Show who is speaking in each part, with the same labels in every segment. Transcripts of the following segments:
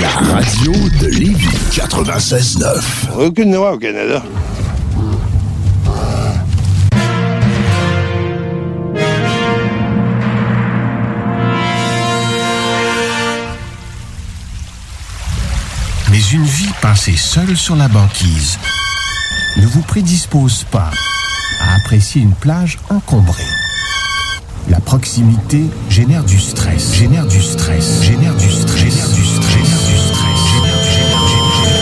Speaker 1: La radio de Lévis 96.9.
Speaker 2: Aucune loi au Canada.
Speaker 1: Mais une vie passée seule sur la banquise ne vous prédispose pas à apprécier une plage encombrée. La proximité génère du stress, génère du stress, génère du stress, génère du stress, génère du stress, génère du, génère, génère, génère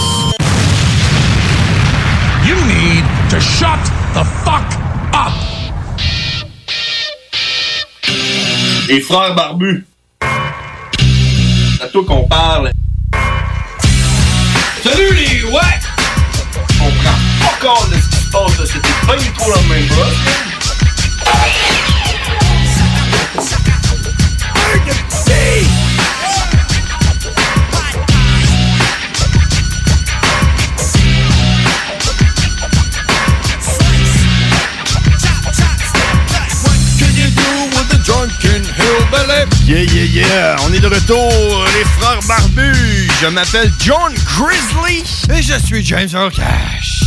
Speaker 1: du stress.
Speaker 3: You need to shut the fuck up.
Speaker 4: Les frères barbus. C'est à toi qu'on parle. Salut les ouais! On prend pas compte de ce qui se passe là, c'était pas du tout la même
Speaker 2: Yeah, yeah, yeah. On est de retour, les frères barbus. Je m'appelle John Grizzly et je suis James Earl Cash.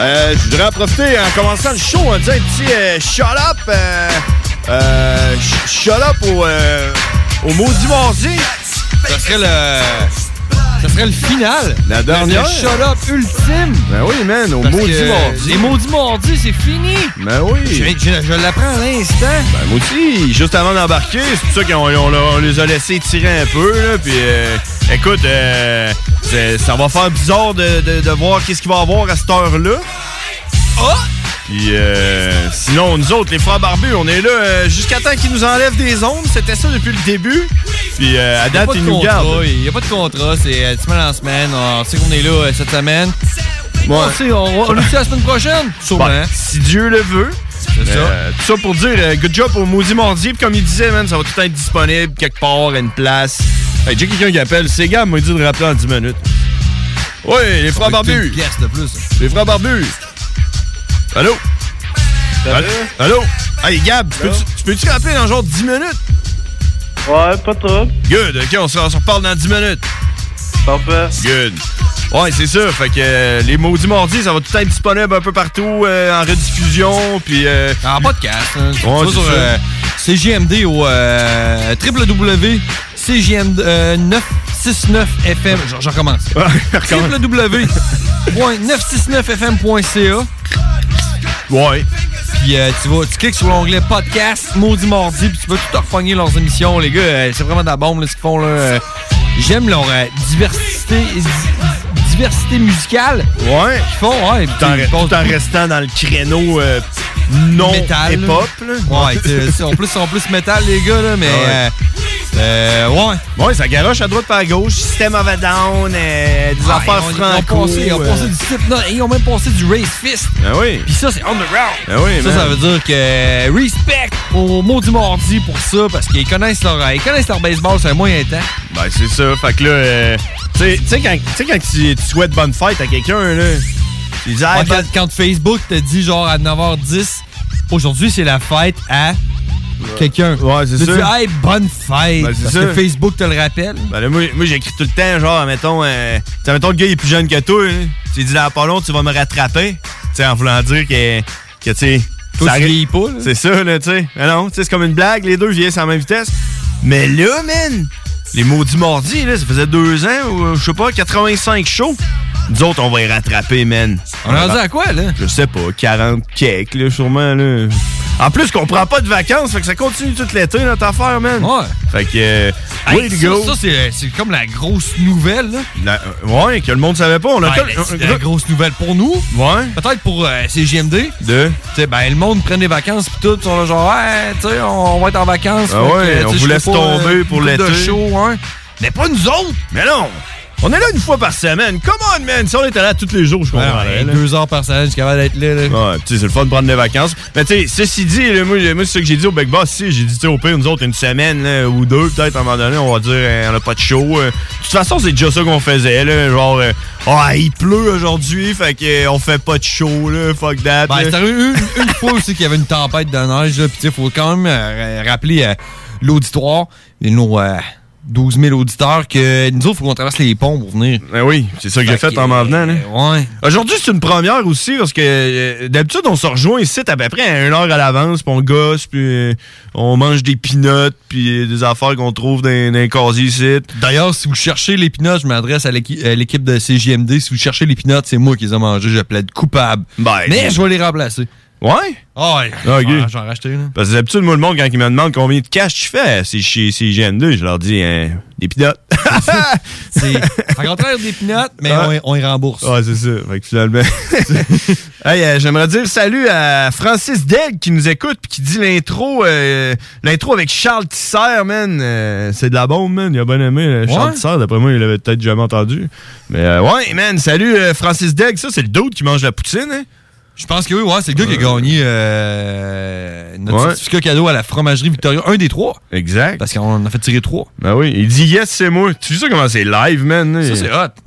Speaker 2: Euh, je voudrais en profiter en commençant le show, on dit un petit euh, shut up, euh, euh, sh- shut up au, euh, au maudit mardi.
Speaker 5: Ce serait le. Ce serait le final.
Speaker 2: La dernière.
Speaker 5: Le shut up ultime.
Speaker 2: Ben oui, man, au
Speaker 5: Parce
Speaker 2: maudit
Speaker 5: que
Speaker 2: mardi.
Speaker 5: Les maudits mordis, c'est fini.
Speaker 2: Ben oui.
Speaker 5: Je, je- je l'apprends à l'instant.
Speaker 2: Ben, moi aussi, juste avant d'embarquer, c'est pour ça qu'on on l'a- on les a laissés tirer un peu, là, puis euh, écoute, euh, c'est- ça va faire bizarre de, de- de voir qu'est-ce qu'il va y avoir à cette heure-là.
Speaker 5: Oh!
Speaker 2: Puis euh, sinon, nous autres, les frères barbus, on est là euh, jusqu'à temps qu'ils nous enlèvent des ondes, c'était ça depuis le début. Puis euh, à
Speaker 5: Il
Speaker 2: date, ils nous gardent.
Speaker 5: Il n'y a pas de contrat, c'est euh, de semaine en semaine. On sait qu'on est là euh, cette semaine.
Speaker 2: Ouais.
Speaker 5: On, sait, on, on le dit la semaine prochaine? Sûrement.
Speaker 2: Bon, si Dieu le veut.
Speaker 5: c'est ça.
Speaker 2: Euh, tout ça pour dire, euh, good job au Maudit Mardi. Puis comme il disait, man, ça va tout être disponible quelque part, à une place. Hey, J'ai quelqu'un qui appelle. C'est Gab m'a dit de rappeler en 10 minutes. Oui, les frères
Speaker 5: Avec une
Speaker 2: barbus.
Speaker 5: pièce de plus.
Speaker 2: Les frères barbus. Allô? Allô? Allô? Hey, Gab, tu peux-tu- tu peux-tu rappeler dans genre 10 minutes?
Speaker 6: Ouais, pas trop.
Speaker 2: Good, OK, on se, on se reparle dans 10 minutes.
Speaker 6: Parfait.
Speaker 2: Good. Ouais, c'est ça. Fait que euh, les maudits mardis, ça va tout être disponible un peu partout, euh, en rediffusion, puis... euh,
Speaker 5: En podcast. Hein. Tu vas
Speaker 2: c'est
Speaker 5: sur
Speaker 2: ça.
Speaker 5: euh, CGMD au euh, www.cgm969fm. Je, je recommence. www.969fm.ca.
Speaker 2: ouais.
Speaker 5: Puis euh, tu, vas, tu cliques sur l'onglet podcast, maudit mardi, puis tu vas tout repogner leurs émissions. Les gars, euh, c'est vraiment de la bombe là, ce qu'ils font. là. Euh, J'aime leur euh, diversité di- diversité musicale.
Speaker 2: Ouais.
Speaker 5: Ils font, ouais.
Speaker 2: Tout en, tout en restant dans le créneau euh, non hip-hop. là.
Speaker 5: Ouais, tu sais, en plus, ils sont plus métal, les gars, là, mais.
Speaker 2: Ouais.
Speaker 5: euh, euh, ouais.
Speaker 2: Ouais, ça garoche à droite par à gauche, System of a Down, euh, des
Speaker 5: Ah,
Speaker 2: affaires
Speaker 5: ils, ont, ils ont
Speaker 2: franco.
Speaker 5: passé, ils ont
Speaker 2: euh,
Speaker 5: passé du type. Non, ils ont même passé du Race Fist.
Speaker 2: Ben oui.
Speaker 5: Puis ça, c'est on the round.
Speaker 2: Ben oui,
Speaker 5: Ça,
Speaker 2: man.
Speaker 5: ça veut dire que euh, respect au mot du mardi pour ça, parce qu'ils connaissent leur, euh, ils connaissent leur baseball, c'est un moyen temps.
Speaker 2: Ben, c'est ça. Fait que là, euh, tu sais- tu sais, quand, tu sais quand tu, tu souhaites bonne fête à quelqu'un, là, tu dis, ah,
Speaker 5: Ouais, quand, quand Facebook te dit genre à 9h10, aujourd'hui c'est la fête à quelqu'un.
Speaker 2: Ouais, c'est
Speaker 5: Tu dis,
Speaker 2: ça.
Speaker 5: hey, bonne fête.
Speaker 2: Ben, c'est
Speaker 5: parce
Speaker 2: ça.
Speaker 5: que Facebook te le rappelle.
Speaker 2: Ben là, moi, moi, j'écris tout le temps, genre, mettons, euh, tu sais, mettons, le gars, il est plus jeune que toi, hein. Tu lui dis, là, pas long, tu vas me rattraper. Tu sais, en voulant dire que, que tu sais. ça
Speaker 5: Toi, tu
Speaker 2: arrive-
Speaker 5: vieillis pas, là.
Speaker 2: C'est ça, là, tu sais. Mais non, tu sais, c'est comme une blague, les deux vieillissent à la même vitesse. Mais là, man, les maudits mordis, là, ça faisait deux ans, ou euh, je sais pas, 85 shows. Nous autres, on va y rattraper, man.
Speaker 5: On est rendu à quoi, là?
Speaker 2: Je sais pas, 40 cakes, là, sûrement, là. En plus qu'on prend pas de vacances, fait que ça continue toute l'été, notre affaire, man.
Speaker 5: Ouais.
Speaker 2: Fait que, euh,
Speaker 5: Hey,
Speaker 2: way to
Speaker 5: ça,
Speaker 2: go.
Speaker 5: ça, c'est, euh, c'est comme la grosse nouvelle, là.
Speaker 2: La- euh, ouais, que le monde savait pas. On a
Speaker 5: Ouais,
Speaker 2: comme-
Speaker 5: mais c'est la grosse nouvelle pour nous.
Speaker 2: Ouais.
Speaker 5: Peut-être pour euh, CGMD.
Speaker 2: De.
Speaker 5: Tu sais, ben, le monde prend des vacances pis tout, sont là, genre, hey, tu sais, on, on va être en vacances.
Speaker 2: Ah
Speaker 5: fait que,
Speaker 2: ouais,
Speaker 5: tu sais,
Speaker 2: on
Speaker 5: je
Speaker 2: vous
Speaker 5: sais
Speaker 2: laisse
Speaker 5: pas,
Speaker 2: tomber
Speaker 5: euh,
Speaker 2: pour
Speaker 5: une couple de
Speaker 2: l'été.
Speaker 5: show, hein. Mais pas nous autres!
Speaker 2: Mais non! On est là une fois par semaine. Come on, man! Si on était là tous les jours, je comprends.
Speaker 5: Alors, hey, deux heures par semaine, je suis capable d'être là, là.
Speaker 2: Ouais, tu sais, c'est le fun de prendre des vacances. Mais tu sais, ceci dit, là, moi, moi, c'est ce que j'ai dit au Big Boss, si j'ai dit, tu sais, au pire, nous autres, une semaine là, ou deux, peut-être, à un moment donné, on va dire, euh, on n'a pas de show. euh. De toute façon, c'est déjà ça qu'on faisait, là, genre, euh, ah, il pleut aujourd'hui, fait que euh, on fait pas de show, là, fuck that.
Speaker 5: Ben,
Speaker 2: là.
Speaker 5: c'est arrivé une, une fois aussi qu'il y avait une tempête de neige, là, pis tu sais, faut quand même euh, ra- rappeler euh, l'auditoire, et nos euh, 12 000 auditeurs, que nous autres, faut qu'on traverse les ponts pour venir.
Speaker 2: Ben oui, c'est ça que j'ai fait en m'en venant, là.
Speaker 5: là. Ouais.
Speaker 2: Aujourd'hui, c'est une première aussi, parce que euh, d'habitude, on se rejoint ici à peu près à une heure à l'avance, puis on gosse, puis euh, on mange des pinottes, puis euh, des affaires qu'on trouve dans, dans les casiers ici.
Speaker 5: D'ailleurs, si vous cherchez les pinottes, je m'adresse à l'équi- à l'équipe de CJMD. Si vous cherchez les pinottes, c'est moi qui les ai mangés. Je plaide coupable.
Speaker 2: Ben,
Speaker 5: Mais je vais les remplacer.
Speaker 2: Ouais?
Speaker 5: Ah ouais.
Speaker 2: Ah, ok.
Speaker 5: Ah, J'en ai racheté, là.
Speaker 2: Parce que d'habitude, moi, le monde, quand il me demande combien de cash tu fais, c'est chez CGM2, je leur dis hein, des pinottes.
Speaker 5: C'est à contraire des pinottes, mais
Speaker 2: Ouais.
Speaker 5: on, on les rembourse.
Speaker 2: Ah, c'est ça. Fait que finalement. hey, euh, j'aimerais dire salut à Francis Degg qui nous écoute puis qui dit l'intro euh, l'intro avec Charles Tisser, man. euh, c'est de la bombe, man. Il a bien aimé euh, Charles
Speaker 5: Ouais.
Speaker 2: Tisser. D'après moi, il l'avait peut-être jamais entendu. Mais euh, ouais, man. Salut euh, Francis Degg. Ça, c'est le doute qui mange la poutine, hein?
Speaker 5: Je pense que oui, ouais, c'est le gars qui a gagné euh, notre
Speaker 2: Ouais.
Speaker 5: certificat cadeau à la fromagerie Victoria. Un des trois.
Speaker 2: Exact.
Speaker 5: Parce qu'on en a fait tirer trois.
Speaker 2: Ben oui. Il dit yes, c'est moi. Tu sais ça comment c'est live, man?
Speaker 5: Ça,
Speaker 2: hein?
Speaker 5: c'est hot.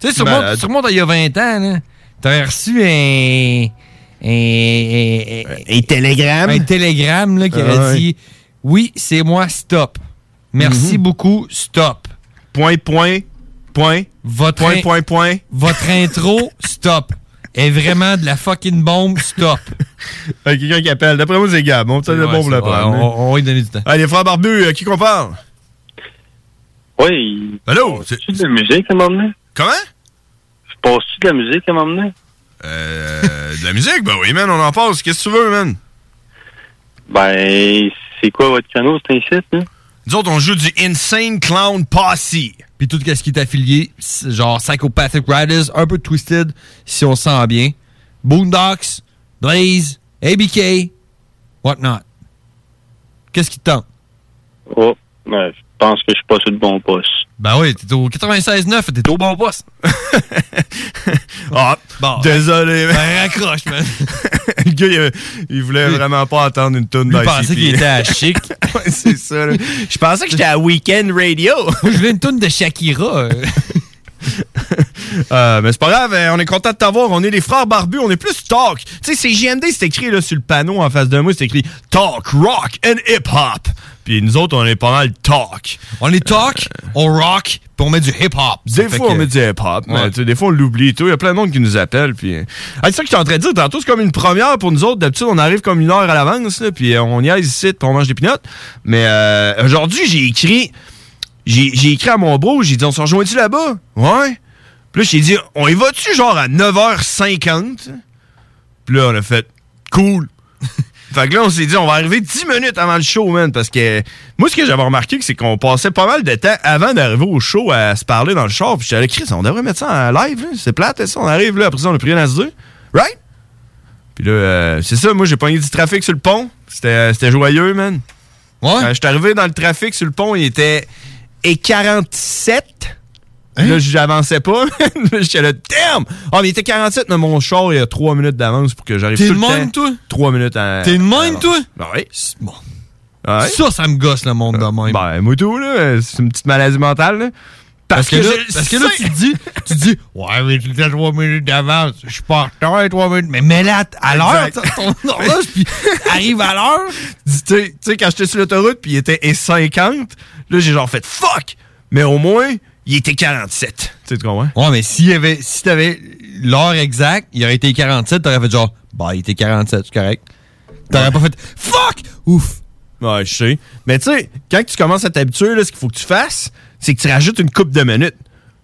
Speaker 5: Tu sais, tu
Speaker 2: Ben,
Speaker 5: remontes- tu remontes à il y a 20 ans, là. T'avais reçu un. un- un- un-
Speaker 2: Et Telegram.
Speaker 5: un télégramme là, qui avait
Speaker 2: Ah ouais.
Speaker 5: dit Oui, c'est moi, stop. Merci beaucoup, stop.
Speaker 2: Mhm. Point, point, point.
Speaker 5: Votre,
Speaker 2: Point,
Speaker 5: in-
Speaker 2: point, point.
Speaker 5: votre intro, stop. Est vraiment de la fucking bombe, stop.
Speaker 2: Euh, Quelqu'un qui appelle. D'après moi, c'est Gab. On peut le
Speaker 5: Ouais,
Speaker 2: bon pour la
Speaker 5: c'est-
Speaker 2: prendre.
Speaker 5: ouais,
Speaker 2: hein.
Speaker 5: on, on va lui donner du temps.
Speaker 2: Allez, frère Barbu, euh, qui qu'on parle?
Speaker 7: Oui,
Speaker 2: Allô? c'est-
Speaker 7: tu de la musique à m'emmener?
Speaker 2: Comment?
Speaker 7: Passes-tu de la musique à m'emmener?
Speaker 2: Euh, de la musique? Ben oui, man, on en passe. Qu'est-ce que tu veux, man?
Speaker 7: Ben, c'est quoi votre canot, c'est un site, hein?
Speaker 2: Nous autres, on joue du Insane Clown Posse.
Speaker 5: Puis tout ce qui est affilié, c'est genre Psychopathic Riders, un peu Twisted, si on sent bien. Boondocks, Blaze, ABK, whatnot. Qu'est-ce qui te tente?
Speaker 7: Oh, ben, je pense que je suis pas sur le bon poste.
Speaker 5: Ben oui, t'es au 96.9, t'es au bon poste.
Speaker 2: Ah,
Speaker 5: Bon.
Speaker 2: désolé, man.
Speaker 5: Ben raccroche, man.
Speaker 2: Le gars, il, euh, il voulait vraiment pas entendre une toune
Speaker 5: Lui
Speaker 2: d'ICP.
Speaker 5: pensait qu'il était à chic.
Speaker 2: Ouais, c'est ça, là. Je pensais que j'étais à Weekend Radio.
Speaker 5: Moi, je voulais une toune de Shakira. euh.
Speaker 2: Euh, mais c'est pas grave, euh, on est content de t'avoir. On est les frères barbus, on est plus talk. Tu sais, c'est JMD, c'est écrit là, sur le panneau en face de moi, c'est écrit talk, rock and hip hop. Puis nous autres, on est pas mal talk.
Speaker 5: On les talk, on rock, puis on met du hip-hop.
Speaker 2: Des
Speaker 5: Fait
Speaker 2: fois,
Speaker 5: que-
Speaker 2: on met du hip hop, mais
Speaker 5: Ouais.
Speaker 2: tu sais, des fois, on l'oublie et tout. Il y a plein de monde qui nous appelle. Puis... euh, Ah, c'est ça que je suis en train de dire tantôt, c'est comme une première pour nous autres. D'habitude, on arrive comme une heure à l'avance, là, puis euh, on y aise ici, puis on mange des pinottes. Mais euh, aujourd'hui, j'ai écrit. J'ai j'ai écrit à mon bro, j'ai dit, on se rejoint-tu là-bas? Ouais. Puis là, j'ai dit, on y va-tu genre à 9h50? Puis là, on a fait, Cool. fait que là, on s'est dit, on va arriver 10 minutes avant le show, man. Parce que moi, ce que j'avais remarqué, c'est qu'on passait pas mal de temps avant d'arriver au show à se parler dans le char. Puis j'étais là, Chris, on devrait mettre ça en live. là. C'est plate, ça. On arrive là, après ça, on a pris rien à se dire. Right? Puis là, euh, c'est ça, moi, j'ai pogné du trafic sur le pont. C'était euh, c'était joyeux, man.
Speaker 5: Ouais.
Speaker 2: Quand je suis arrivé dans le trafic sur le pont, il était et 47.
Speaker 5: Hein?
Speaker 2: Là, j'avançais pas. J'étais là, damn! Ah, mais il était 47, mais mon char, il a 3 minutes d'avance pour que j'arrive
Speaker 5: T'es
Speaker 2: tout
Speaker 5: de
Speaker 2: le
Speaker 5: même,
Speaker 2: temps.
Speaker 5: toi?
Speaker 2: 3 minutes à.
Speaker 5: T'es de même,
Speaker 2: à-
Speaker 5: toi?
Speaker 2: Ah Oui.
Speaker 5: C'est Bon.
Speaker 2: Ah oui.
Speaker 5: Ça, ça me gosse le monde de même.
Speaker 2: Ben, moi tout, là, c'est une petite maladie mentale, là.
Speaker 5: parce, que, là,
Speaker 2: je
Speaker 5: parce que là,
Speaker 2: sais-
Speaker 5: tu te dis, tu te dis, ouais, mais tu as trois minutes d'avance, je suis pas en retard, trois minutes. Mais mets là à l'heure,
Speaker 2: Exact.
Speaker 5: t'as ton horloge, puis arrive à l'heure.
Speaker 2: dis, Tu sais- tu sais, quand j'étais sur l'autoroute, puis il était et 50, là, j'ai genre fait fuck! Mais au moins, il était 47. Tu sais, tu comprends?
Speaker 5: Ouais, mais s'il y avait, si t'avais l'heure exacte, il aurait été 47, t'aurais fait genre, bah, il était 47, c'est correct. T'aurais pas fait, fuck! Ouf!
Speaker 2: Ouais, je sais. Mais tu sais, quand tu commences à t'habituer, là, ce qu'il faut que tu fasses, c'est que tu rajoutes une coupe de minutes.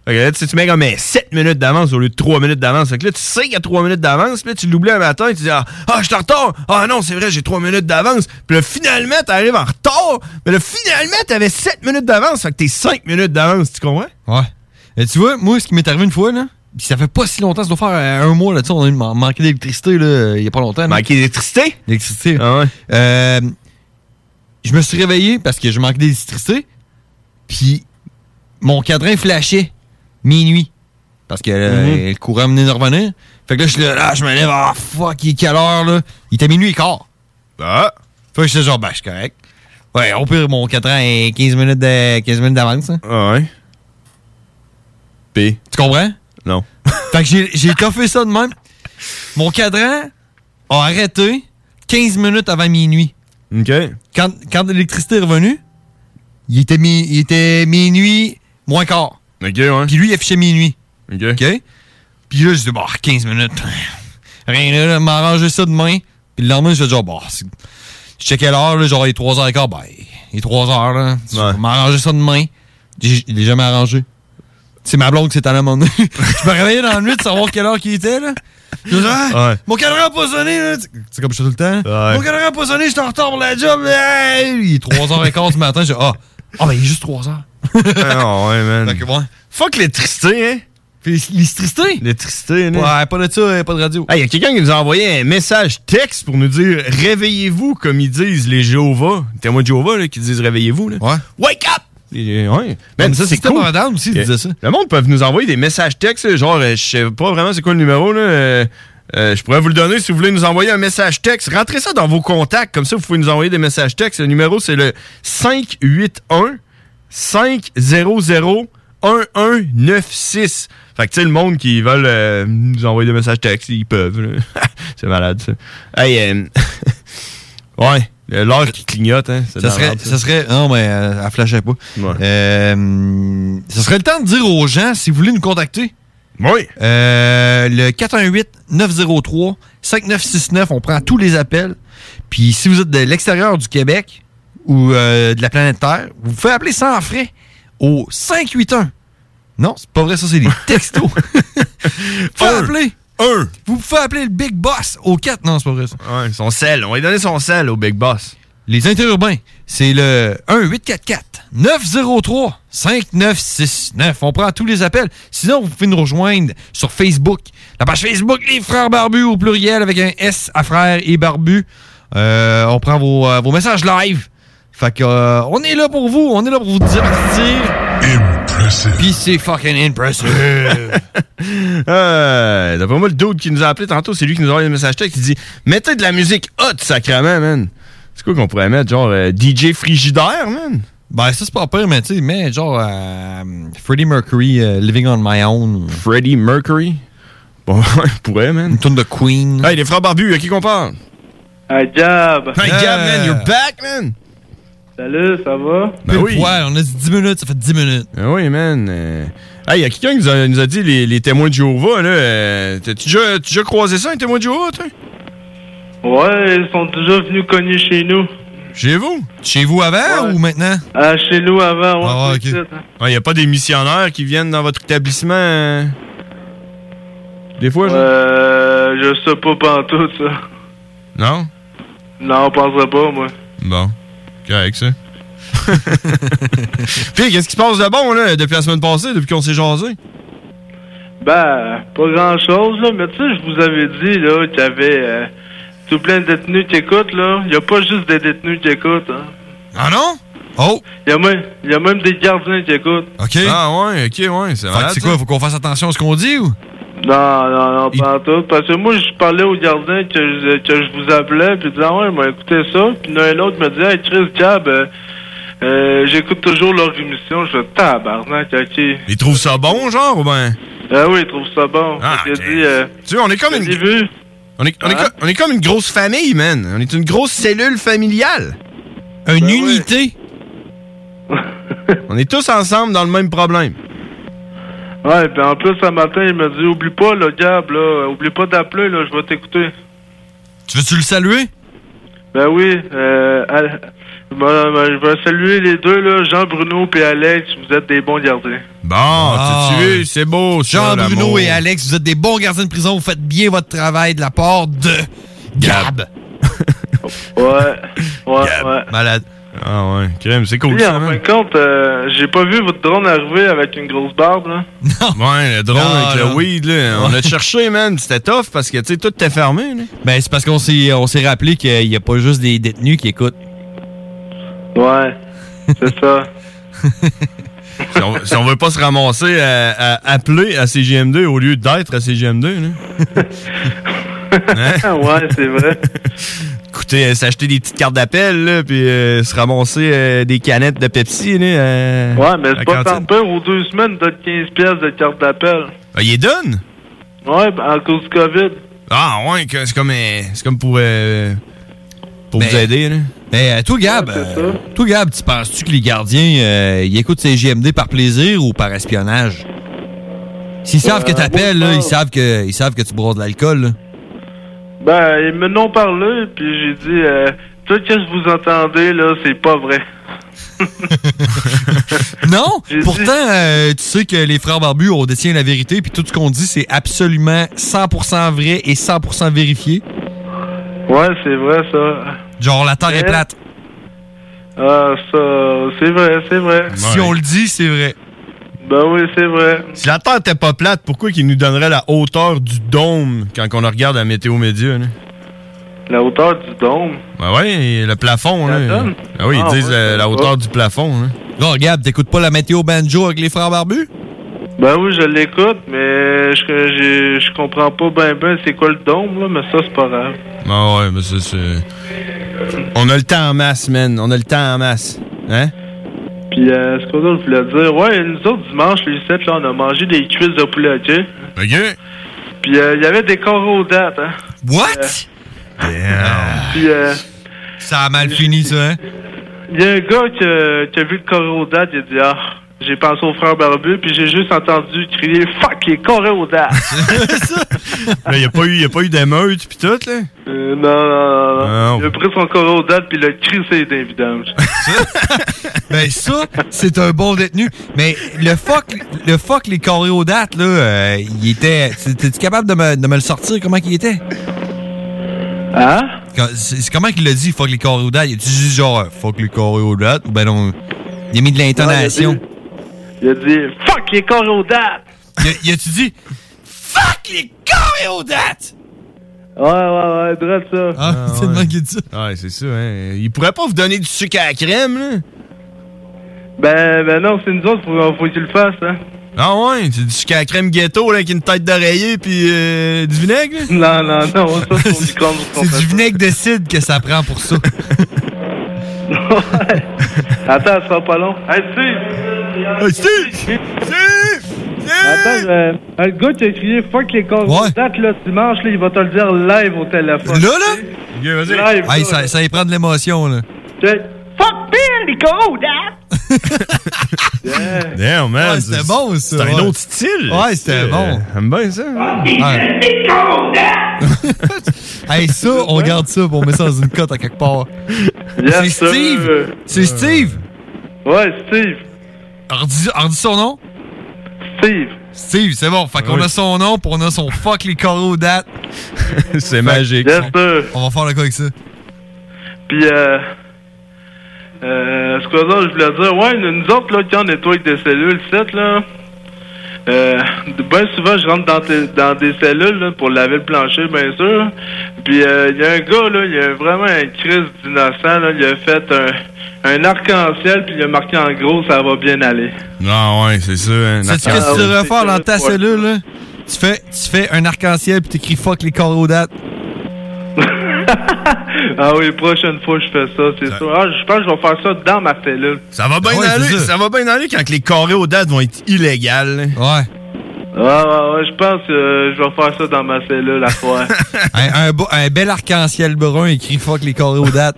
Speaker 2: Fait que là, tu sais, tu mets comme 7 minutes d'avance au lieu de 3 minutes d'avance. Fait que là, tu sais qu'il y a 3 minutes d'avance. Puis là, tu l'oublies un matin et tu dis Ah, ah, je suis en retard. Ah non, c'est vrai, j'ai 3 minutes d'avance. Puis là, finalement, t'arrives en retard. Mais là, finalement, t'avais 7 minutes d'avance. Fait que t'es 5 minutes d'avance. Tu comprends?
Speaker 5: Ouais. Et tu vois, moi, ce qui m'est arrivé une fois, là, pis ça fait pas si longtemps, ça doit faire euh, un mois, là, tu sais, on a eu man- manqué d'électricité, là, euh, il y a pas longtemps. là.
Speaker 2: Manquer d'électricité?
Speaker 5: d'électricité.
Speaker 2: Ah ouais.
Speaker 5: Euh, je me suis réveillé parce que je manquais d'électricité, puis mon cadran flashait minuit. Parce que
Speaker 2: Mhm.
Speaker 5: euh, le courant venait de revenir. Fait que là, je suis là, ah, je me lève, ah fuck, il est quelle heure là? Il était minuit et quart.
Speaker 2: Ah.
Speaker 5: Fait que j'étais genre, ben, je suis correct. Ouais, au pire, mon cadran est 15 minutes de- 15 minutes d'avance. hein.
Speaker 2: Ah ouais. P.
Speaker 5: Tu comprends?
Speaker 2: Non.
Speaker 5: Fait que j'ai- j'ai toffé ça de même. Mon cadran a arrêté 15 minutes avant minuit.
Speaker 2: OK.
Speaker 5: quand, quand l'électricité est revenue, il était, mi- il était minuit moins quart.
Speaker 2: OK, ouais.
Speaker 5: Puis lui, il affichait minuit.
Speaker 2: OK.
Speaker 5: OK? Puis là, je dis, bah, 15 minutes. Rien, là, là m'arranger ça demain. Puis le lendemain, je fais genre, bah, c'est- je checkais l'heure, là, genre, il est 3h15. Bah, il est 3h, là. Je vais
Speaker 2: Ouais.
Speaker 5: m'arranger ça demain. J'ai- Je l'ai jamais arrangé. C'est ma blonde qui s'est allée à mon Je me réveillais dans la nuit de savoir quelle heure qu'il était, là. Je dis, Ah,
Speaker 2: Ouais.
Speaker 5: Mon cadran a pas sonné, là. Tu sais, comme je fais tout le temps.
Speaker 2: Ouais.
Speaker 5: Mon cadran a pas sonné, je suis en retard pour la job. là. Il est 3h15 du matin. Je dis, ah, ah, ben, il est juste 3h.
Speaker 2: Ah non, ouais, man.
Speaker 5: Fait que, ouais.
Speaker 2: Fuck l'électricité, hein?
Speaker 5: Puis l'électricité?
Speaker 2: L'électricité, là.
Speaker 5: Ouais, pas de ça, pas de radio.
Speaker 2: Ah, il y a quelqu'un qui nous a envoyé un message texte pour nous dire réveillez-vous comme ils disent les Jéhovah. Témoins de Jéhovah là, qui disent réveillez-vous. là.
Speaker 5: Ouais.
Speaker 2: Wake up! Et, euh, ouais. Man, ça c'est
Speaker 5: C'était
Speaker 2: cool. Euh,
Speaker 5: pas madame aussi, il disait ça.
Speaker 2: Le monde peut nous envoyer des messages textes, là, genre euh, je sais pas vraiment c'est quoi le numéro là. euh, euh, je pourrais vous le donner si vous voulez nous envoyer un message texte. Rentrez ça dans vos contacts, comme ça vous pouvez nous envoyer des messages textes. Le numéro c'est le 581 500 1196. Fait que tu sais, le monde qui veulent euh, nous envoyer des messages textes, ils peuvent. là. c'est malade ça. Hey, euh, ouais, le- l'heure qui clignote, hein. c'est de
Speaker 5: Ça
Speaker 2: la
Speaker 5: serait,
Speaker 2: merde,
Speaker 5: ça serait. Non, mais euh, elle flashait pas.
Speaker 2: Ouais.
Speaker 5: Euh, ça serait le temps de dire aux gens, si vous voulez nous contacter,
Speaker 2: Oui.
Speaker 5: euh, le 418-903-5969, on prend tous les appels. Puis si vous êtes de l'extérieur du Québec ou euh, de la planète Terre, vous pouvez appeler sans frais au 581. Non, c'est pas vrai, ça, c'est des textos. vous pouvez
Speaker 2: Un.
Speaker 5: appeler.
Speaker 2: Un.
Speaker 5: Vous pouvez appeler le Big Boss au 4. Non, c'est pas vrai, ça.
Speaker 2: Ouais, son sel. On va lui donner son sel au Big Boss.
Speaker 5: Les interurbains, c'est le 1-844-903-5969. On prend tous les appels. Sinon, vous pouvez nous rejoindre sur Facebook. La page Facebook, les frères barbus au pluriel avec un S à frères et barbus. Euh, on prend vos, euh, vos messages live. Fait que, euh, on est là pour vous. On est là pour vous divertir.
Speaker 8: Impressive.
Speaker 5: Puis c'est fucking impressive.
Speaker 2: Euh, D'après moi, le dude qui nous a appelé tantôt, c'est lui qui nous a envoyé un message texte. Il dit Mettez de la musique hot, sacrament, man. C'est quoi qu'on pourrait mettre Genre euh, DJ Frigidaire, man
Speaker 5: ben, ça, c'est pas pire, mais tu sais, mais genre, euh, Freddie Mercury, euh, Living on My Own,
Speaker 2: Freddie Mercury Bon, ouais, on pourrait, man.
Speaker 5: une tune de Queen.
Speaker 2: Hey, les frères barbus, à qui qu'on parle
Speaker 7: Un job!
Speaker 2: Hey,
Speaker 5: Yeah.
Speaker 2: Gab, man, you're back, man
Speaker 7: Salut, ça va?
Speaker 2: Ben Euh. oui.
Speaker 5: Ouais, on a dit 10 minutes, ça fait 10 minutes.
Speaker 2: Ah oui, man. Euh, Hey, il y a quelqu'un qui nous a, nous a dit les, les témoins de Jéhovah, là. euh, T'as-tu déjà, t'as déjà croisé ça, un témoin de Jéhovah, toi
Speaker 7: Ouais, ils sont déjà venus cogner chez nous.
Speaker 2: Chez vous hein?
Speaker 5: Chez vous avant
Speaker 7: Ouais.
Speaker 5: ou maintenant?
Speaker 7: Ah, chez nous avant, ouais.
Speaker 5: Ah, ouais,
Speaker 7: c'est
Speaker 5: ok.
Speaker 7: ça. hein.
Speaker 2: Il n'y a pas des missionnaires qui viennent dans votre établissement euh, Des fois, genre
Speaker 7: Euh, je sais pas pantoute, ça.
Speaker 2: Non?
Speaker 7: Non, on penserait pas, moi.
Speaker 2: Bon. Correct, ça. Puis, qu'est-ce qui se passe de bon, là, depuis la semaine passée, depuis qu'on s'est jasé?
Speaker 7: Ben, pas grand-chose, là, mais tu sais, je vous avais dit, là, qu'il y avait euh, tout plein de détenus qui écoutent, là. Il y a pas juste des détenus qui écoutent, hein.
Speaker 2: Ah non? Oh!
Speaker 7: Il y a même, il y a même des gardiens qui écoutent.
Speaker 5: OK.
Speaker 2: Ah ouais, ok, ouais, c'est
Speaker 5: Fait que
Speaker 2: malade.
Speaker 5: c'est quoi, faut qu'on fasse attention à ce qu'on dit ou?
Speaker 7: Non, non, non,
Speaker 5: Il-
Speaker 7: pas en tout. Parce que moi, je parlais aux gardiens que je, que je vous appelais, puis disant, ouais, m'a écouté ça. Puis l'un et l'autre me disait, hey, Chris Cab, euh, euh, j'écoute toujours leur émission. Je fais, tabarnak, ok.
Speaker 2: ça. Ils trouvent ça bon, genre, ou ben?
Speaker 7: Ah oui, ils trouvent ça bon.
Speaker 2: Ah,
Speaker 7: Fait que
Speaker 2: ok.
Speaker 7: j'ai dit, euh,
Speaker 2: Tu sais, on est comme
Speaker 7: j'ai
Speaker 2: une,
Speaker 7: vu.
Speaker 2: on est, on est
Speaker 7: Hein?
Speaker 2: co- on est comme une grosse famille, man. On est une grosse cellule familiale.
Speaker 5: Une
Speaker 7: ouais.
Speaker 5: unité?
Speaker 2: On est tous ensemble dans le même problème.
Speaker 7: Ouais, puis en plus, ce matin, il m'a dit, oublie pas, là, Gab, là, euh, oublie pas d'appeler, là, je vais t'écouter.
Speaker 5: Tu veux-tu le saluer?
Speaker 7: Ben oui, euh, Al- ben, ben, je vais saluer les deux, là, Jean-Bruno et Alex, vous êtes des bons gardiens.
Speaker 2: Bon,
Speaker 5: Ah.
Speaker 2: tu tu c'est beau. ça,
Speaker 5: Jean-Bruno
Speaker 2: l'amour.
Speaker 5: et Alex, vous êtes des bons gardiens de prison, vous faites bien votre travail de la part de Gab.
Speaker 7: Ouais, ouais, ouais.
Speaker 5: Malade.
Speaker 2: Ah ouais, crème, c'est cool
Speaker 7: Puis,
Speaker 2: ça,
Speaker 7: en fin
Speaker 2: man.
Speaker 7: de compte, euh, j'ai pas vu votre drone arriver avec une grosse barbe, là.
Speaker 2: Ouais, le drone
Speaker 5: Ah,
Speaker 2: avec
Speaker 5: là.
Speaker 2: le weed, là. On
Speaker 5: Ouais.
Speaker 2: a cherché, man. C'était tough parce que, tu sais, tout était fermé, là.
Speaker 5: Ben, c'est parce qu'on s'est, on s'est rappelé qu'il n'y a pas juste des détenus qui écoutent.
Speaker 7: Ouais, c'est ça.
Speaker 2: Si on, si on veut pas se ramasser à, à appeler à CGM2 au lieu d'être à CGM2, là. Hein?
Speaker 7: Ah ouais, c'est vrai.
Speaker 2: Écoutez, euh, s'acheter des petites cartes d'appel, là, puis euh, se ramasser euh, des canettes de Pepsi, là. euh,
Speaker 7: Ouais, mais
Speaker 2: à la
Speaker 7: c'est pas tant
Speaker 2: cantine.
Speaker 7: peur, aux deux semaines, d'autres 15 pièces de carte d'appel.
Speaker 2: Ah, il est donne?
Speaker 7: Ouais, ben, à cause du COVID.
Speaker 2: Ah, ouais, que c'est comme, euh, c'est comme pour, euh, pour
Speaker 5: Ben,
Speaker 2: vous aider, là.
Speaker 5: Ben, euh, toi, Gab,
Speaker 7: Ouais, c'est
Speaker 5: euh, toi, Gab, tu penses-tu que les gardiens, euh, ils écoutent ces JMD par plaisir ou par espionnage? S'ils savent que
Speaker 7: Euh,
Speaker 5: t'appelles,
Speaker 7: moi,
Speaker 5: là,
Speaker 7: je
Speaker 5: ils
Speaker 7: pense-
Speaker 5: savent que, ils savent que tu brosses de l'alcool, là.
Speaker 7: Ben, ils me l'ont parlé, puis j'ai dit, euh, tout ce que vous entendez, là, c'est pas vrai.
Speaker 5: Non,
Speaker 7: J'ai dit-
Speaker 5: pourtant, euh, tu sais que les frères barbus, on détient la vérité, puis tout ce qu'on dit, c'est absolument 100% vrai et 100% vérifié.
Speaker 7: Ouais, c'est vrai, ça.
Speaker 5: Genre, la terre est
Speaker 7: Ouais.
Speaker 5: plate.
Speaker 7: Ah, ça, c'est vrai, c'est vrai.
Speaker 5: Si on le dit, c'est vrai.
Speaker 7: Ben oui, c'est vrai.
Speaker 2: Si la Terre était pas plate, pourquoi qu'il nous donnerait la hauteur du dôme quand on regarde la météo média, là?
Speaker 7: La hauteur du dôme.
Speaker 2: Ben ouais, le plafond,
Speaker 7: La
Speaker 2: là.
Speaker 7: donne?
Speaker 2: Ah oui, ils
Speaker 7: Ah,
Speaker 2: disent
Speaker 7: ouais,
Speaker 2: la,
Speaker 7: c'est
Speaker 2: la
Speaker 7: pas.
Speaker 2: hauteur du plafond, hein. là.
Speaker 5: Regarde, Gab, t'écoutes pas la météo banjo avec les frères barbus?
Speaker 7: Ben oui, je l'écoute, mais je, je, je comprends pas ben ben c'est quoi le dôme, là, mais ça, c'est pas grave.
Speaker 2: Ah ouais, mais ça, c'est. On a le temps en masse, man. On a le temps en masse. Hein?
Speaker 7: Puis, euh, ce que je voulais dire, ouais, nous autres, dimanche, les 7, là, on a mangé des cuisses de poulet, ok?
Speaker 2: OK.
Speaker 7: Puis, euh, il y avait des corrodates, hein? Euh,
Speaker 5: What?
Speaker 7: Puis, euh,
Speaker 5: Ça a mal fini, ça, hein?
Speaker 7: Il y a un gars qui, a- qui a vu le corrodate, il a dit Ah, j'ai pensé au frère Barbu, puis j'ai juste entendu crier Fuck les corrodates!
Speaker 2: Là, y a pas eu, y a pas eu d'émeute pis tout, là?
Speaker 7: Euh, non, non, non, non.
Speaker 5: Oh.
Speaker 2: Non.
Speaker 7: Il a pris son corrodate, puis il a crissé d'un vidange.
Speaker 5: Ben ça, c'est un bon détenu. Mais le fuck, le fuck les choréodates, là, euh, il était... T'es-tu capable de me, de me le sortir? Comment qu'il était?
Speaker 7: hein?
Speaker 5: Quand- C'est c'est comment qu'il l'a dit, fuck les choréodates? Il a-tu dit genre, euh, fuck les choréodates? Ou ben non, il a mis de l'intonation.
Speaker 7: Il a dit Fuck les corrodates!
Speaker 5: Il a- il a-tu dit, fuck les choréodates?
Speaker 7: Ouais, ouais, ouais, drôle ça.
Speaker 5: Ah, c'est le
Speaker 2: ouais.
Speaker 5: mec qui dit ça.
Speaker 2: Ouais, c'est ça, hein. Ils pourraient pas vous donner du sucre à la crème, là?
Speaker 7: Ben, ben non, c'est nous autres, faut, faut qu'il le fasse, hein.
Speaker 2: Ah ouais, c'est du sucre à la crème ghetto, là, avec une tête d'oreiller pis euh, du vinaigre, là?
Speaker 7: Non, non, non, ça, c'est du con, qu'on
Speaker 5: C'est
Speaker 7: fait
Speaker 5: du
Speaker 7: ça.
Speaker 5: vinaigre de cidre que ça prend pour ça.
Speaker 7: Ouais. Attends, ça sera pas long. Hey, Steve!
Speaker 2: Ah, Steve! Steve!
Speaker 7: Attends,
Speaker 2: Steve!
Speaker 7: euh, le gars qui a crié fuck les corps
Speaker 5: Ouais.
Speaker 7: date là dimanche, là, il va te le dire live au téléphone.
Speaker 5: Là, là?
Speaker 2: Ok, vas-y.
Speaker 7: Live.
Speaker 5: Hey,
Speaker 7: là.
Speaker 5: ça, ça y prend de l'émotion, là.
Speaker 7: Check. Fuck Bill, les corps date! yeah.
Speaker 2: Damn, man.
Speaker 5: Ouais, c'était bon, ça,
Speaker 2: C'est un
Speaker 5: ouais.
Speaker 2: autre style.
Speaker 5: Ouais, c'était
Speaker 2: Euh,
Speaker 5: bon.
Speaker 2: J'aime bien ça. man.
Speaker 5: Ouais. hey, ça, on garde ça pour mettre ça dans une cote à quelque part. C'est
Speaker 7: Yes, sir.
Speaker 5: Steve! C'est Steve!
Speaker 7: Euh. Ouais, Steve.
Speaker 5: Redis, redis son nom?
Speaker 7: Steve.
Speaker 5: Steve, c'est bon. Fait qu'on
Speaker 2: Oui.
Speaker 5: a son nom, puis on a son fuck les coraux date.
Speaker 2: C'est magique.
Speaker 7: Yes, sir.
Speaker 5: On va faire le quoi avec ça?
Speaker 7: Puis, euh, euh, ce que je voulais dire, ouais, nous nous autres, là, quand on nettoie des cellules, c'est là, euh, bien souvent, je rentre dans, tes- dans des cellules là, pour laver le plancher, bien sûr. Puis, euh, il y a un gars, là, il y a vraiment un crise d'innocent, là, il a fait un, un arc-en-ciel, puis il a marqué en gros, ça va bien aller.
Speaker 2: Non, ouais, c'est ça. hein,
Speaker 5: Sais-tu
Speaker 2: Nathan.
Speaker 5: qu'est-ce que tu
Speaker 7: oui,
Speaker 5: devrais
Speaker 7: c'est
Speaker 5: faire
Speaker 7: ça,
Speaker 5: dans ta
Speaker 7: ouais.
Speaker 5: cellule, là? Tu fais, tu fais un arc-en-ciel, puis t'écris fuck les coraux date.
Speaker 7: Ah oui, prochaine fois, je fais ça, c'est sûr. Ah, je pense que je vais faire ça dans ma cellule.
Speaker 2: Ça va bien
Speaker 5: Ah Ouais,
Speaker 2: aller.
Speaker 5: c'est
Speaker 2: Ah Ça.
Speaker 5: ça.
Speaker 2: va bien aller quand que les carrés aux dates vont être illégales.
Speaker 5: Ouais.
Speaker 7: Ah, ouais, ouais, je pense que euh, je vais faire ça dans ma cellule à fois.
Speaker 5: un, un beau- un bel arc-en-ciel brun écrit fuck les coraux date.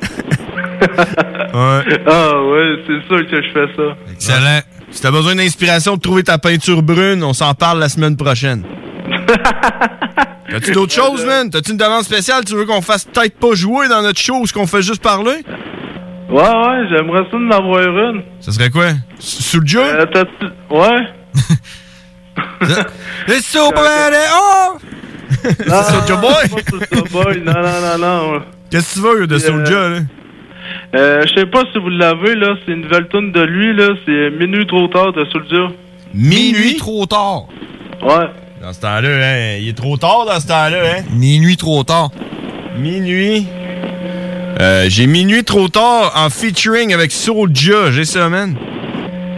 Speaker 2: Ouais.
Speaker 7: ah ouais, c'est sûr que je fais ça.
Speaker 5: Excellent.
Speaker 2: Si t'as besoin d'inspiration pour trouver ta peinture brune, on s'en parle la semaine prochaine. T'as-tu d'autres choses, man? T'as-tu une demande spéciale? Tu veux qu'on fasse peut-être pas jouer dans notre show ou ce qu'on fait juste parler?
Speaker 7: Ouais, ouais, j'aimerais ça de l'avoir une.
Speaker 2: Ça serait quoi? S- Sous le jeu?
Speaker 7: Euh, t'as-tu- ouais?
Speaker 5: Les Superman est- oh!
Speaker 7: Non,
Speaker 2: ça,
Speaker 7: non,
Speaker 2: Joe Boy?
Speaker 7: c'est pas sur Joe Boy, non, non, non, non.
Speaker 2: Qu'est-ce que tu veux de Soulja, là?
Speaker 7: Euh, je sais pas si vous l'avez, là, c'est une nouvelle tune de lui, là, c'est Minuit trop tard de Soulja.
Speaker 5: Minuit trop tard.
Speaker 7: Ouais.
Speaker 2: Dans ce temps-là, hein? Il est trop tard dans ce temps-là, hein?
Speaker 5: Minuit trop tard.
Speaker 2: Minuit. Euh, j'ai minuit trop tard en featuring avec Soulja. J'ai ça, man.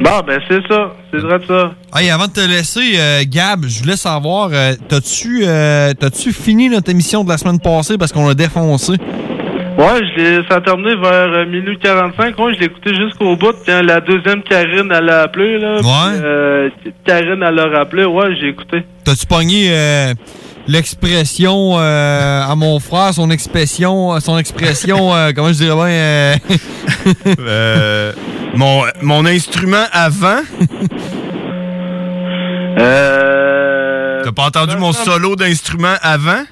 Speaker 7: Bon, ben, c'est ça, c'est vrai de ça.
Speaker 5: Hey, avant de te laisser, euh, Gab, je voulais savoir, euh, t'as-tu euh, t'as-tu fini notre émission de la semaine passée parce qu'on l'a défoncé?
Speaker 7: Ouais, je l'ai, ça a terminé vers euh, minuit 45. Ouais, je l'ai écouté jusqu'au bout quand la deuxième Karine, elle a appelé, là.
Speaker 5: Ouais.
Speaker 7: puis, euh, Karine, elle a rappelé. Ouais, j'ai écouté.
Speaker 5: T'as-tu pogné euh, l'expression euh, à mon frère, son expression, son expression, euh, comment je dirais bien, euh,
Speaker 2: Euh, mon, mon instrument avant.
Speaker 7: Euh.
Speaker 2: T'as pas entendu mon solo d'instrument avant?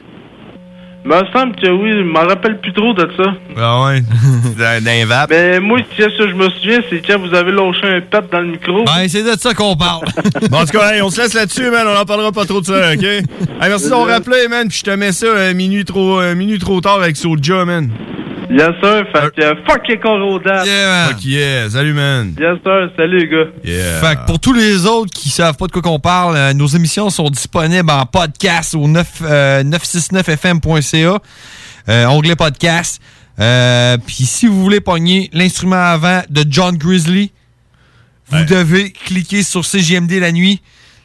Speaker 7: Ben, Me semble que oui, je m'en rappelle plus trop de ça.
Speaker 2: Ah ouais. D'un d'un vape.
Speaker 7: Mais moi, ce que je me souviens, c'est quand vous avez lâché un pet dans le micro.
Speaker 5: ben, c'est de ça qu'on parle.
Speaker 2: Bon, en tout cas, hey, on se laisse là-dessus, man. On en parlera pas trop de ça, OK? Hey, merci d'avoir rappelé, man. Puis je te mets ça euh, minuit, trop, euh, minuit trop tard avec Soulja, man.
Speaker 7: Yes, sir. Fait que euh, fuck les corrodats.
Speaker 5: Yeah, man.
Speaker 2: Fuck yeah. Salut, man.
Speaker 7: Yes, sir. Salut, les gars.
Speaker 2: Yeah.
Speaker 5: Fait que pour tous les autres qui savent pas de quoi qu'on parle, euh, nos émissions sont disponibles en podcast au 9, euh, 969fm.ca, euh, onglet podcast. Euh, Puis si vous voulez pogner l'instrument avant de John Grizzly, vous devez cliquer sur CGMD la nuit,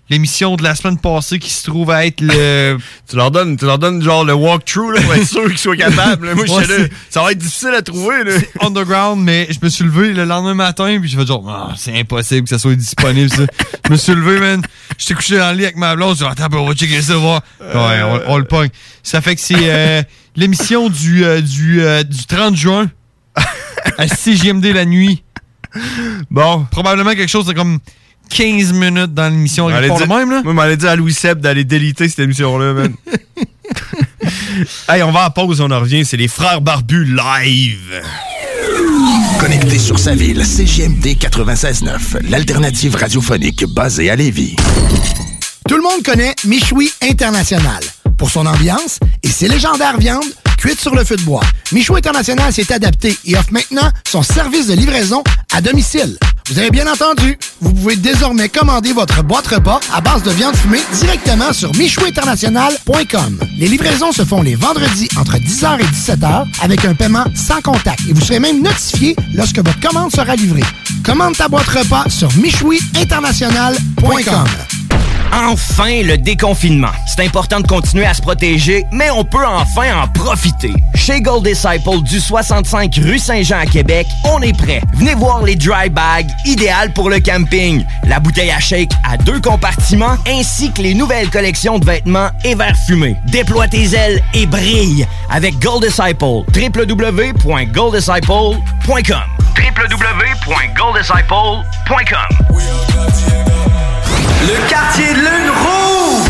Speaker 5: l'émission de la semaine passée qui se trouve à être le...
Speaker 2: Tu leur donnes, tu leur donnes genre le walkthrough, là, pour être sûr qu'ils soient capables. là. Moi, je
Speaker 5: Ouais,
Speaker 2: sais, là,
Speaker 5: c'est-
Speaker 2: ça va être difficile à trouver, là.
Speaker 5: underground, mais je me suis levé le lendemain matin, puis j'ai fait genre, Ah, c'est impossible que ça soit disponible, ça. je me suis levé, man. J'étais couché dans le lit avec ma blonde, j'ai dit, attends, ben, on va checker ça, voir. Ouais, on, on le pogne. Ça fait que c'est euh, l'émission du, euh, du, euh, du 30 juin à 6JMD la nuit.
Speaker 2: Bon.
Speaker 5: Probablement quelque chose de comme 15 minutes dans l'émission.
Speaker 2: Allez
Speaker 5: Pas le
Speaker 2: dire-
Speaker 5: même, là.
Speaker 2: Moi, m'allais dire à Louis Seb d'aller déliter cette émission-là, man. hey, on va à pause, on en revient. C'est les frères barbus live.
Speaker 1: Connecté sur sa ville, CGMD 96.9, l'alternative radiophonique basée à Lévis.
Speaker 9: Tout le monde connaît Michoui International pour son ambiance et ses légendaires viandes cuites sur le feu de bois. Michoui International s'est adapté et offre maintenant son service de livraison à domicile. Vous avez bien entendu, vous pouvez désormais commander votre boîte repas à base de viande fumée directement sur michouinternational.com. Les livraisons se font les vendredis entre 10h et 17h avec un paiement sans contact et vous serez même notifié lorsque votre commande sera livrée. Commande ta boîte repas sur michouiinternational.com.
Speaker 10: Enfin le déconfinement. C'est important de continuer à se protéger, mais on peut enfin en profiter. Chez Gold Disciple du 65 rue Saint-Jean à Québec, on est prêt. Venez voir les dry bags, idéales pour le camping. La bouteille à shake à deux compartiments, ainsi que les nouvelles collections de vêtements et verres fumés. Déploie tes ailes et brille avec Gold Disciple. www.golddisciple.com www.golddisciple.com le quartier de lune rouvre!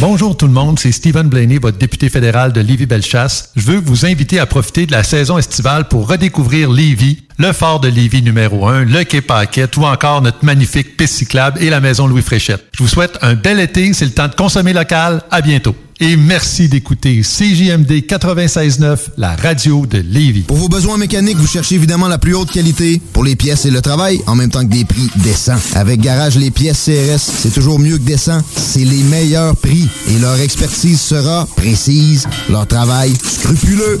Speaker 11: Bonjour tout le monde, c'est Stephen Blaney, votre député fédéral de Lévis-Bellechasse. Je veux vous inviter à profiter de la saison estivale pour redécouvrir Lévis, le fort de Lévis numéro 1, le Quai Paquette ou encore notre magnifique piste cyclable et la maison Louis Fréchette. Je vous souhaite un bel été, c'est le temps de consommer local. À bientôt. Et merci d'écouter CJMD 96.9, la radio de Lévis.
Speaker 12: Pour vos besoins mécaniques, vous cherchez évidemment la plus haute qualité pour les pièces et le travail, en même temps que des prix décents. Avec Garage, les pièces CRS, c'est toujours mieux que décent. C'est les meilleurs prix et leur expertise sera précise, leur travail scrupuleux.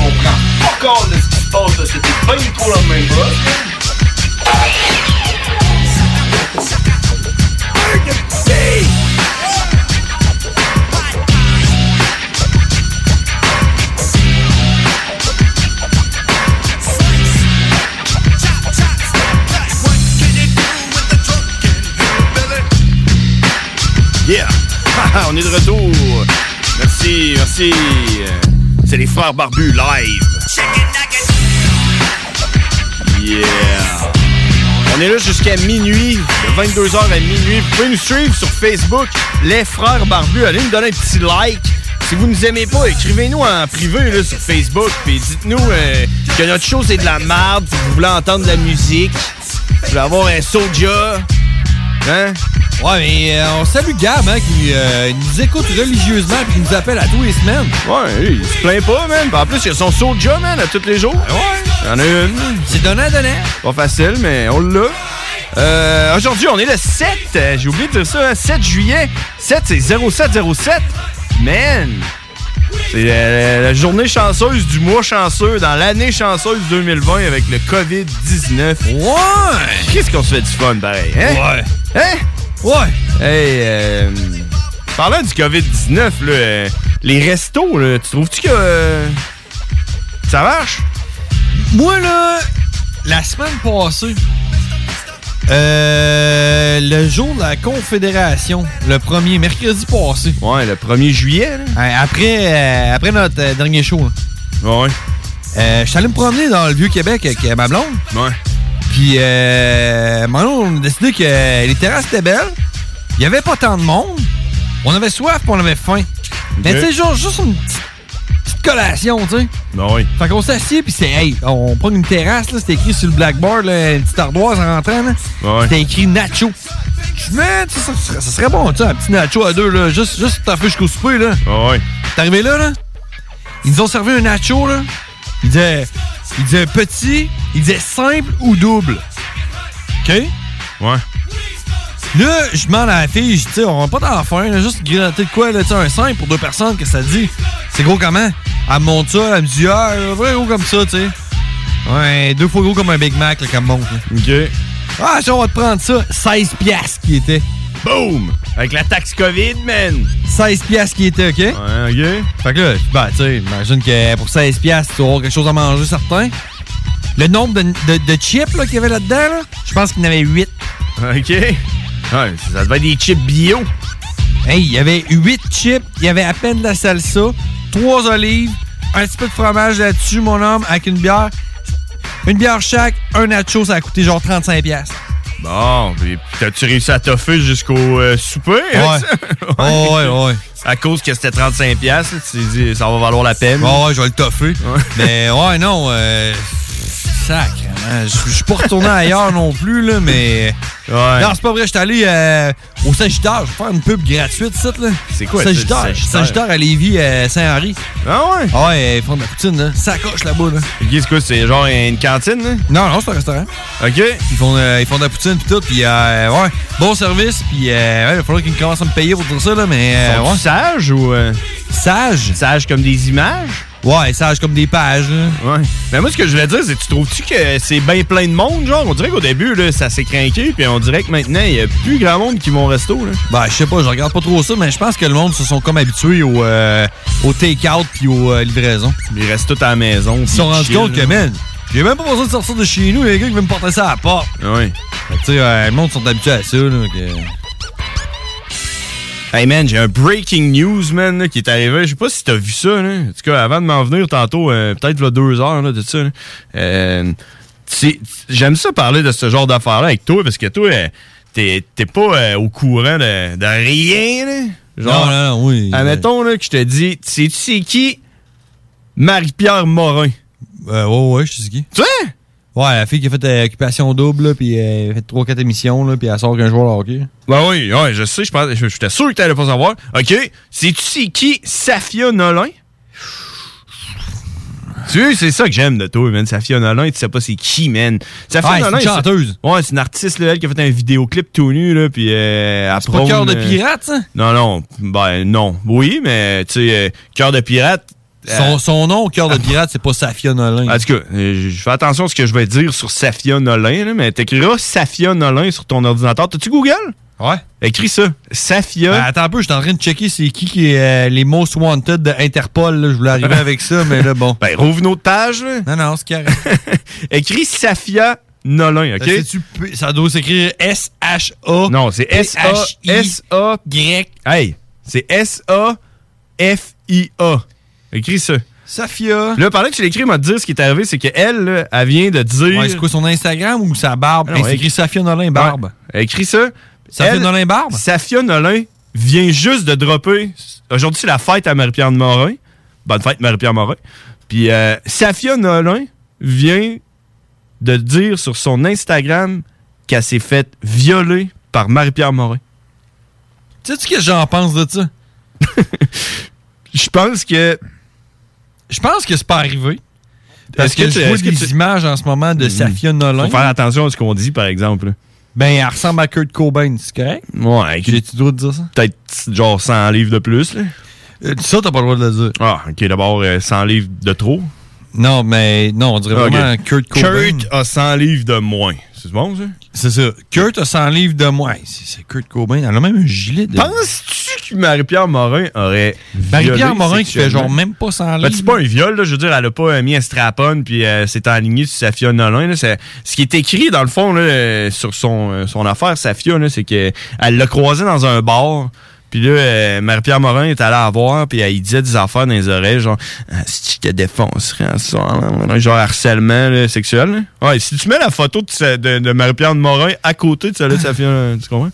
Speaker 3: On comprend pas compte de ce qui se passe, là. c'était bien trop la même
Speaker 2: Yeah! On est de retour! Merci, merci! C'est les frères barbus live! Yeah! On est là jusqu'à minuit, de 22h à minuit. Vous pouvez nous suivre sur Facebook, les frères barbus. Allez nous donner un petit like. Si vous nous aimez pas, écrivez-nous en privé là, sur Facebook, puis dites-nous euh, que notre show c'est de la merde, puis que vous voulez entendre de la musique, vous voulez avoir un soja, hein?
Speaker 5: Ouais, mais euh, on salue Gab, hein, qui euh, nous écoute religieusement et qui nous appelle à tous les semaines.
Speaker 2: Ouais, lui, il se plaint pas, man. Puis En plus, il y a son soja, man, à tous les jours. Ouais. Il y en a une.
Speaker 5: Ben C'est donnant, donnant.
Speaker 2: Pas facile, mais on l'a. Euh, Aujourd'hui, on est le 7. euh, J'ai oublié de dire ça. hein, 7 juillet. 7, c'est 0707. Man! C'est la, la- la journée chanceuse du mois chanceux dans l'année chanceuse 2020 avec le COVID-19. Ouais! Qu'est-ce qu'on se fait du fun, pareil, hein?
Speaker 5: Ouais.
Speaker 2: Hein? Ouais! Hey, euh, parlant du COVID-19, là, euh, les restos, là, tu trouves-tu que euh, ça marche?
Speaker 5: Moi, là, la semaine passée, euh, le jour de la Confédération, le premier mercredi passé.
Speaker 2: Ouais, le 1er juillet.
Speaker 5: après, euh, après notre euh, dernier show. Euh,
Speaker 2: Ouais.
Speaker 5: je suis allé me promener dans le Vieux-Québec avec euh, ma blonde.
Speaker 2: Ouais.
Speaker 5: Puis, euh, ma blonde, on a décidé que euh, les terrasses étaient belles. Il n'y avait pas tant de monde. On avait soif puis on avait faim. Mais tu sais, genre, juste une petite petite collation, tu sais.
Speaker 2: Ben oui.
Speaker 5: Fait qu'on s'assied, puis c'est, hey, on prend une terrasse, là, c'était écrit sur le blackboard, là, une petite ardoise en rentrant, là.
Speaker 2: Ouais.
Speaker 5: C'était écrit nacho. Je me dis, ça, ça serait- ça serait bon, tu sais, un petit nacho à deux, là, juste, juste t'en fais jusqu'au souper, là.
Speaker 2: Ouais.
Speaker 5: T'es arrivé là, là? Ils nous ont servi un nacho, là. Ils disaient, ils disaient petit, ils disaient simple ou double. OK?
Speaker 2: Ouais.
Speaker 5: Là, je demande à la fille, je dis, tu sais, on va pas t'en faire, là, juste grignoter de quoi, là, tu sais, un 5 pour deux personnes, qu'est-ce que ça dit? C'est gros comment? Elle me monte ça, elle me dit, ah, euh, vrai gros comme ça, tu sais. Ouais, deux fois gros comme un Big Mac, là, comme monte,
Speaker 2: là. OK.
Speaker 5: Ah, ça, on va te prendre ça. 16 piastres qui était.
Speaker 2: Boom! Avec la taxe COVID, man!
Speaker 5: 16 piastres qui était, OK?
Speaker 2: Ouais, OK.
Speaker 5: Fait que là, bah, tu sais, j'imagine que pour 16 piastres, tu vas avoir quelque chose à manger, certain. Le nombre de, de- de chips, là, qu'il y avait là-dedans, là, je pense qu'il y en avait 8.
Speaker 2: OK. Ouais, ça devait être des chips bio.
Speaker 5: Hey, il y avait 8 chips, il y avait à peine de la salsa, 3 olives, un petit peu de fromage là-dessus, mon homme, avec une bière. Une bière chaque, un nacho, ça a coûté genre 35$. piastres.
Speaker 2: Bon, puis t'as-tu réussi à toffer jusqu'au euh, souper?
Speaker 5: Ouais. ouais, ouais.
Speaker 2: À cause que c'était 35$, là, tu t'es dit, ça va valoir la peine.
Speaker 5: Ouais, ouais, je vais le toffer. Mais ouais, non, euh, sacre. hein. Je je suis pas retourné ailleurs non plus, là, mais. Non, c'est pas vrai, je suis allé euh, au Sagittaire. Je vais faire une pub gratuite, ça, là.
Speaker 2: C'est quoi, ça, le
Speaker 5: Sagittaire?
Speaker 2: Sagittaire?
Speaker 5: Sagittaire à Lévis, à Saint-Henri.
Speaker 2: Ah ouais?
Speaker 5: Ah ouais, ils font de la poutine, là. Ça coche là-bas, là.
Speaker 2: Ok, c'est quoi? C'est genre une cantine, là?
Speaker 5: Non, non, c'est un restaurant.
Speaker 2: OK.
Speaker 5: Ils font, euh, ils font de la poutine, pis tout, pis euh, ouais. Bon service, pis euh, ouais, il va falloir qu'ils commencent à me payer pour tout ça, là, mais. Euh,
Speaker 2: Sont-tu
Speaker 5: ouais.
Speaker 2: sages ou. euh?
Speaker 5: Sages?
Speaker 2: Sages comme des images?
Speaker 5: Ouais, sages comme des pages, là.
Speaker 2: Ouais. Mais moi, ce que je voulais dire, c'est tu trouves-tu que c'est bien plein de monde, genre? On dirait qu'au début, là, ça s'est craqué, puis on dirait que maintenant, il y a plus grand monde qui vont au resto, là.
Speaker 5: Ben, je sais pas, je regarde pas trop ça, mais je pense que le monde se sont comme habitués au, euh, au take-out puis aux euh, livraisons.
Speaker 2: Ils restent tout à la maison.
Speaker 5: Ils se sont rendus compte que, man, j'ai même pas besoin de sortir de chez nous, les gars qui veulent me porter ça à la porte.
Speaker 2: Oui.
Speaker 5: Tu sais, euh, le monde sont habitués à ça, là. que-
Speaker 2: Hey man, j'ai un breaking news, man, là, qui est arrivé. Je sais pas si t'as vu ça, là. En tout cas, avant de m'en venir tantôt, euh, peut-être là, deux heures là, de ça. là. Euh, c'est- J'aime ça parler de ce genre d'affaires-là avec toi, parce que toi, euh, t'es t'es pas euh, au courant de, de rien, là.
Speaker 5: Non, non, non, oui.
Speaker 2: Admettons là, que je te dis, sais-tu c'est qui? Marie-Pierre Morin.
Speaker 5: Euh, ouais, ouais, je sais qui.
Speaker 2: Tu
Speaker 5: vois? Ouais, la fille qui a fait euh, occupation double, là, puis euh, elle a fait 3-4 émissions, là, puis elle sort qu'un joueur de hockey.
Speaker 2: Ben oui, ouais, je sais, je pense- je- j'étais sûr que t'allais pas savoir. OK, sais-tu c'est qui Safia Nolin? Tu sais, c'est ça que j'aime de toi, man. Safia Nolin, tu sais pas c'est qui, man. Safia
Speaker 5: Ouais, c'est
Speaker 2: Nolin,
Speaker 5: une chanteuse.
Speaker 2: Ouais, c'est une artiste, là, elle, qui a fait un vidéoclip tout nu, là, puis euh, elle
Speaker 5: C'est pas
Speaker 2: prône,
Speaker 5: cœur de
Speaker 2: euh,
Speaker 5: pirate, ça?
Speaker 2: Non, non, ben non. Oui, mais tu sais, euh, cœur de pirate... euh,
Speaker 5: Son- nom, cœur de pirate, c'est pas Safia Nolin.
Speaker 2: En tout cas, euh, je fais attention à ce que je vais dire sur Safia Nolin, là, mais t'écriras Safia Nolin sur ton ordinateur. T'as-tu Google?
Speaker 5: Ouais.
Speaker 2: Écris ça. Safia.
Speaker 5: Ben, attends un peu, je suis en train de checker c'est qui qui est euh, les Most Wanted de Interpol. là. Je voulais arriver avec ça, mais là, bon.
Speaker 2: Ben, rouvre une autre page.
Speaker 5: Non, non, c'est carré.
Speaker 2: Écris Safia Nolin, OK?
Speaker 5: Ben, ça doit s'écrire S-H-A.
Speaker 2: Non, c'est S-A. S-A.
Speaker 5: Grec.
Speaker 2: Hey, c'est S-A-F-I-A. Écris ça.
Speaker 5: Safia.
Speaker 2: Là, pendant que tu l'écris, m'a dire ce qui est arrivé, c'est qu'elle, là, elle vient de dire.
Speaker 5: Ouais, c'est quoi son Instagram ou sa barbe?
Speaker 2: Ah non,
Speaker 5: Hey, c'est
Speaker 2: éc-
Speaker 5: écrit Safia Nolin Barbe.
Speaker 2: Ouais, Écris ça.
Speaker 5: Safia
Speaker 2: Elle-
Speaker 5: Nolin Barbe?
Speaker 2: Safia Nolin vient juste de dropper. Aujourd'hui, c'est la fête à Marie-Pierre de Morin. Bonne fête, Marie-Pierre Morin. Puis euh, Safia Nolin vient de dire sur son Instagram qu'elle s'est faite violer par Marie-Pierre Morin.
Speaker 5: Tu sais ce que j'en pense de ça?
Speaker 2: Je pense que.
Speaker 5: Je pense que c'est pas arrivé. Parce
Speaker 2: Est-ce que
Speaker 5: que,
Speaker 2: tu-
Speaker 5: je vois
Speaker 2: est-ce que
Speaker 5: des
Speaker 2: tu- Mhm.
Speaker 5: images en ce moment de Safia Nolin.
Speaker 2: Faut faire attention à ce qu'on dit, par exemple.
Speaker 5: Ben, elle ressemble à Kurt Cobain, c'est correct?
Speaker 2: Ouais.
Speaker 5: J'ai-tu le droit de dire ça? Euh,
Speaker 2: Peut-être genre 100 livres de plus. Là.
Speaker 5: ça, t'as pas le droit de le dire.
Speaker 2: Ah, ok, d'abord euh, 100 livres de trop. Ah,
Speaker 5: Non, mais non, on dirait
Speaker 2: Ok.
Speaker 5: vraiment Kurt Cobain.
Speaker 2: Kurt a 100 livres de moins. C'est bon, ça?
Speaker 5: C'est ça. Kurt a 100 livres de moins. C'est c'est Kurt Cobain. Elle a même un gilet de.
Speaker 2: Penses-tu que Marie-Pierre Morin aurait.
Speaker 5: Marie-Pierre
Speaker 2: violé
Speaker 5: Morin qui fait
Speaker 2: sexuellement?
Speaker 5: genre même pas 100
Speaker 2: Ben,
Speaker 5: livres.
Speaker 2: c'est pas un viol, là, je veux dire, elle a pas euh, mis un strapon puis euh, s'est alignée sur Safia Nolin. là. C'est- Ce qui est écrit, dans le fond, là, euh, sur son, euh, son affaire, Safia, là, c'est qu'elle l'a croisée dans un bar. Puis là, euh, Marie-Pierre Morin est allée la voir, puis elle, il disait des affaires dans les oreilles, genre Ah, Si je te défoncerais en ce soir, là, genre harcèlement là, sexuel. là. Ouais, si tu mets la photo de, sa- de- de Marie-Pierre Morin à côté de celle-là de Safia, là, tu comprends?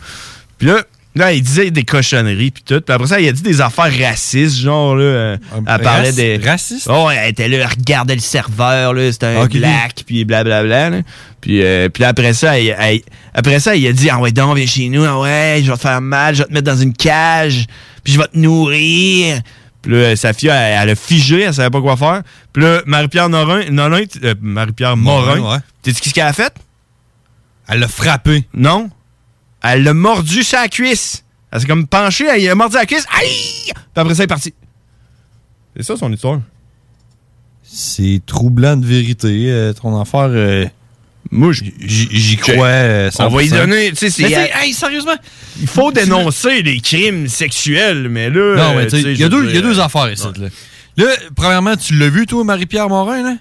Speaker 2: Puis là, là, il disait des cochonneries, puis tout. Puis après ça, il a dit des affaires racistes, genre, là. euh, elle parlait
Speaker 5: raci-
Speaker 2: des.
Speaker 5: Raciste? Ah,
Speaker 2: Oh, elle était là, elle regardait le serveur, là, c'était un
Speaker 5: Ok.
Speaker 2: black, puis blablabla. là. Puis, euh, puis là, après ça, il- elle- après ça, il a dit Ah ouais, donc, viens chez nous, ah ouais, je vais te faire mal, je vais te mettre dans une cage, puis je vais te nourrir. Puis là, euh, sa fille, elle, elle a figé, elle savait pas quoi faire. Puis là, Marie-Pierre Norin, Nolin, t- euh, Marie-Pierre Morin,
Speaker 5: Morin, ouais.
Speaker 2: tu ce qu'elle a fait
Speaker 5: Elle l'a frappé.
Speaker 2: Non. Elle l'a mordu sa cuisse. Elle s'est comme penchée, elle l'a mordu la cuisse, aïe Puis après ça, elle est partie. C'est ça son histoire.
Speaker 5: C'est troublant de vérité. euh, ton affaire.
Speaker 2: Moi,
Speaker 5: j'y crois. euh,
Speaker 2: On va y
Speaker 5: 100%.
Speaker 2: donner, tu sais, c'est-
Speaker 5: Mais hey, sérieusement.
Speaker 2: Il faut dénoncer les crimes sexuels, mais là.
Speaker 5: Non,
Speaker 2: euh,
Speaker 5: mais tu sais, il y, a
Speaker 2: je veux
Speaker 5: deux- il y
Speaker 2: dire,
Speaker 5: a deux affaires ici. Là. Là, premièrement, tu l'as vu, toi, Marie-Pierre Morin, là?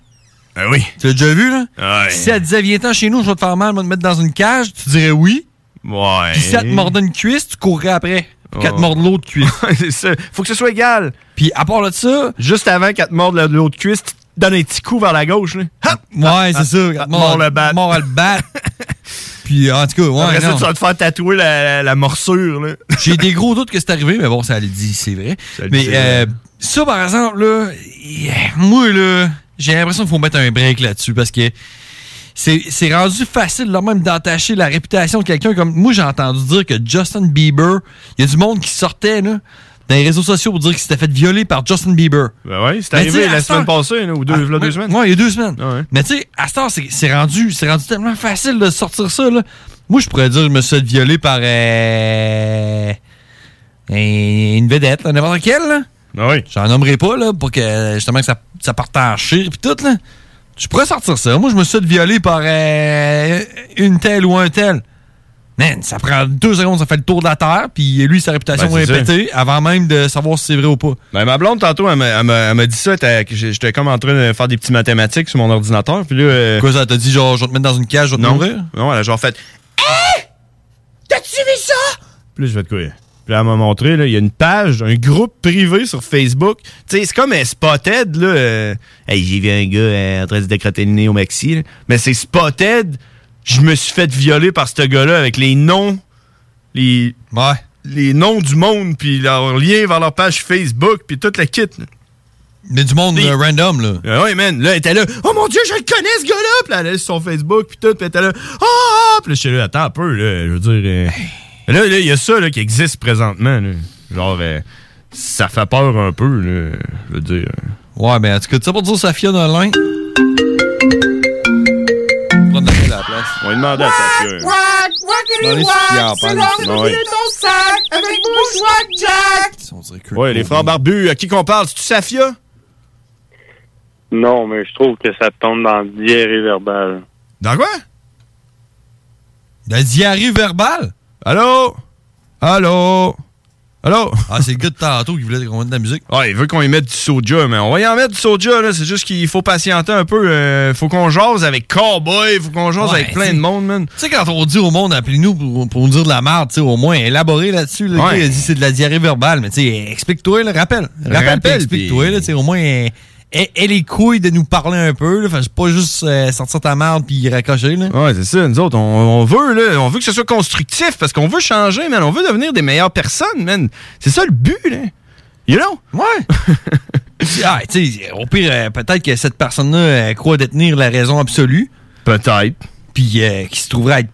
Speaker 2: Ah oui.
Speaker 5: Tu l'as déjà vu, là?
Speaker 2: Ouais.
Speaker 5: Si elle disait, viens-t'en chez nous, je vais te faire mal, je vais te mettre dans une cage, tu dirais oui.
Speaker 2: Ouais.
Speaker 5: Puis si elle te mordait une cuisse, tu courrais après. Pour qu'elle te morde l'autre cuisse.
Speaker 2: c'est ça. Faut que ce soit égal.
Speaker 5: Puis à part de ça.
Speaker 2: Juste avant qu'elle te morde l'autre cuisse, tu te donnes un petit coup vers la gauche, là.
Speaker 5: Ouais, c'est ça.
Speaker 2: mord Ah, le bat.
Speaker 5: Mort le bat. Puis puis en tout cas, ouais.
Speaker 2: Après ça,
Speaker 5: non.
Speaker 2: tu vas te faire tatouer la, la- la morsure. Là.
Speaker 5: J'ai des gros doutes que c'est arrivé, mais bon, ça le dit, c'est vrai. mais
Speaker 2: dit,
Speaker 5: euh, ça, par exemple, là, yeah, moi, là, j'ai l'impression qu'il faut mettre un break là-dessus parce que c'est c'est rendu facile, là, même d'attacher la réputation de quelqu'un. Comme moi, j'ai entendu dire que Justin Bieber, il y a du monde qui sortait, là, dans les réseaux sociaux pour dire qu'il s'était fait violer par Justin Bieber.
Speaker 2: Ben oui, c'est
Speaker 5: Mais
Speaker 2: arrivé
Speaker 5: tu sais, à
Speaker 2: la
Speaker 5: cette heure-
Speaker 2: semaine passée, là, ou deux,
Speaker 5: Ah,
Speaker 2: v'là deux
Speaker 5: ouais,
Speaker 2: semaines. Ah
Speaker 5: ouais, il y a deux semaines. Mais tu sais, à ce temps, c'est c'est rendu, c'est rendu tellement facile de sortir ça. Là. Moi, je pourrais dire, je me suis fait violer par euh, un- une vedette, là, n'importe quelle. Là.
Speaker 2: Ah
Speaker 5: J'en nommerai pas, là, pour que justement que ça, ça parte en chire puis tout. Là. Je pourrais sortir ça. Moi, je me suis fait violer par euh, une telle ou un tel. Man, ça prend deux secondes, ça fait le tour de la terre, puis lui, sa réputation
Speaker 2: Ben,
Speaker 5: est
Speaker 2: c'est ça.
Speaker 5: pétée avant même de savoir si c'est vrai ou pas.
Speaker 2: Ben, ma blonde, tantôt, elle m'a- elle m'a elle m'a dit ça. t'as- que j'ai- J'étais comme en train de faire des petits mathématiques sur mon ordinateur. Puis là. euh,
Speaker 5: Quoi, ça t'a dit genre, je vais te mettre dans une cage, je vais te
Speaker 2: non,
Speaker 5: nourrir?
Speaker 2: Non, elle a genre fait.
Speaker 13: T'as-tu vu ça?
Speaker 2: Puis là, je vais te courir. Puis là, elle m'a montré, là, il y a une page, un groupe privé sur Facebook. Tu sais, c'est comme un Spotted, là. euh, hey, j'ai vu un gars euh, en train de se décrotter le nez au maxi, là. Mais c'est Spotted. Je me suis fait violer par ce gars-là avec les noms. Les. Les noms du monde, puis leur lien vers leur page Facebook, puis toute la kit.
Speaker 5: Mais du monde euh, random, là.
Speaker 2: Ah ouais, man. Là, elle était là. Oh mon Dieu, je le connais, ce gars-là. Puis là, elle allait sur son Facebook, puis tout. Puis elle était là. Ah, ah! Puis là, je suis là, attends un peu, là. Je veux dire. euh, Là, là, il y a ça, là, qui existe présentement, là. Genre, euh, ça fait peur un peu, là. Je veux dire.
Speaker 5: Ouais, mais en tout cas, tu sais pour dire Safia dans le Prendre la la place.
Speaker 2: On va demander à Safia.
Speaker 13: Wack, wackity
Speaker 2: Maurice qui en
Speaker 13: wack, c'est
Speaker 2: parle,
Speaker 13: l'homme
Speaker 2: ouais.
Speaker 13: qui est ton sac avec Bushwack Jack.
Speaker 2: Ouais, les frères barbus, à qui qu'on parle? C'est-tu Safia?
Speaker 14: Non, mais je trouve que ça tombe dans le diarrhée verbale.
Speaker 2: Dans quoi?
Speaker 5: La diarrhée verbale?
Speaker 2: Allô? Allô? Allô?
Speaker 5: Ah, c'est le gars de tantôt qui voulait qu'on mette de la musique.
Speaker 2: Ouais, il veut qu'on y mette du soja, mais on va y en mettre du soja, là. C'est juste qu'il faut patienter un peu. euh, faut qu'on jase avec Cowboy, faut qu'on jase
Speaker 5: Ouais,
Speaker 2: avec plein
Speaker 5: t'sais,
Speaker 2: de monde, man.
Speaker 5: Tu sais, quand on dit au monde, appelez-nous pour, pour nous dire de la merde, tu sais, au moins élaborer là-dessus. Là,
Speaker 2: Ouais.
Speaker 5: Le gars, il a dit c'est de la diarrhée verbale, mais tu sais, explique-toi, là, rappelle. Rappelle,
Speaker 2: Rappelle,
Speaker 5: puis explique-toi, là, tu sais, au moins, euh, aie aie les couilles de nous parler un peu, là. Fait que c'est pas juste euh, sortir ta merde puis raccrocher, là.
Speaker 2: Ouais, c'est ça. Nous autres, on, on veut, là, on veut que ce soit constructif parce qu'on veut changer, man. On veut devenir des meilleures personnes, man. C'est ça le but, là. You know?
Speaker 5: Ouais. Ah, tu sais, au pire, euh, peut-être que cette personne-là euh, croit détenir la raison absolue.
Speaker 2: Peut-être.
Speaker 5: Puis euh, qui se trouverait être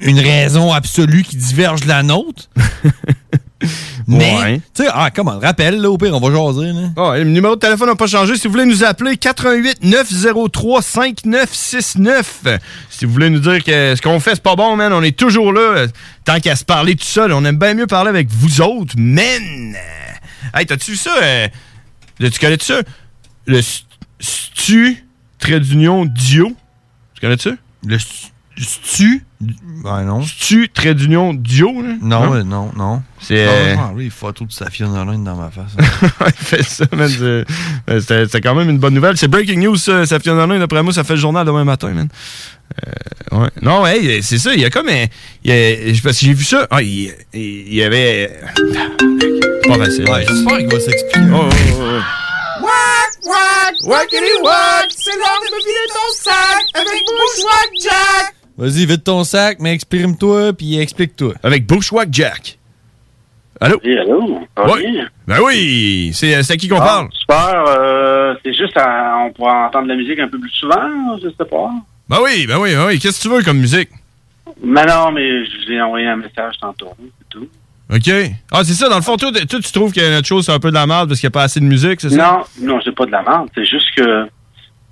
Speaker 5: une raison absolue qui diverge de la nôtre. Mais, tu sais, ah, comment, rappelle, là, au pire, on va jaser, là.
Speaker 2: Ah, le numéro de téléphone n'a pas changé. Si vous voulez nous appeler, 88 903 5969. Euh, Si vous voulez nous dire que ce qu'on fait, c'est pas bon, man, on est toujours là. Euh, Tant qu'à se parler tout seul, on aime bien mieux parler avec vous autres, man. Euh, Hey, t'as-tu vu ça? euh, là, tu connais ça? Le stu- stu, trait d'union, dio. Tu connais ça?
Speaker 5: Le stu, ben non.
Speaker 2: Stu, trait d'union, dio, là?
Speaker 5: Non, euh, non, non.
Speaker 2: C'est, euh,
Speaker 5: Ah, oui, photo de Safia Nolin dans ma face.
Speaker 2: Il fait ça, man. C'est- euh, C'était c'était quand même une bonne nouvelle. C'est breaking news, euh, ça. Ça fait un an, d'après moi, ça fait le journal demain matin, man. Euh, ouais. Non, hey, euh, c'est ça. Il y a comme. euh, il y a- je- parce que j'ai vu ça. Ah, il il y avait. euh, Pas facile.
Speaker 5: Ouais, j'espère qu'il va s'expliquer.
Speaker 2: Oh, oh, oh, oh.
Speaker 13: Wack, wack, wackity wack, c'est l'homme qui est ton sac avec Bushwack Jack.
Speaker 5: Vas-y, vide ton sac, mais exprime-toi, puis explique-toi.
Speaker 2: Avec Bushwack Jack. Allô?
Speaker 14: allô?
Speaker 2: Ouais. Ben oui! C'est euh, c'est à qui qu'on
Speaker 14: Ah,
Speaker 2: parle?
Speaker 14: Super, euh, c'est juste, à- on pourra entendre la musique un peu plus souvent, je sais pas.
Speaker 2: Ben oui, ben oui, ben oui. Qu'est-ce que tu veux comme musique?
Speaker 14: Mais non, mais je vous ai envoyé un message tantôt, hein, c'est tout.
Speaker 2: OK. Ah, c'est ça. Dans le fond, toi, t- toi, tu trouves que notre chose, c'est un peu de la merde parce qu'il n'y a pas assez de musique, c'est ça?
Speaker 14: Non, non, c'est pas de la merde, c'est juste que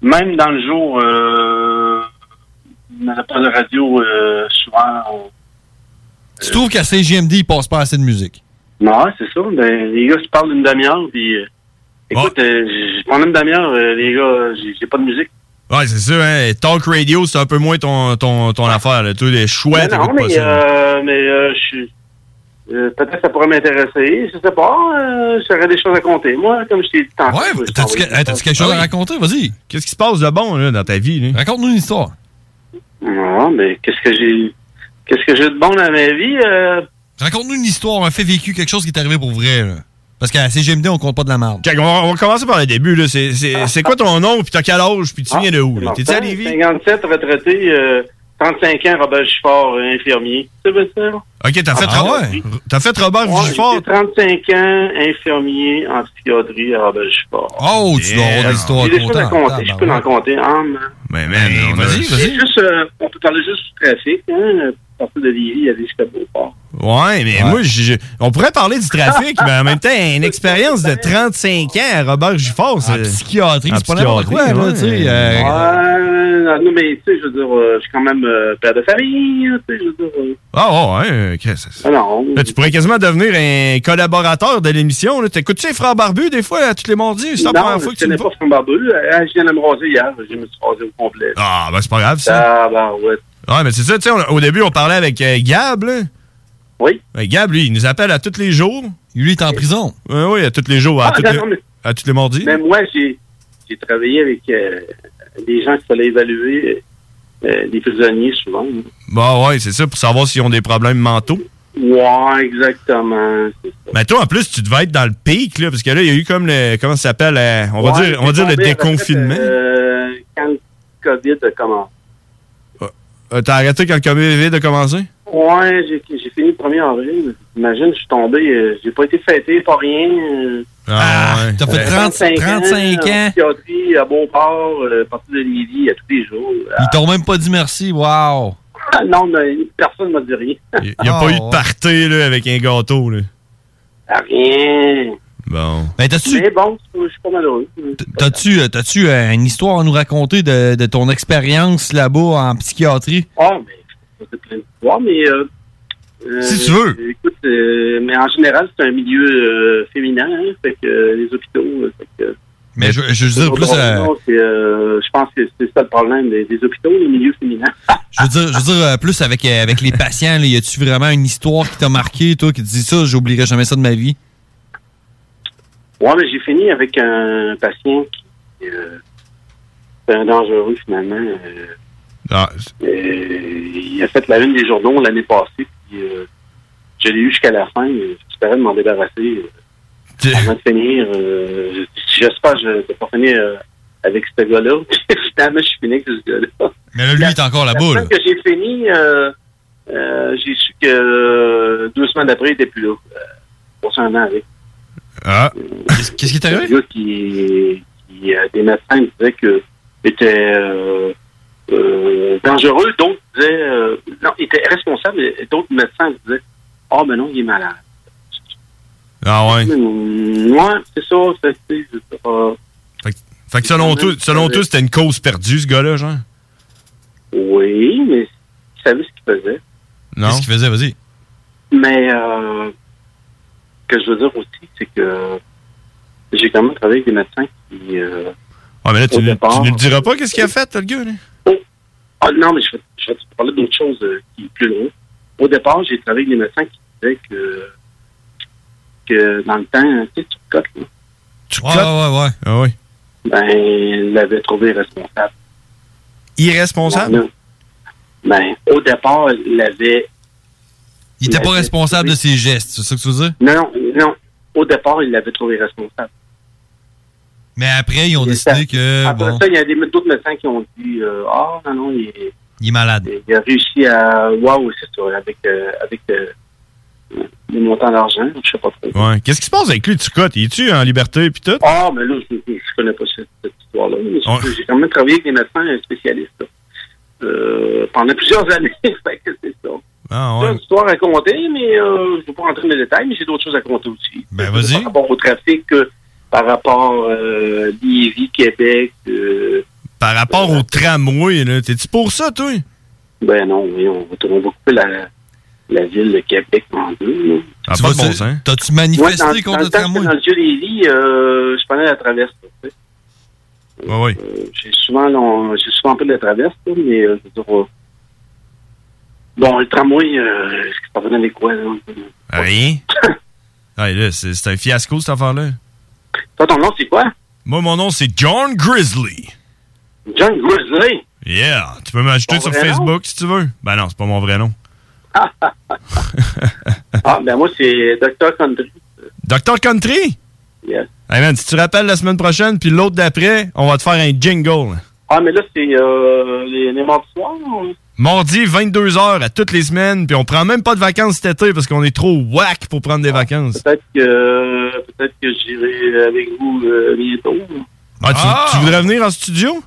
Speaker 14: même dans le jour, euh, on n'avait pas de radio euh, souvent. on-
Speaker 5: Tu trouves qu'à CGMD, il passe pas assez de musique?
Speaker 14: Non, ouais, c'est ça. Ben, les gars se parlent une demi-heure, puis euh, écoute, euh, j- pendant une demi-heure, euh, les gars, j'ai- j'ai pas de musique.
Speaker 2: Ouais, c'est ça, hein. Talk radio, c'est un peu moins ton, ton, ton affaire, là. Toi, les choix,
Speaker 14: Mais non,
Speaker 2: t'écoutes pas
Speaker 14: mais,
Speaker 2: ça.
Speaker 14: euh, mais euh, je suis- euh, peut-être que ça pourrait m'intéresser. Je sais pas. Euh, J'aurais des choses à compter. Moi, comme je Ah t'ai dit tantôt. Ouais,
Speaker 5: T'as-tu que- hey, t'as-tu quelque chose à raconter? Vas-y.
Speaker 2: Ah Qu'est-ce qui se passe de bon, là, dans ta vie, là?
Speaker 5: Raconte-nous une histoire.
Speaker 14: Non, mais qu'est-ce que j'ai. Qu'est-ce que j'ai de bon dans ma vie? euh,
Speaker 5: Raconte-nous une histoire, un fait vécu, quelque chose qui est arrivé pour vrai, là. Parce qu'à CGMD, on compte pas de la merde.
Speaker 2: Jack, on, va- on va commencer par le début, là.
Speaker 14: Ah.
Speaker 2: C'est, c'est, c'est quoi ton nom, puis t'as quel âge, puis tu viens de où, là? T'es-tu à Lévis?
Speaker 14: 57 retraité, euh, 35 ans, Robert Gifford, euh, infirmier. C'est bien ça? là?
Speaker 2: OK, t'as fait,
Speaker 14: Ah
Speaker 2: Robert-
Speaker 14: ouais?
Speaker 2: t'as fait Robert
Speaker 14: Ouais,
Speaker 2: Vigifort.
Speaker 14: j'étais 35 ans, infirmier en psychiatrie à Robert Gifford.
Speaker 5: Oh, tu dois avoir des histoires
Speaker 14: J'ai des choses à
Speaker 5: comptant.
Speaker 14: compter,
Speaker 2: ben
Speaker 14: je peux en compter. Ah, man.
Speaker 2: Mais man, on a-
Speaker 14: C'est juste, euh, on peut parler juste du trafic, hein, à partir de Lévis, il y a des Beauport.
Speaker 2: Ouais, mais moi, je- je- on pourrait parler du trafic, mais en même temps, une expérience de 35 ans à Robert Gifford. En
Speaker 5: psychiatrie,
Speaker 2: c'est pas n'importe quoi, là, tu sais. euh,
Speaker 14: Ouais, non, mais tu sais, je veux dire, euh, je suis quand même euh, père de famille, hein, tu sais, je veux dire. euh,
Speaker 2: Ah, ouais, ouais, Chris, c'est-
Speaker 14: Ah non.
Speaker 2: Là, tu pourrais quasiment devenir un collaborateur de l'émission. là. T'écoutes-tu les frères barbus des fois, à tous les mardis? C'est la
Speaker 14: non,
Speaker 2: première
Speaker 14: je
Speaker 2: fois que tu
Speaker 14: connais
Speaker 2: le
Speaker 14: pas Franck Barbu. Euh, Je viens de me raser hier. Je me suis rasé au complet.
Speaker 2: Ah, ben c'est pas grave,
Speaker 14: ça. Ah, ben ouais.
Speaker 2: Ouais, mais c'est ça, tu sais, on- au début, on parlait avec euh, Gab, là. Euh,
Speaker 14: Oui.
Speaker 2: Gab, lui, il nous appelle à tous les jours.
Speaker 5: Lui, il est en prison.
Speaker 2: Oui, oui, à tous les jours, à,
Speaker 14: Ah,
Speaker 2: tous,
Speaker 14: non,
Speaker 2: les,
Speaker 14: non, mais-
Speaker 2: à tous les mardis.
Speaker 14: Mais moi, j'ai j'ai travaillé avec euh, des gens qui fallait évaluer euh, des prisonniers souvent.
Speaker 2: Bah ouais, c'est ça, pour savoir s'ils ont des problèmes mentaux.
Speaker 14: Ouais, exactement.
Speaker 2: Mais toi, en plus, tu devais être dans le pic, là, parce que là, il y a eu comme le. Comment ça s'appelle euh, On va
Speaker 14: Ouais,
Speaker 2: dire, on va
Speaker 14: j'ai
Speaker 2: dire le
Speaker 14: tombé à la
Speaker 2: déconfinement.
Speaker 14: retraite, euh, quand le COVID a commencé.
Speaker 2: Euh, T'as arrêté quand le COVID a commencé
Speaker 14: Ouais, j'ai j'ai fini le 1er avril. Imagine, je suis tombé. euh, j'ai pas été fêté, pas rien. euh,
Speaker 2: Ah, ouais.
Speaker 5: T'as fait 30 35
Speaker 14: En
Speaker 5: ans.
Speaker 14: psychiatrie, à Beauport, euh, partie de Lévis, à tous les jours.
Speaker 5: Ils t'ont même pas dit merci, wow. Ah,
Speaker 14: Ah, non, mais personne ne m'a dit rien.
Speaker 2: Il n'y a pas eu de party, là, avec un gâteau, là.
Speaker 14: Rien.
Speaker 2: Bon.
Speaker 5: Ben, t'as-tu
Speaker 14: Mais bon, je suis pas malheureux.
Speaker 5: t'as-tu, euh, t'as-tu, euh, une histoire à nous raconter de, de ton expérience là-bas en psychiatrie?
Speaker 14: Ah, mais c'est plein de pouvoir, mais. euh, euh,
Speaker 5: Si tu veux.
Speaker 14: Écoute, euh, mais en général, c'est un milieu euh, féminin, hein, fait que euh, les hôpitaux. euh, fait que,
Speaker 5: Mais je, je veux dire, plus, euh,
Speaker 14: Non, c'est, euh, je pense que c'est ça le problème des, des hôpitaux, les milieux féminins.
Speaker 5: je veux dire, je veux dire, euh, plus avec, euh, avec les patients, là, y a-tu vraiment une histoire qui t'a marqué, toi, qui te dit ça, j'oublierai jamais ça de ma vie?
Speaker 14: Ouais, mais j'ai fini avec un patient qui euh, c'est un dangereux finalement. Euh,
Speaker 15: Uh,
Speaker 2: Ah,
Speaker 14: euh, il a fait la une des journaux l'année passée, puis euh, je l'ai eu jusqu'à la fin. euh, J'espérais de m'en débarrasser euh, avant de finir. euh, J'espère que je ne vais pas finir euh, avec ce gars-là. finalement, je suis fini avec ce gars-là.
Speaker 5: Mais là, lui, il est encore
Speaker 14: La
Speaker 5: là-bas, là.
Speaker 14: semaine que j'ai fini, euh, euh, j'ai su que euh, deux semaines après, il n'était plus là. Euh, pour ça, un an avec.
Speaker 2: Ah.
Speaker 5: Qu'est-ce qu'est-ce qui est
Speaker 14: Euh, Le gars qui, qui, euh, des médecins disaient que était euh, euh, dangereux, d'autres disaient euh, non, il était responsable, et d'autres médecins disaient Ah oh, mais non, il est malade.
Speaker 2: Ah, ouais.
Speaker 14: Hum, ouais, c'est ça, c'est c'est- c'est- euh,
Speaker 2: Fait que selon tout, selon tout, c'était une cause perdue, ce gars-là, genre.
Speaker 14: Oui, mais il savait ce qu'il faisait.
Speaker 2: Non. Qu'est-ce qu'il faisait, vas-y.
Speaker 14: Mais euh, ce que je veux dire aussi, c'est que j'ai quand même travaillé avec des médecins qui euh,
Speaker 2: Ah, mais là, tu,
Speaker 14: Au
Speaker 2: tu
Speaker 14: départ, euh,
Speaker 2: nous diras pas qu'est-ce qu'il a fait, le gars, là?
Speaker 14: Ah non, mais je vais, je vais te parler d'autre chose euh, qui est plus loin. Au départ, j'ai travaillé avec des médecins qui disaient que, que dans le temps, tu sais, tu cotes, là.
Speaker 2: Tu
Speaker 5: ouais, ouais, ouais.
Speaker 2: Ah, ouais.
Speaker 14: Ben, ils l'avaient trouvé responsable.
Speaker 2: Irresponsable?
Speaker 14: Non. Ben, au départ, ils l'avaient.
Speaker 5: Il était pas responsable de ses gestes, c'est ça que tu veux dire?
Speaker 14: Non, non, non. Au départ, ils l'avaient trouvé responsable.
Speaker 5: Mais après, ils ont décidé que,
Speaker 14: Après
Speaker 2: Ah.
Speaker 5: bon,
Speaker 14: ça, il y a des- d'autres médecins qui ont dit euh, Ah, non, non, il est.
Speaker 5: il est malade.
Speaker 14: Il a réussi à. Waouh, c'est ça, avec, euh, avec euh, des montants d'argent, je sais pas trop.
Speaker 2: Ouais. Qu'est-ce qui se passe avec lui, tu cotes? Il est-tu en liberté, pis tout?
Speaker 14: Ah, mais là, je, je connais pas cette, cette histoire-là. Mais
Speaker 2: Ouais.
Speaker 14: J'ai quand même travaillé avec des médecins spécialistes là, euh, pendant plusieurs années. fait que c'est ça.
Speaker 2: Ah,
Speaker 14: J'ai une histoire à compter, mais euh, je ne vais pas rentrer dans les détails, mais j'ai d'autres choses à compter aussi.
Speaker 5: Ben,
Speaker 14: vas-y. Par rapport au trafic, euh, par rapport euh, Lévis, Québec. euh,
Speaker 2: Par rapport au tramway, là, t'es-tu pour ça, toi?
Speaker 14: ben non, oui, on, va- on va couper la, la ville de Québec en deux. là.
Speaker 2: Ah, pas de bon sens.
Speaker 5: T'as-tu
Speaker 14: Ouais, dans, dans le temps que j'étais dans le vieux Lévis, euh, je prenais la traverse. là, tu sais. Euh,
Speaker 2: Ouais, ouais.
Speaker 14: j'ai souvent, long- j'ai souvent pas de la traverse, là, mais euh, je veux dire, euh, bon, le tramway, euh, ça venait avec quoi, là?
Speaker 2: Rien. Ah, là, c'est c'est un fiasco, cette affaire-là.
Speaker 14: Toi, ton nom, c'est quoi?
Speaker 2: Moi, mon nom, c'est John Grizzly.
Speaker 14: John Grizzly?
Speaker 2: Yeah. Tu peux m'ajouter
Speaker 14: Ton
Speaker 2: sur
Speaker 14: vrai nom?
Speaker 2: Facebook, si tu veux. Ben non, c'est pas mon vrai nom.
Speaker 14: Ah, ben moi, c'est Dr. Country.
Speaker 2: Dr. Country?
Speaker 14: Yes.
Speaker 2: Hey, man, si tu te rappelles la semaine prochaine, puis l'autre d'après, on va te faire un jingle.
Speaker 14: Ah, mais là, c'est euh, les, les morts du soir? hein?
Speaker 2: Mardi, 22h à toutes les semaines. Puis on prend même pas de vacances cet été parce qu'on est trop whack pour prendre des vacances.
Speaker 14: Peut-être que, peut-être que j'irai avec vous euh, bientôt.
Speaker 2: Ah, tu, tu voudrais venir en studio?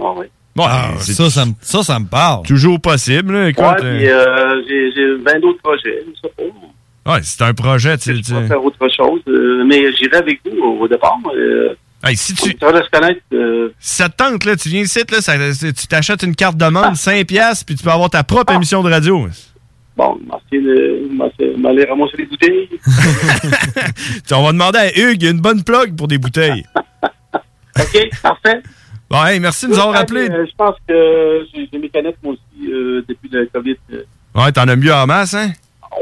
Speaker 14: Ah, ouais.
Speaker 2: Bon, euh,
Speaker 5: ça, ça, me- ça, ça me parle.
Speaker 2: Toujours possible. là, écoute,
Speaker 14: Ouais,
Speaker 2: euh,
Speaker 14: puis euh, j'ai- j'ai 20 d'autres projets. Je sais pas. euh,
Speaker 2: ouais, c'est un projet. tu- tu-
Speaker 14: Je vais faire autre chose. euh, mais j'irai avec vous au, au départ. Euh,
Speaker 2: si tu...
Speaker 14: Ça va se connaître. euh,
Speaker 2: Ça te tente, là, tu viens ici, là, ça- tu t'achètes une carte de membre, 5 piastres, puis tu peux avoir ta propre émission de radio.
Speaker 14: bon, merci de merci- m'aller ramasser les bouteilles.
Speaker 2: Tu- On va demander à Hugues une bonne plug pour des bouteilles.
Speaker 14: OK, parfait.
Speaker 2: Bon, hey, merci de nous avoir rappelé.
Speaker 14: Euh, je pense que j'ai j'ai mes canettes, moi aussi, euh, depuis le COVID. euh,
Speaker 2: Ouais, t'en as mieux en masse, hein?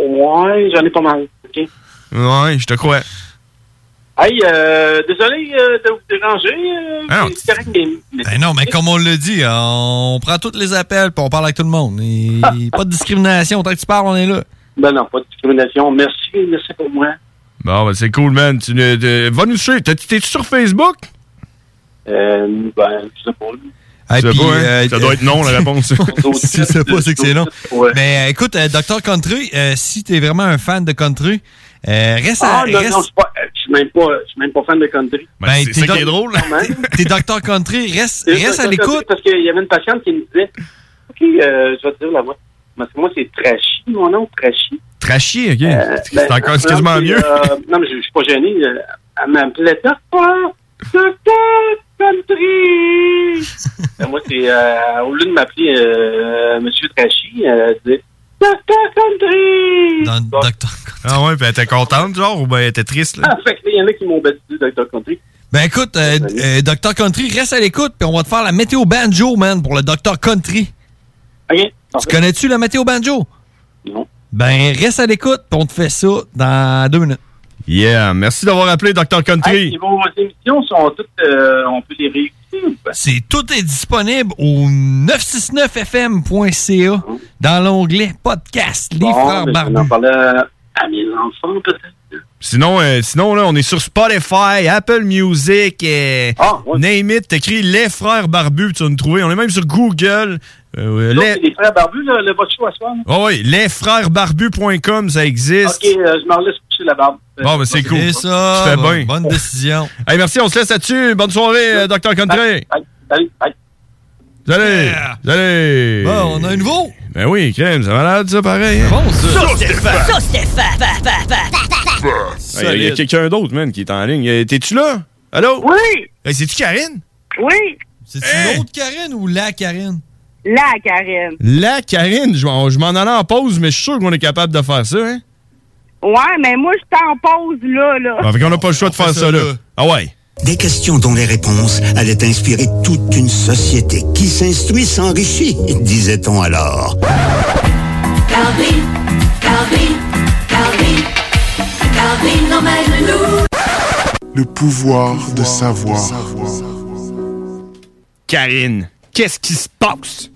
Speaker 14: Ouais, j'en ai pas mal. OK.
Speaker 2: Ouais, je te crois.
Speaker 14: Hey, euh, désolé euh, de vous déranger.
Speaker 5: Ah non.
Speaker 14: Euh, c'est correct, mais-
Speaker 5: Ben non, mais comme on le dit, on prend tous les appels puis on parle avec tout le monde. Et pas de discrimination. Tant que tu parles, on est là.
Speaker 14: Ben non, pas de discrimination. Merci, merci pour moi.
Speaker 2: Bon, ben, c'est cool, man. Tu, ne- de- va nous suivre. T'es- T'es-tu sur Facebook?
Speaker 14: Euh, ben, je sais pas.
Speaker 2: Je sais
Speaker 5: puis,
Speaker 2: pas, hein.
Speaker 5: euh,
Speaker 2: Ça doit être non, la réponse.
Speaker 5: si tu sais pas, c'est que c'est long. Mais euh, écoute, euh, Dr. Country, euh, si t'es vraiment un fan de country, euh, reste à.
Speaker 14: Ah, non,
Speaker 5: reste-
Speaker 14: non, je suis pas- je suis même pas, je suis même pas fan de country.
Speaker 5: Ben, Ben, c'est t'es ça qui est dans- drôle.
Speaker 14: Quand même.
Speaker 5: T'es Dr. Country, reste,
Speaker 14: C'est
Speaker 5: reste
Speaker 14: ça,
Speaker 5: à
Speaker 14: ça,
Speaker 5: l'écoute.
Speaker 14: Parce qu'il y avait une patiente qui me disait, OK, euh, je vais te dire la voix. Parce que moi, c'est Trashy, mon nom, Trashy.
Speaker 2: Trashy, ok. c'est
Speaker 14: Ben,
Speaker 2: encore
Speaker 14: non,
Speaker 2: c'est quasiment
Speaker 14: c'est,
Speaker 2: mieux.
Speaker 14: euh, non, mais je je suis pas gêné. euh, Elle m'appelait Docteur, Docteur Country. Ben, moi, c'est, euh, au lieu de m'appeler euh, Monsieur Trashy, euh, elle disait Docteur Country. Bon,
Speaker 2: Ah ouais, puis elle était contente, genre, ou ben elle était triste, là?
Speaker 14: ah, fait qu'il y en a qui m'ont baptisé Docteur Country.
Speaker 5: Ben écoute, euh, euh, Dr. Country, reste à l'écoute, puis on va te faire la météo banjo, man, pour le Dr. Country. Tu connais-tu la météo banjo?
Speaker 14: Non.
Speaker 5: Ben reste à l'écoute, puis on te fait ça dans deux minutes.
Speaker 2: Yeah, merci d'avoir appelé Dr.
Speaker 14: Hey, et vos émissions sont toutes, euh, on peut les réécouter ou pas?
Speaker 5: C'est tout est disponible au 969fm.ca dans l'onglet podcast Les
Speaker 14: Bon, ben,
Speaker 5: frères
Speaker 14: je vais
Speaker 5: barbus.
Speaker 14: en parler à- à mes enfants, peut-être.
Speaker 2: Sinon, euh, sinon là, on est sur Spotify, Apple Music, et
Speaker 14: Ah,
Speaker 2: name it, t'écris Les Frères Barbus, tu vas nous trouver. On est même sur Google. Euh,
Speaker 14: Donc,
Speaker 2: les-
Speaker 14: c'est les frères barbus, là, le votre choix à soir. là?
Speaker 2: Ah oui, lesfrèresbarbus.com, ça existe.
Speaker 14: Ok, euh, je m'en laisse pousser la barbe.
Speaker 2: Bon, ben c'est cool.
Speaker 5: C'est ça,
Speaker 2: Tu fais
Speaker 5: bon,
Speaker 2: bien.
Speaker 5: bonne décision.
Speaker 2: Hey, merci, on se laisse là-dessus. Bonne soirée, euh, Dr. Country.
Speaker 14: Salut, bye.
Speaker 2: Salut! Salut!
Speaker 5: Bon, on a un nouveau!
Speaker 2: Ben oui, crème, c'est malade ça, pareil. hein?
Speaker 5: Bon, ça!
Speaker 13: Ça, c'est fa, fa, fa, fa, fa, fa, fa.
Speaker 2: Hey, Il y a
Speaker 13: Solide.
Speaker 2: quelqu'un d'autre, man, qui est en ligne. Euh, T'es-tu là? Allô?
Speaker 16: Oui!
Speaker 2: Hey, C'est-tu Karine?
Speaker 16: Oui,
Speaker 5: C'est une autre Karine ou la Karine?
Speaker 16: là, Karine.
Speaker 2: La Karine, je m'en je m'en allais en pause, mais je suis sûr qu'on est capable de faire ça, hein?
Speaker 16: Ouais, mais moi, je t'en pose là, là.
Speaker 2: Bon, Ben, fait qu'on n'a pas le choix de faire ça, là. Ah ouais?
Speaker 17: Des questions dont les réponses allaient inspirer toute une société qui s'instruit s'enrichit, disait-on alors.
Speaker 13: Calvin, Calvin, Calvin, Calvin, emmène-nous.
Speaker 18: Le pouvoir de savoir.
Speaker 2: Karine, qu'est-ce qui se passe?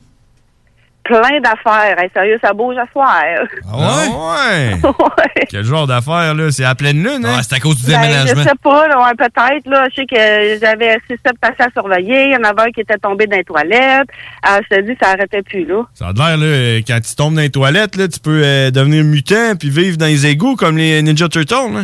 Speaker 16: Plein d'affaires. Hey, sérieux, ça bouge à soir.
Speaker 2: Ah ouais? Quel genre d'affaire, là? C'est à pleine lune, hein?
Speaker 5: Ah, c'est à cause du
Speaker 16: Ben, je sais pas, là, ouais, peut-être. Là, je sais que j'avais six, sept patients à surveiller. Il y en avait un qui était tombé dans les toilettes. Ah, je te dis, ça arrêtait plus, là.
Speaker 2: Ça a l'air, là, euh, quand tu tombes dans les toilettes, là, tu peux euh, devenir mutant puis vivre dans les égouts comme les Ninja Turtles, hein? là.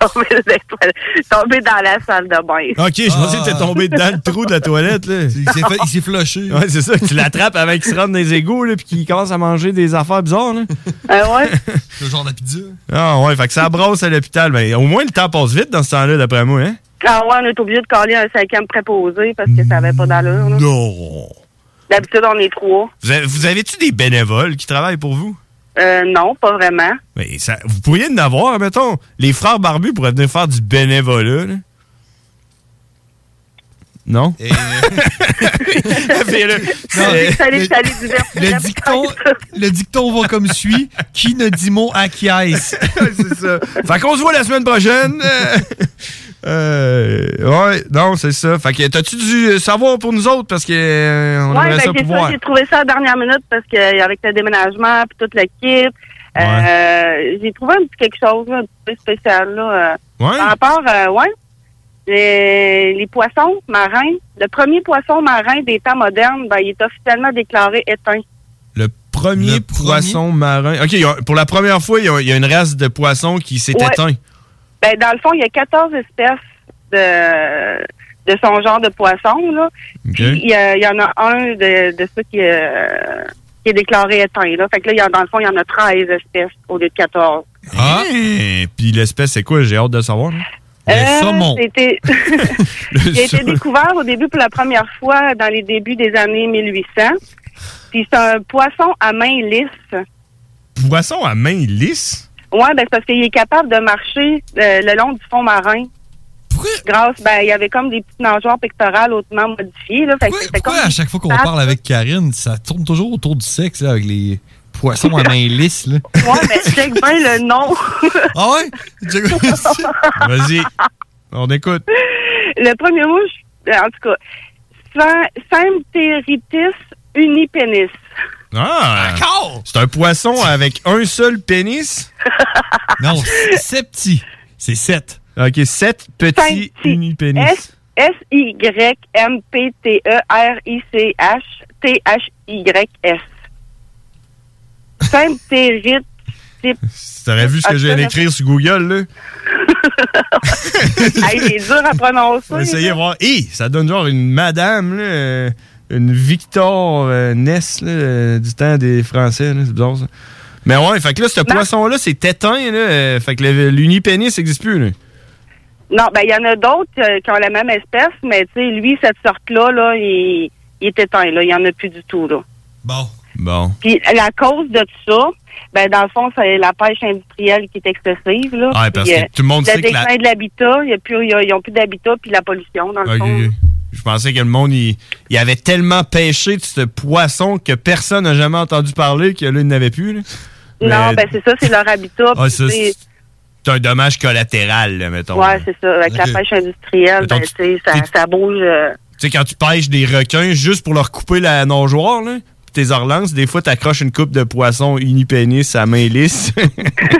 Speaker 16: tombé dans les toilettes. Tombé dans la salle de bain.
Speaker 2: Ok, je pensais que t'es tombé dans le trou de la toilette, là.
Speaker 5: s'est fait- il s'est flushé.
Speaker 2: Ouais, c'est ça. Tu l'attrapes avant qu'il se rentre dans les égouts, là, puis qu'il commence à manger des affaires bizarres, là.
Speaker 16: Ah ouais?
Speaker 5: Le genre de pizza.
Speaker 2: Ah ouais, fait que ça brosse à l'hôpital. Ben, au moins, le temps passe vite dans ce temps-là, d'après moi, hein?
Speaker 16: Ah ouais, on est obligé de coller un cinquième préposé parce que ça avait pas d'allure, là.
Speaker 5: Oh.
Speaker 2: Non!
Speaker 16: D'habitude, on est trois.
Speaker 2: Vous avez- vous avez-tu des bénévoles qui travaillent pour vous?
Speaker 16: Euh, non, pas vraiment.
Speaker 2: Mais ça, vous pourriez en avoir, mettons. Les frères barbus pourraient venir faire du bénévolat. là. Non? Fais-le.
Speaker 16: Je suis allée- je suis allée du verre.
Speaker 5: Le dicton, le dicton va comme suit. Qui ne dit mot à qui aise?
Speaker 2: c'est ça. Fait qu'on se voit la semaine prochaine. Euh, euh, ouais, non, c'est ça. Fait que t'as-tu du savoir pour nous autres? Parce que euh, on
Speaker 16: Ouais,
Speaker 2: aimerait
Speaker 16: ben,
Speaker 2: ça
Speaker 16: j'ai
Speaker 2: pouvoir.
Speaker 16: ça, j'ai trouvé ça à la dernière minute parce que euh, avec le déménagement puis tout le kit, euh, j'ai trouvé un petit quelque chose là, un petit peu spécial là. euh,
Speaker 13: Ouais.
Speaker 16: Par rapport, euh, ouais, les, les poissons marins, le premier poisson marin des temps modernes, ben il est officiellement déclaré éteint.
Speaker 2: premier poisson marin. OK, ils ont- pour la première fois, il y a- il y a une race de poissons qui s'est
Speaker 16: Ouais.
Speaker 2: éteinte.
Speaker 16: Ben, dans le fond, il y a 14 espèces de, de son genre de poisson. Là. Puis, il y, a- il y en a un de, de ceux qui, euh, qui est déclaré éteint. Là. Fait que là, il y a- dans le fond, il y en a 13 espèces au lieu de 14.
Speaker 2: Ah! Puis l'espèce, c'est quoi? J'ai hâte de savoir. là.
Speaker 16: Euh, c'était- Il a été
Speaker 2: saumon.
Speaker 16: découvert au début pour la première fois dans les débuts des années 1800. Puis c'est un poisson à main lisse.
Speaker 2: Poisson à main lisse?
Speaker 16: Ouais, ben c'est parce qu'il est capable de marcher euh, le long du fond marin. Grâce, ben il y avait comme des petites nageoires pectorales hautement modifiées là. Fait que c'était
Speaker 5: Pourquoi
Speaker 16: comme
Speaker 5: à
Speaker 16: des
Speaker 5: chaque fois qu'on
Speaker 16: pattes.
Speaker 5: parle avec Karine, ça tourne toujours autour du sexe, là, avec les poissons à main lisse, là?
Speaker 16: Ouais, ben check bien le nom.
Speaker 5: ah ouais?
Speaker 2: Vas-y, on écoute.
Speaker 16: Le premier mot, je- en tout cas, Sampteritis unipénis.
Speaker 2: Ah!
Speaker 16: Encore?
Speaker 2: C'est un poisson avec un seul pénis?
Speaker 5: non, c'est petit. C'est sept.
Speaker 2: OK, sept petits unipénis.
Speaker 16: S- E S-Y-M-P-T-E-R-I-C-H-T-H-Y-S. Symptérite.
Speaker 2: T'aurais vu ce que
Speaker 16: Ah,
Speaker 2: je viens
Speaker 16: je
Speaker 2: d'écrire sur Google,
Speaker 16: hey, c'est dur à prononcer.
Speaker 2: là? Essayez de voir. Hé, ça donne genre une madame, là, euh, une Victor euh, Ness, là, euh, du temps des Français, là, c'est bizarre, ça. Mais ouais, fait que là, ce poisson-là, c'est éteint, là, euh, fait que le- l'unipénis n'existe plus, là.
Speaker 16: Non, ben, il y en a d'autres euh, qui ont la même espèce, mais tu sais, lui, cette sorte-là, là, il, il est éteint, là. Il n'y en a plus du tout, là.
Speaker 2: Bon.
Speaker 16: Puis la cause de tout ça, ben dans le fond, c'est la pêche industrielle qui est excessive. Là.
Speaker 2: Ouais, parce
Speaker 16: Puis,
Speaker 2: que
Speaker 16: euh,
Speaker 2: tout le monde sait que la-
Speaker 16: déclin de l'habitat, il y a plus- il y a- ils n'ont plus d'habitat, puis la pollution, dans le
Speaker 2: Ok,
Speaker 16: fond.
Speaker 2: ok. Je pensais que le monde, il, il avait tellement pêché de ce poisson que personne n'a jamais entendu parler, que là, il n'avait plus. là.
Speaker 16: Non,
Speaker 2: Mais
Speaker 16: ben c'est ça, c'est leur habitat.
Speaker 2: Ah,
Speaker 16: puis
Speaker 2: ça,
Speaker 16: c'est-
Speaker 2: C'est un dommage collatéral, là, mettons.
Speaker 16: ouais, c'est ça. Avec
Speaker 2: Ok.
Speaker 16: la pêche industrielle,
Speaker 2: Mettons,
Speaker 16: ben,
Speaker 2: tu-
Speaker 16: tu sais, ça, ça bouge. euh,
Speaker 2: Tu sais, quand tu pêches des requins juste pour leur couper la nageoire, là, pis tes relances, des fois, t'accroches une coupe de poisson unipénis à main lisse.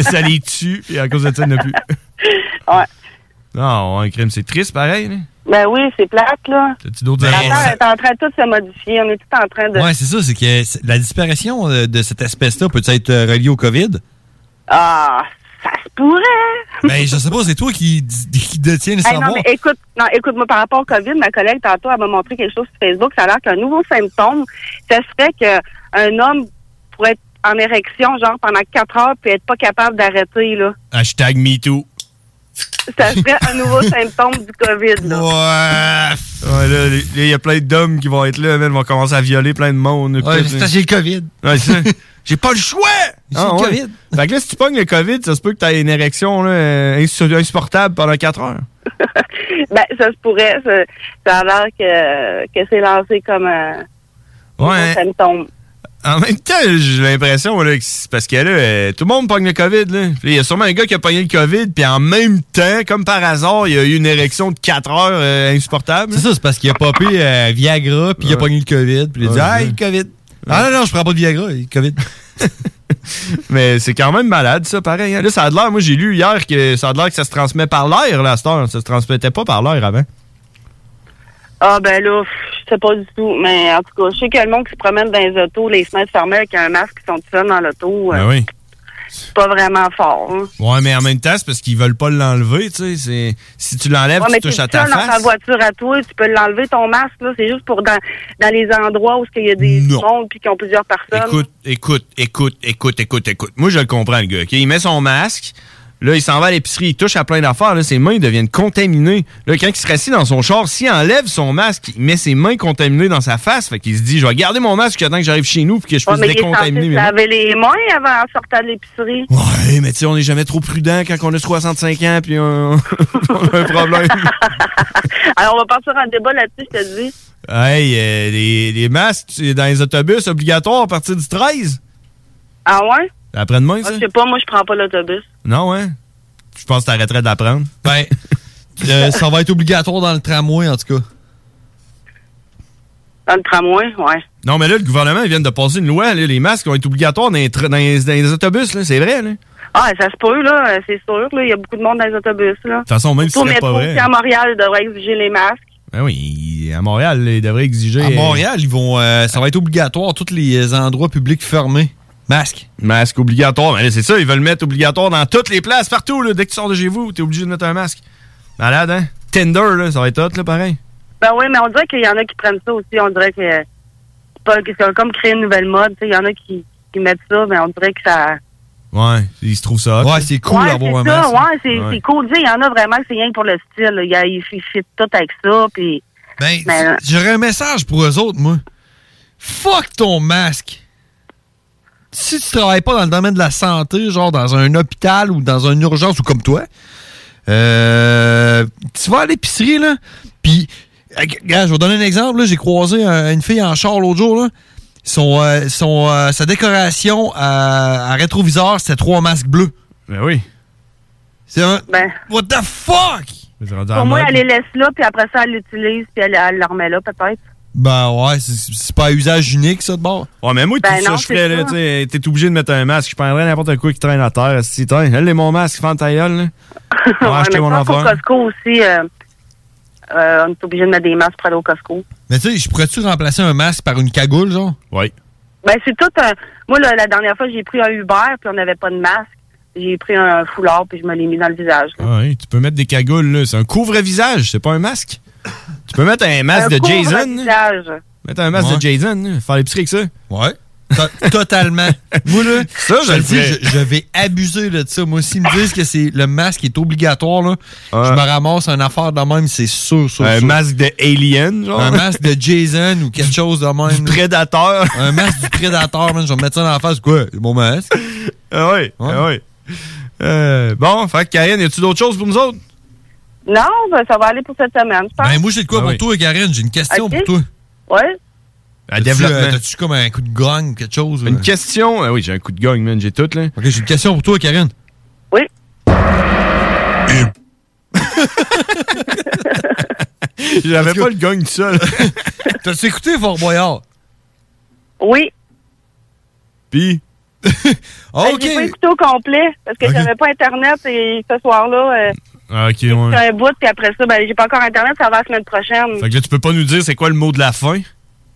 Speaker 2: ça les tue, et à cause de ça, il n'y en a plus.
Speaker 16: Ouais.
Speaker 2: Non, un Ah, crime, c'est triste pareil. Là.
Speaker 16: Ben oui, c'est plate, là.
Speaker 2: T'as-tu d'autres
Speaker 16: La
Speaker 5: Ben,
Speaker 16: Terre est en train de tout se modifier. On est tout en train de.
Speaker 5: Ouais, c'est ça, c'est que c'est- la disparition euh, de cette espèce-là peut être euh, reliée au COVID?
Speaker 16: Ah, ça se pourrait.
Speaker 5: Ben, je sais pas, c'est toi qui, d- qui détiens le
Speaker 16: Hey, non,
Speaker 5: savoir.
Speaker 16: mais écoute, non, écoute-moi, par rapport au COVID, ma collègue, tantôt, elle m'a montré quelque chose sur Facebook. Ça a l'air qu'un nouveau symptôme, ça serait qu'un homme pourrait être en érection, genre, pendant quatre heures, puis être pas capable d'arrêter, là.
Speaker 2: Hashtag MeToo.
Speaker 16: Ça serait un nouveau symptôme du COVID, là.
Speaker 2: Ouais. Ouais, là, il y a plein d'hommes qui vont être là, man, ils vont commencer à violer plein de monde.
Speaker 5: Ouais, c'est parce que j'ai le COVID.
Speaker 2: Ouais, c'est ça. J'ai pas le choix!
Speaker 5: J'ai
Speaker 2: Ah,
Speaker 5: le
Speaker 2: ouais.
Speaker 5: COVID.
Speaker 2: Fait que là, si tu pognes le COVID, ça se peut que t'aies une érection là, euh, insu- insupportable pendant 4 heures.
Speaker 16: Ben, ça se pourrait. Ça, ça a l'air que, que c'est lancé comme euh, un
Speaker 2: Ouais.
Speaker 16: symptôme.
Speaker 2: En même temps, j'ai l'impression là, que c'est parce que là, euh, tout le monde pogne le COVID. là. Puis Il y a sûrement un gars qui a pogné le COVID, puis en même temps, comme par hasard, il y a eu une érection de 4 heures euh, insupportable.
Speaker 5: C'est ça, c'est parce qu'il a popé euh, Viagra, puis il a pogné le COVID, puis il a dit
Speaker 2: Ouais.
Speaker 5: Ah, le COVID. Ah non, non, je prends pas de Viagra, le COVID.
Speaker 2: Mais c'est quand même malade, ça, pareil. hein. Là, ça a de l'air. Moi, j'ai lu hier que ça a de l'air que ça se transmet par l'air, là, à cette heure. Ça se transmettait pas par l'air avant.
Speaker 16: Ah, ben là, pff, je sais pas du tout. Mais en tout cas, je sais qu'il y a le monde qui se promène dans les autos, les semaines fermées avec un masque, qui sont tout seuls dans l'auto. euh,
Speaker 2: Ben oui.
Speaker 16: C'est pas vraiment fort, hein.
Speaker 2: Ouais, mais en même temps, c'est parce qu'ils veulent pas l'enlever, tu sais. c'est- Si tu l'enlèves,
Speaker 16: Ouais, mais
Speaker 2: tu touches
Speaker 16: t'es
Speaker 2: à ta
Speaker 16: seul dans ta
Speaker 2: face.
Speaker 16: voiture à toi, tu peux l'enlever ton masque, là. C'est juste pour dans, dans les endroits où il y a des
Speaker 2: Non.
Speaker 16: monde puis qui ont plusieurs personnes.
Speaker 2: Écoute, écoute, écoute, écoute, écoute, écoute. Moi, je le comprends, le gars. ok? Il met son masque. Là, il s'en va à l'épicerie, il touche à plein d'affaires. Là, ses mains deviennent contaminées. Là, quand il se rassit dans son char, s'il enlève son masque, il met ses mains contaminées dans sa face. Fait qu'il se dit, je vais garder mon masque jusqu'à temps que j'arrive chez nous puis que je
Speaker 16: Ouais,
Speaker 2: puisse
Speaker 16: Ah, mais il est censé
Speaker 2: décontaminer
Speaker 16: se
Speaker 2: mes mains.
Speaker 16: laver les mains avant en sortant de l'épicerie.
Speaker 2: Ouais, mais tu sais, on n'est jamais trop prudent quand on a 65 ans puis on, on a un problème.
Speaker 16: Alors, on va partir en débat là-dessus, je te dis.
Speaker 2: hey, euh, les, les masques tu- dans les autobus obligatoires à partir du 13?
Speaker 16: Ah ouais?
Speaker 2: Après-demain,
Speaker 16: Ah,
Speaker 2: ça?
Speaker 16: je sais pas, moi, je prends pas l'autobus.
Speaker 2: Non, hein? Je pense que t'arrêterais de la prendre.
Speaker 5: Ben, euh, ça va être obligatoire dans le tramway, en tout cas.
Speaker 16: Dans le tramway, ouais.
Speaker 2: Non, mais là, le gouvernement, ils viennent de passer une loi. là, les masques vont être obligatoires dans les, tra- dans les- dans les autobus, là, c'est vrai. Là. De
Speaker 16: Ah, ça se peut, là, c'est sûr, là. Il y a beaucoup de monde dans les autobus, là.
Speaker 2: toute façon, même si
Speaker 16: Tout
Speaker 2: c'est pas
Speaker 16: métro,
Speaker 2: vrai.
Speaker 16: puis à Montréal, il devrait exiger les masques.
Speaker 2: Ben oui, il- à Montréal, là, ils devraient exiger.
Speaker 5: À Montréal, ils vont, euh, ça va être obligatoire, tous les euh, endroits publics fermés. Masque.
Speaker 2: Masque obligatoire. Mais Ben là, c'est ça, ils veulent mettre obligatoire dans toutes les places, partout. là. Dès que tu sors de chez vous, t'es obligé de mettre un masque. Malade, hein? Tinder, là, ça va être hot, là, pareil.
Speaker 16: Ben oui, mais on dirait qu'il y en a qui prennent ça aussi. On dirait que c'est pas- que c'est comme créer une nouvelle mode. tu sais. Il y en a qui, qui mettent ça, mais on dirait que ça.
Speaker 2: Ouais, ils se trouvent ça hot. Ouais, c'est cool
Speaker 16: Ouais, c'est ça, ouais, c'est c'est cool. Tu sais, Il y en a vraiment que c'est rien que pour le style. là. Il y a- Ils ils fit tout avec ça. Puis,
Speaker 5: Ben,
Speaker 16: Ben,
Speaker 5: c'est- j'aurais un message pour eux autres, moi. Fuck ton masque. Si tu travailles pas dans le domaine de la santé, genre dans un hôpital ou dans une urgence ou comme toi, euh, tu vas à l'épicerie, là, puis... euh, regarde, je vais donner un exemple. là. J'ai croisé un- une fille en char l'autre jour. Là. Son, euh, son, euh, sa décoration à, à rétroviseur, c'était trois masques bleus.
Speaker 2: Ben oui.
Speaker 5: C'est un...
Speaker 16: ben,
Speaker 5: What the fuck?
Speaker 16: pour moi, elle les laisse là, puis après ça, elle l'utilise, puis elle, elle le remet là, peut-être.
Speaker 5: Ben ouais, c'est c'est pas à usage unique, ça, de bord.
Speaker 2: Ouais, mais moi,
Speaker 16: Ben
Speaker 2: tout
Speaker 16: non,
Speaker 2: ça, je
Speaker 16: c'est
Speaker 2: ferais, là,
Speaker 16: ça.
Speaker 2: tu sais, t'es obligé de mettre un masque. Je prendrais n'importe quoi qui traîne à terre. Si, tiens, elle est mon masque, fends ta gueule, là. On va
Speaker 16: Ouais,
Speaker 2: acheter
Speaker 16: mais
Speaker 2: mon
Speaker 16: je pense qu'au
Speaker 2: affaire.
Speaker 16: Costco aussi, euh, euh, on est obligé de mettre des masques pour aller au Costco.
Speaker 5: Mais tu sais, je pourrais-tu remplacer un masque par une cagoule, genre?
Speaker 2: Oui.
Speaker 16: Ben, c'est tout un. Moi, là, la dernière fois, j'ai pris un Uber, puis on n'avait pas de masque. J'ai pris un foulard, puis je me l'ai mis dans le visage. là.
Speaker 2: Ah oui, tu peux mettre des cagoules, là. C'est un couvre-visage, c'est pas un masque. Tu peux mettre un masque
Speaker 16: Un
Speaker 2: de Jason. là.
Speaker 16: couvre-visage.
Speaker 2: Mettre un masque
Speaker 5: Ouais.
Speaker 2: de Jason, là. faire l'épicerie avec ça.
Speaker 5: Ouais. To- Totalement. moi, là,
Speaker 2: Ça, je
Speaker 5: te
Speaker 2: le
Speaker 5: dis,
Speaker 2: ferais.
Speaker 5: je, je vais abuser de ça. Moi, s'ils me disent que c'est le masque est obligatoire, là, je me ramasse un affaire de même, c'est sûr, sûr,
Speaker 2: Un
Speaker 5: sûr.
Speaker 2: masque de Alien, genre.
Speaker 5: Un masque de Jason ou quelque chose de même. Du
Speaker 2: prédateur.
Speaker 5: Un masque du prédateur, man. Je vais me mettre ça dans la face. Quoi? Mon masque?
Speaker 2: Ah oui, ah oui. Euh, bon, fait que Karine, y a-tu d'autres choses pour nous autres?
Speaker 16: Non, ben, ça va aller pour cette semaine, je pense.
Speaker 5: Ben, moi, j'ai de quoi
Speaker 16: Ah
Speaker 5: pour
Speaker 16: oui.
Speaker 5: toi, Karine. J'ai une question
Speaker 16: Ok.
Speaker 5: pour toi.
Speaker 16: Ouais.
Speaker 2: À
Speaker 5: T'as-tu,
Speaker 2: développement.
Speaker 5: euh, T'as-tu comme un coup de gang ou quelque chose? euh?
Speaker 2: Une question. Ah oui, j'ai un coup de gang, man. J'ai tout, là.
Speaker 5: Ok, j'ai une question pour toi, Karine.
Speaker 16: Oui.
Speaker 2: J'avais pas le gang tout seul.
Speaker 5: T'as-tu écouté Fort Boyard?
Speaker 16: Oui.
Speaker 2: Puis?
Speaker 5: Ah,
Speaker 16: Ben, J'ai pas écouté au complet, parce que j'avais pas Internet, et ce soir-là, euh,
Speaker 2: Ah, ok,
Speaker 16: j'ai
Speaker 2: ouais.
Speaker 16: un bout, puis après ça, ben, j'ai pas encore Internet, ça va la semaine prochaine.
Speaker 2: Fait que là, tu peux pas nous dire c'est quoi le mot de la fin?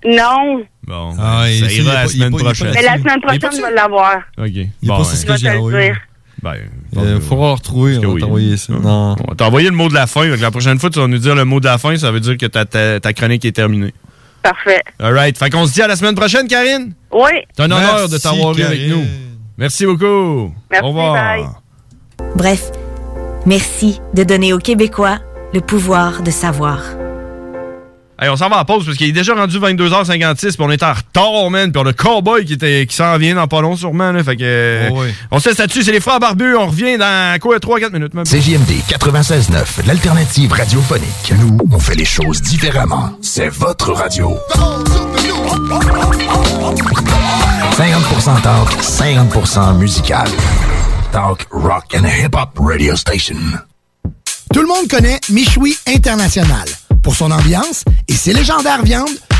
Speaker 16: Non.
Speaker 2: Bon,
Speaker 5: Ah,
Speaker 2: ça ira la semaine prochaine.
Speaker 16: Mais la semaine prochaine, je vais l'avoir.
Speaker 2: OK.
Speaker 5: Il
Speaker 2: Bon,
Speaker 5: pas
Speaker 2: hein.
Speaker 5: sur ce que j'ai envoyé.
Speaker 2: Ben,
Speaker 5: Il faudra retrouver. On va t'envoyer ça. Non.
Speaker 2: On t'a envoyé le mot de la fin. Fait que la prochaine fois, tu vas nous dire le mot de la fin. Ça veut dire que ta, ta, ta chronique est terminée.
Speaker 16: Parfait.
Speaker 2: All right. Fait qu'on se dit à la semaine prochaine, Karine.
Speaker 16: Oui.
Speaker 2: C'est un honneur de
Speaker 5: Merci,
Speaker 2: t'avoir eu avec
Speaker 5: Karine.
Speaker 2: nous. Merci beaucoup.
Speaker 19: Merci,
Speaker 2: Au revoir.
Speaker 19: bye. Bref, merci de donner aux Québécois le pouvoir de savoir.
Speaker 2: Hey, on s'en va à pause parce qu'il est déjà rendu 22h56 puis on est en retard, man. Puis on a Cowboy qui, était- qui s'en vient dans pas long sûrement. Là, fait que,
Speaker 1: Ouais, ouais.
Speaker 2: On se laisse là-dessus, c'est les frères barbus. On revient dans quoi 3-4 minutes. même.
Speaker 1: CJMD 96.9, l'alternative radiophonique. Nous, on fait les choses différemment. C'est votre radio. 50% talk, 50% musical. Talk, rock and hip-hop radio station.
Speaker 9: Tout le monde connaît Michoui International pour son ambiance et ses légendaires viandes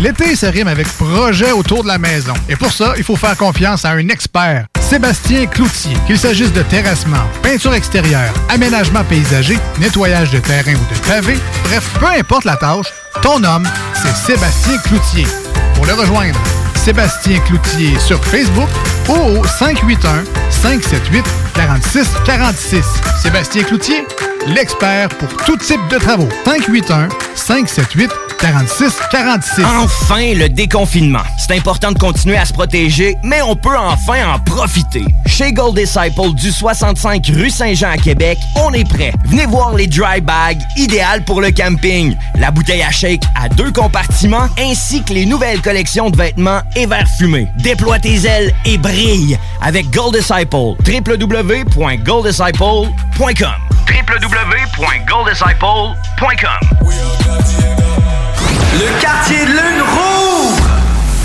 Speaker 20: L'été se rime avec projet autour de la maison. Et pour ça, il faut faire confiance à un expert, Sébastien Cloutier. Qu'il s'agisse de terrassement, peinture extérieure, aménagement paysager, nettoyage de terrain ou de pavé, bref, peu importe la tâche, ton homme, c'est Sébastien Cloutier. Pour le rejoindre, Sébastien Cloutier sur Facebook ou au 581 578 46 46. Sébastien Cloutier, l'expert pour tout type de travaux. 581 578 46 46.
Speaker 10: Enfin le déconfinement. C'est important de continuer à se protéger, mais on peut enfin en profiter. Chez Gold Disciple du 65 rue Saint-Jean à Québec, on est prêt. Venez voir les dry bags, idéales pour le camping. La bouteille à shake à deux compartiments, ainsi que les nouvelles collections de vêtements et verres fumés. Déploie tes ailes et brille avec Gold Disciple. www.golddisciple.com www.golddisciple.com
Speaker 21: Le quartier de lune rouvre!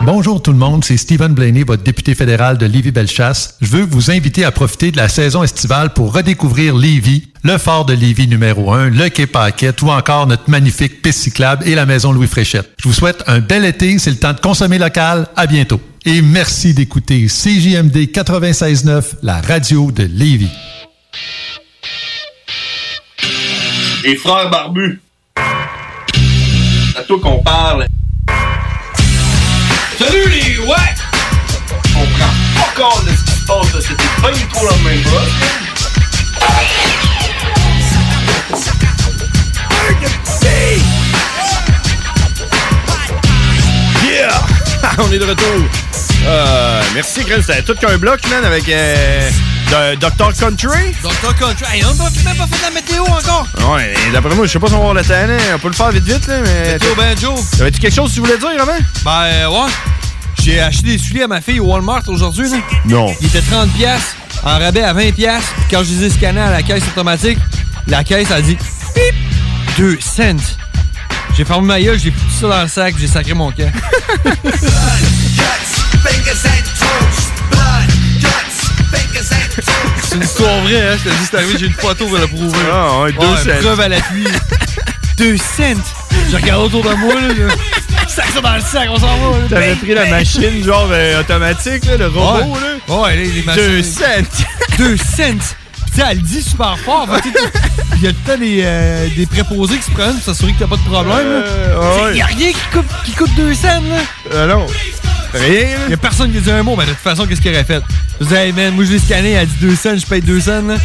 Speaker 11: Bonjour tout le monde, c'est Stephen Blaney, votre député fédéral de Lévis-Bellechasse. Je veux vous inviter à profiter de la saison estivale pour redécouvrir Lévis, le fort de Lévis numéro 1, le Quai Paquette ou encore notre magnifique piste cyclable et la maison Louis Fréchette. Je vous souhaite un bel été, c'est le temps de consommer local. À bientôt. Et merci d'écouter CJMD 96.9, la radio de Lévis.
Speaker 3: Les frères barbus. C'est à toi qu'on parle. Salut les ouais! On prend pas compte de ce qui se passe, là. c'était bien trop la même
Speaker 2: Yeah! On est de retour. Euh, merci, Chris. C'était tout qu'un bloc, man, avec euh, de- Dr. Country.
Speaker 5: Dr. Country. Hey, on n'a même pas fait de la météo encore.
Speaker 2: Ouais, et d'après moi, je sais pas si on va avoir le temps. hein. On peut le faire vite, vite, là, mais...
Speaker 5: Météo banjo.
Speaker 2: Avais-tu quelque chose que tu voulais dire avant?
Speaker 5: Ben euh, ouais. J'ai acheté des souliers à ma fille au Walmart aujourd'hui. là.
Speaker 2: Non.
Speaker 5: Ils étaient 30 pièces en rabais à 20 pièces. Quand je les ai scannés à la caisse automatique, la caisse a dit pip 2 cents. J'ai fermé ma gueule, j'ai foutu ça dans le sac, j'ai sacré mon camp. C'est une histoire vraie, hein, je te dis, c'est arrivé, j'ai une photo pour le prouver.
Speaker 2: Ah, ouais, deux cents.
Speaker 5: Preuve à l'appui. deux cents! Je regarde autour de moi, là. je- Sac ça dans le sac, on s'en va, là.
Speaker 2: T'avais pris la machine, genre, euh, automatique, là, le robot, là.
Speaker 5: Ouais, ouais les, les machines.
Speaker 2: Deux cents.
Speaker 5: Deux cents! Tu sais, elle le dit super fort. fait que tu- Il y a le temps des, euh, des préposés qui se prennent pour s'assurer que t'as pas de problème. là.
Speaker 2: Euh, ouais.
Speaker 5: Il y a rien qui coûte, qui coûte deux cents, là.
Speaker 2: non. Rien,
Speaker 5: Il y a personne qui a dit un mot, mais de toute façon, qu'est-ce qu'il aurait fait? Je dis, hey man, moi je l'ai scanné, elle dit deux cents, je paye deux cents, là.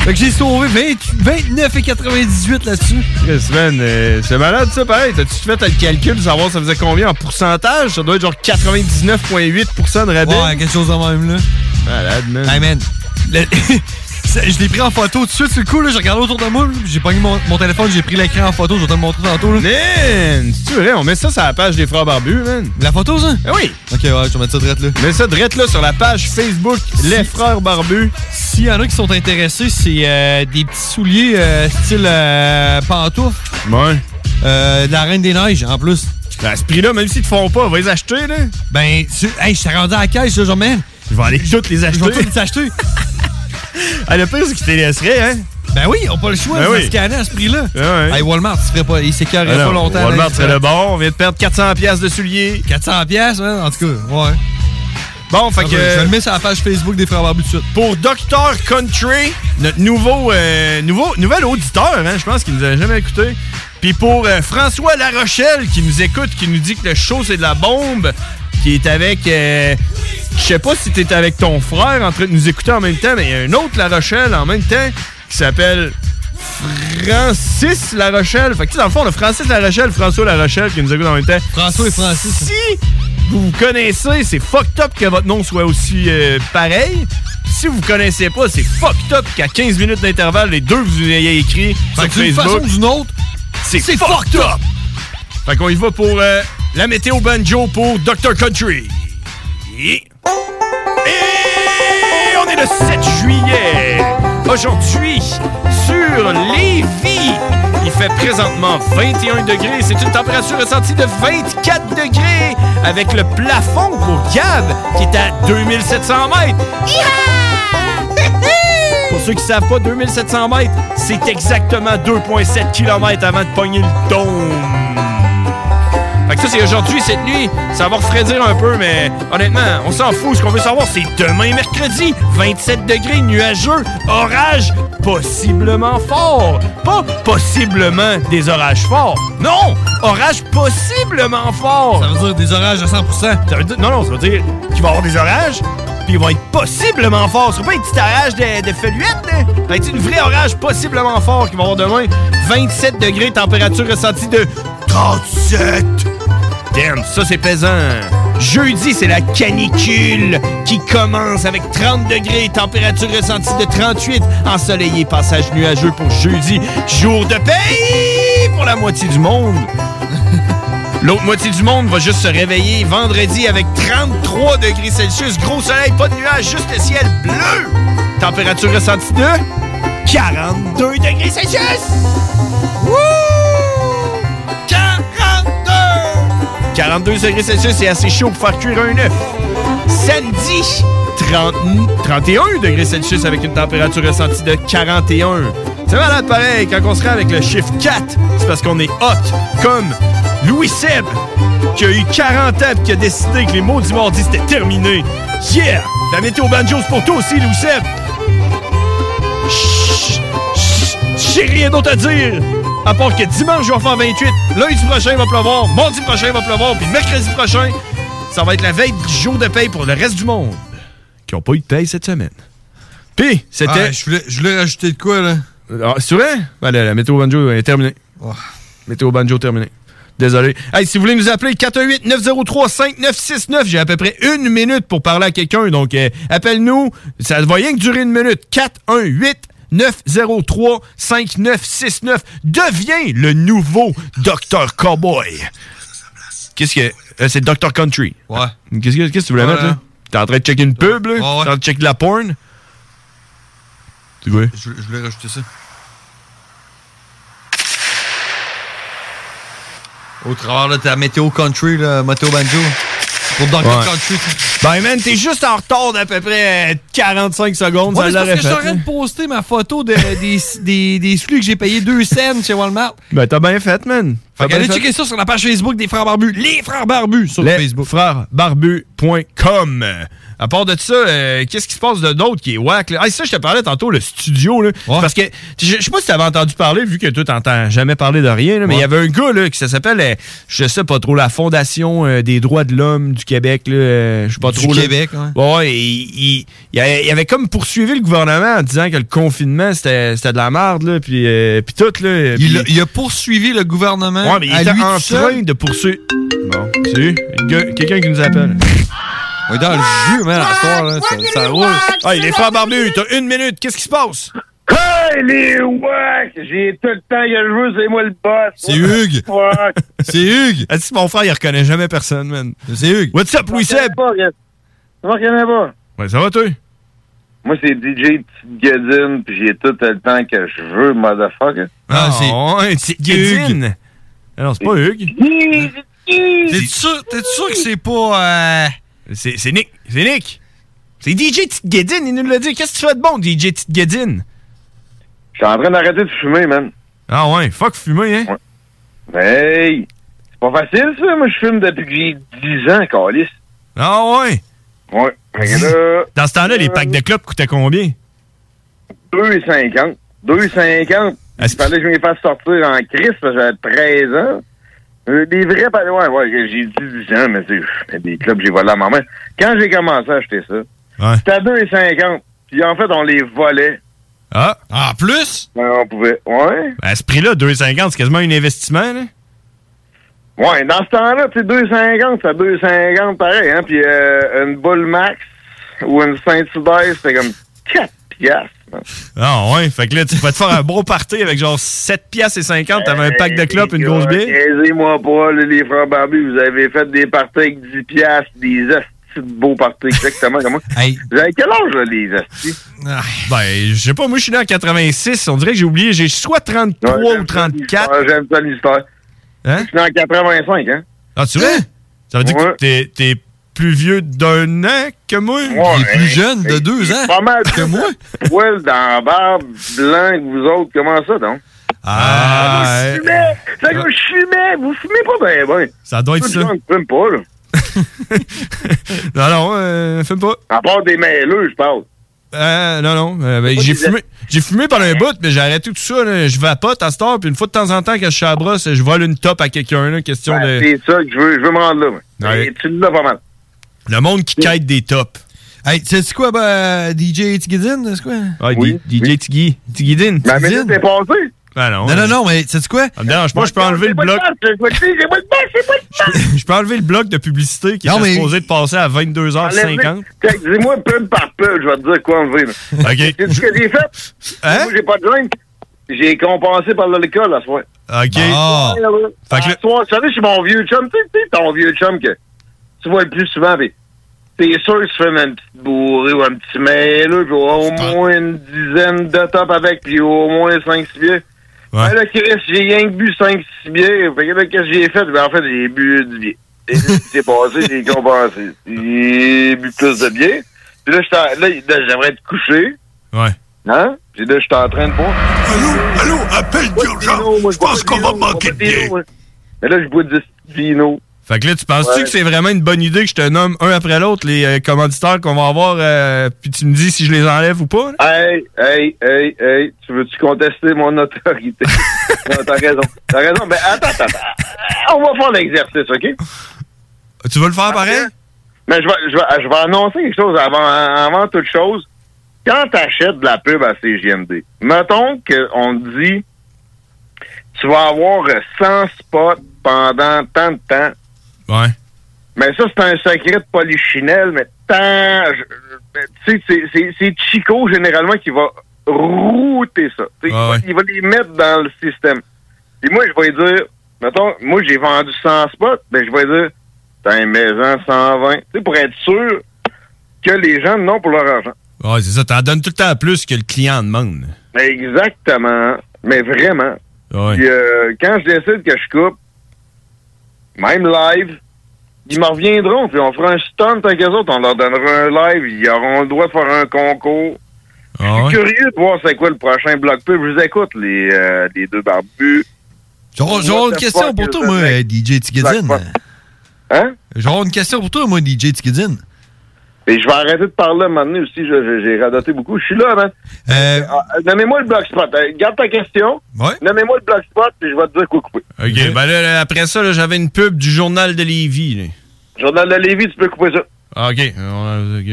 Speaker 5: fait que j'ai sauvé 20 29,98 là-dessus.
Speaker 2: Chris, man, euh, c'est malade ça, pareil. T'as-tu fait le calcul de savoir ça faisait combien en pourcentage? Ça doit être genre 99,8% de rabais.
Speaker 5: Ouais, quelque chose de même, là.
Speaker 2: Malade, man.
Speaker 5: Hey man, le- ça, je l'ai pris en photo tout de suite, sur le coup, là, j'ai regardé autour de moi, là, j'ai pogné mon, mon téléphone, j'ai pris l'écran en photo, je vais te le montrer tantôt. Là.
Speaker 2: Man, c'est vrai, on met ça sur la page des frères barbus, man.
Speaker 5: La photo, ça?
Speaker 2: Ah oui.
Speaker 5: Ok, ouais, je vais mettre ça direct là.
Speaker 2: Mets ça direct là sur la page Facebook Les Frères Barbus.
Speaker 5: S'il y en a qui sont intéressés, c'est euh, des petits souliers euh, style euh, pantoufles.
Speaker 2: Ouais.
Speaker 5: Euh, de la Reine des Neiges, en plus.
Speaker 2: Ben, À ce prix-là, même s'ils te font pas, va les acheter, là.
Speaker 5: Ben, tu... hey, je t'ai rendu à la caisse, là, genre, man.
Speaker 2: Je vais aller toutes les acheter.
Speaker 5: Je vais toutes les acheter.
Speaker 2: Ah, le pire, c'est qu'ils te laisseraient, hein?
Speaker 5: Ben oui, on n'a pas le choix
Speaker 2: Ben
Speaker 5: de
Speaker 2: oui. Ah
Speaker 5: se scanner à ce prix-là.
Speaker 2: Ouais, ouais.
Speaker 5: Hey, Walmart, tu ferais pas, il s'écœurerait
Speaker 2: Ah non,
Speaker 5: pas longtemps. hein, là,
Speaker 2: Walmart
Speaker 5: il
Speaker 2: serait
Speaker 5: ferait-
Speaker 2: le bon. On vient de perdre 400 pièces de souliers.
Speaker 5: 400 pièces, man, hein, en tout cas, ouais.
Speaker 2: Bon, fait
Speaker 5: Ah,
Speaker 2: que...
Speaker 5: ben, Je vais le mets sur la page Facebook des Frères Barbus tout de suite.
Speaker 2: Pour Dr. Country, notre nouveau, euh, nouveau nouvel auditeur, hein, je pense qu'il nous a jamais écouté. Puis pour euh, François Larochelle, qui nous écoute, qui nous dit que le show, c'est de la bombe, qui est avec... euh, je sais pas si t'es avec ton frère en train de nous écouter en même temps, mais il y a un autre La Rochelle en même temps qui s'appelle Francis La Rochelle. Fait que tu sais, dans le fond, le Francis La Rochelle, François La Rochelle qui nous écoute en même temps.
Speaker 5: François et Francis.
Speaker 2: Si vous vous connaissez, c'est fucked up que votre nom soit aussi euh, pareil. Si vous connaissez pas, c'est fucked up qu'à 15 minutes d'intervalle, les deux vous ayez écrit
Speaker 5: Fait
Speaker 2: sur
Speaker 5: que d'une façon
Speaker 2: Facebook.
Speaker 5: ou d'une autre,
Speaker 2: C'est fucked up! Fait qu'on y va pour euh, la météo banjo pour Dr. Country. Yeah. Et on est le 7 juillet. Aujourd'hui, sur Lévis, il fait présentement 21 degrés. C'est une température ressentie de 24 degrés avec le plafond pour Gab qui est à 2700 mètres. Pour ceux qui ne savent pas, 2700 mètres, c'est exactement 2,7 km avant de pogner le dôme. Fait Fait que ça, c'est aujourd'hui, cette nuit. Ça va refroidir un peu, mais honnêtement, on s'en fout. Ce qu'on veut savoir, c'est demain, mercredi, 27 degrés, nuageux, orage, possiblement fort. Pas possiblement des orages forts. Non! Orage possiblement fort! Ça veut dire des orages à 100 ça veut dire, Non, non, ça veut dire qu'il va y avoir des orages, puis ils vont être possiblement forts. Ce sera pas un petit orage de, de feluette, là. Ça va être une vraie orage possiblement fort qu'il va y avoir demain. 27 degrés, température ressentie de 37! Damn, ça c'est pesant. Jeudi, c'est la canicule qui commence avec 30 degrés, température ressentie de 38, ensoleillé, passage nuageux pour jeudi, jour de paix pour la moitié du monde. L'autre moitié du monde va juste se réveiller vendredi avec 33 degrés Celsius, gros soleil, pas de nuages, juste le ciel bleu. Température ressentie de 42 degrés Celsius. Wouh! 42! 42 degrés Celsius, c'est assez chaud pour faire cuire un œuf. Samedi, 30 31 degrés Celsius avec une température ressentie de 41. C'est malade pareil, quand on se rend avec le chiffre 4, c'est parce qu'on est hot, comme Louis Seb, qui a eu 40 ans et qui a décidé que les maudits mardis c'était terminé. Yeah! La météo banjo, c'est pour toi aussi, Louis Seb! Chut, chut, J'ai rien d'autre à dire! À part que dimanche, je vais faire 28, lundi prochain, il va pleuvoir, mardi prochain, il va pleuvoir, puis mercredi prochain, ça va être la veille du jour de paye pour le reste du monde. Qui n'ont pas eu de paye cette semaine. Puis, c'était.
Speaker 5: Ah,
Speaker 2: je, voulais, rajouter de quoi, là? c'est vrai? Ben, la, la météo banjo est terminée. Météo banjo terminée. Désolé. Hey, si vous voulez nous appeler, 418-903-5969. J'ai à peu près une minute pour parler à quelqu'un. Donc, euh, appelle-nous. Ça ne va rien que durer une minute. 418-903-5969. Deviens le nouveau Dr. Cowboy. Qu'est-ce que. euh, c'est Dr. Country. Ouais. Qu'est-ce que, qu'est-ce que tu voulais
Speaker 5: Ouais.
Speaker 2: mettre, là? T'es en train de checker une pub, là? T'es en train de checker de la porn? Tu vois?
Speaker 5: Je, je voulais rajouter ça. Au travers de ta météo country, là, météo banjo. Pour Dr.
Speaker 2: Ouais.
Speaker 5: Country.
Speaker 2: Ben, man, t'es juste en retard d'à peu près euh, 45 secondes.
Speaker 5: Ouais,
Speaker 2: ça
Speaker 5: mais c'est parce
Speaker 2: l'aurait
Speaker 5: que je suis en
Speaker 2: fait,
Speaker 5: train
Speaker 2: là.
Speaker 5: de poster ma photo de, des, des, des flux que j'ai payé 2 cents chez Walmart.
Speaker 2: Ben, t'as bien fait, man.
Speaker 5: Fait
Speaker 2: T'as bien
Speaker 5: qu'allez
Speaker 2: fait.
Speaker 5: checker Ah ben, ça sur la page Facebook des Frères Barbus. Les Frères Barbus sur
Speaker 2: Les
Speaker 5: Facebook.
Speaker 2: frèresbarbus.com. À part de ça, euh, qu'est-ce qui se passe de d'autre qui est whack? là? Ah, ça, je te parlais tantôt, le studio. Là. C'est Parce que, je je sais pas si t'avais entendu parler, vu que toi, t'entends jamais parler de rien, là, mais il y avait un gars là, qui ça s'appelle, euh, je sais pas trop, la Fondation euh, des droits de l'homme du Québec. là, euh, Je sais pas
Speaker 5: Du
Speaker 2: trop. là.
Speaker 5: Québec, ouais.
Speaker 2: Ouais, ouais, il, il- il avait, il avait comme poursuivi le gouvernement en disant que le confinement, c'était, c'était de la merde, là, puis, euh, puis tout, là.
Speaker 5: Il, a- il a poursuivi le gouvernement.
Speaker 2: Ouais, mais il
Speaker 5: à
Speaker 2: était
Speaker 5: lui
Speaker 2: en
Speaker 5: tout seul.
Speaker 2: train de poursuivre. Bon, tu sais, quelqu'un qui nous appelle. On est dans le jus, man, à soir, là. Ça, roule. Hey, les frères barbus, t'as une minute, qu'est-ce qui se passe?
Speaker 22: Hey, les wack! J'ai tout le temps que je veux, c'est moi le boss.
Speaker 2: C'est Hugues.
Speaker 22: Wack.
Speaker 2: C'est Hugues. Ah, si mon frère, il reconnaît jamais personne, man. C'est Hugues. What's up, Louis Seb?
Speaker 22: Tu vois qu'il y en a pas?
Speaker 2: Ouais, ça va, toi?
Speaker 22: Moi, c'est DJ Petite Gadine, puis j'ai tout le temps que je veux, motherfucker.
Speaker 2: Ah, c'est. C'est Guédine. Ah Non, c'est pas Hugues.
Speaker 5: T'es-tu sûr, t'es-tu sûr que c'est pas. euh,
Speaker 2: C'est c'est Nick. C'est Nick. C'est DJ Tite Guédine, il nous l'a dit. Qu'est-ce que tu fais de bon, DJ Tite Guédine?
Speaker 22: Je suis en train d'arrêter de fumer, man.
Speaker 2: Ah ouais, fuck fumer, hein?
Speaker 22: Hey! C'est pas facile, ça. Moi, je fume depuis que j'ai 10 ans, Calis.
Speaker 2: Ah ouais?
Speaker 22: Ouais. Fait que là,
Speaker 2: Dans ce temps-là, les packs de clopes coûtaient combien?
Speaker 22: 2,50. 2,50. Il fallait que je me les fasse sortir en crise, parce que j'avais 13 ans. Euh, des vrais palais, ouais, ouais, j'ai 18 ans, mais c'est pff, des clubs, j'ai volé à ma mère. Quand j'ai commencé à acheter ça, c'était à 2,50. Puis en fait, on les volait. Euh,
Speaker 2: Ah! En plus?
Speaker 22: on pouvait. Ouais.
Speaker 2: à ce prix-là, 2,50, c'est quasiment un investissement, là.
Speaker 22: Ouais, dans ce temps-là, tu sais, 2,50, c'est à 2,50 pareil, hein. Puis euh, une Bull Max ou une Saint-Hubert, c'était comme 4 piastres. hein.
Speaker 2: Ah ouais, fait que là, tu vas te faire un beau party avec genre 7 piastres et 50, t'avais un pack de clopes, une grosse bière.
Speaker 22: Aisez-moi pas, là, les frères barbus, vous avez fait des parties avec 10 piastres, des astis de beaux parties, exactement comme moi. Vous avez quel âge, là, les astis?
Speaker 2: Ah, Ben, je sais pas, moi je suis né en 86, on dirait que j'ai oublié, j'ai soit 33 ou 34.
Speaker 22: Ah, J'aime ça l'histoire.
Speaker 2: Hein?
Speaker 22: Je suis né en 85, hein?
Speaker 2: Ah, tu vois? Ça veut dire que t'es- t'es plus vieux d'un an que moi?
Speaker 22: Ouais,
Speaker 2: T'es plus jeune de
Speaker 22: hey,
Speaker 2: deux
Speaker 22: c'est
Speaker 2: ans
Speaker 22: Pas mal que moi. Poil dans la barbe, blanc que vous autres, comment ça, donc?
Speaker 2: Ah,
Speaker 22: Ça doit fumer! Ça doit fumer! Vous fumez pas ben, ben!
Speaker 2: Ça doit être
Speaker 22: Tout le
Speaker 2: ça.
Speaker 22: monde fume pas, là.
Speaker 2: Non, non, euh, fume pas.
Speaker 22: À part des mêleux, je parle.
Speaker 2: Euh, non, non. euh, ben, j'ai fumé. J'ai fumé pendant un bout, mais j'ai arrêté tout ça. là. Je vapote à cette heure, puis une fois de temps en temps, quand je suis à la brosse, je vole une top à quelqu'un. là, Question de.
Speaker 22: Ben, C'est ça que je veux, je veux me rendre là. moi. Et tu l'as pas mal.
Speaker 2: Le monde qui quête des tops.
Speaker 5: Hey, tu sais quoi, bah, DJ Tigidin, c'est quoi?
Speaker 2: Ah, D- DJ Tiggy. Tigidin.
Speaker 5: La
Speaker 22: Ben,
Speaker 5: minute est
Speaker 22: passée.
Speaker 2: Ah non.
Speaker 5: Non, non, non, mais tu sais quoi?
Speaker 2: Ça me dérange pas, je peux enlever le bloc. Je peux enlever le bloc de publicité qui est
Speaker 22: Non, mais-
Speaker 2: supposé de passer à 22h50.
Speaker 22: Check, Dis-moi pub par pub, je vais te dire quoi enlever. là. C'est ce que j'ai fait. Moi, j'ai pas de drink. J'ai compensé par l'alcool à ce soir.
Speaker 2: OK.
Speaker 22: Ah. À ce soir, tu savais, je suis mon vieux chum. Tu sais, tu sais, ton vieux chum que tu vois le plus souvent, pis t'es sûr que tu fais une petite bourrée ou un petit mêleux, pis au moins une dizaine de tops avec, puis au moins 5-6 bières. Ouais. là, Chris, j'ai rien que bu 5-6 bières. Fait que là, qu'est-ce que j'ai fait? Ben, en fait, j'ai bu du bière. Et là, ce qui s'est passé, j'ai compensé. J'ai bu plus de bière. Puis là, j'étais en- là, là, j'aimerais te coucher.
Speaker 2: Ouais.
Speaker 22: Hein? Puis là, j'étais en train de boire. Allô, allô, appel d'urgence. Je pense qu'on va manquer de bière. Mais là, je bois du vino.
Speaker 2: Fait que là, tu penses-tu
Speaker 22: Ouais.
Speaker 2: que c'est vraiment une bonne idée que je te nomme un après l'autre les euh, commanditaires qu'on va avoir, euh, puis tu me dis si je les enlève ou pas? là?
Speaker 22: Hey, hey, hey, hey, tu veux-tu contester mon autorité? non, t'as raison. T'as raison. Mais attends, attends, attends. On va faire l'exercice, OK?
Speaker 2: Tu veux le faire pareil?
Speaker 22: Mais je vais, je, vais, je vais annoncer quelque chose avant, avant toute chose. Quand t'achètes de la pub à CGMD, mettons qu'on te dit tu vas avoir 100 spots pendant tant de temps.
Speaker 2: Ouais.
Speaker 22: Mais ça, c'est un secret de polichinelle, mais tant. je- mais Tu sais, c'est- c'est- c'est Chico, généralement, qui va router ça. Tu sais,
Speaker 2: Ah ouais.
Speaker 22: Il va les mettre dans le système. Et moi, je vais lui dire, mettons, moi, j'ai vendu 100 spots, ben, je vais lui dire, t'as une maison 120. Tu sais, pour être sûr que les gens n'ont pour leur argent.
Speaker 2: Ouais, c'est ça. T'en donnes tout le temps plus que le client demande.
Speaker 22: Exactement. Mais vraiment.
Speaker 2: Ouais.
Speaker 22: Puis, euh, quand je décide que je coupe, même live, ils m'en reviendront, puis on fera un stunt avec eux autres, on leur donnera un live, ils auront le droit de faire un concours. Je suis curieux de voir c'est quoi le prochain bloc pub. Je vous écoute, les, euh, les deux barbus.
Speaker 5: J'aurais j'aurais une question pour toi, moi, euh, DJ Tigidin.
Speaker 22: Hein?
Speaker 5: J'aurais une question pour toi, moi, DJ Tigidin.
Speaker 22: Et je vais arrêter de parler à un moment donné aussi, je- je- j'ai radoté beaucoup. Je suis là, man. Ah, euh, Nommez-moi le bloc spot. Euh, garde ta question. Nommez-moi le bloc spot, puis je vais te dire quoi couper.
Speaker 2: OK. Ben là, là, après ça, là, j'avais une pub du journal de Lévis. là.
Speaker 22: Journal de Lévis, tu peux couper ça.
Speaker 2: Ah, OK. Euh, ok.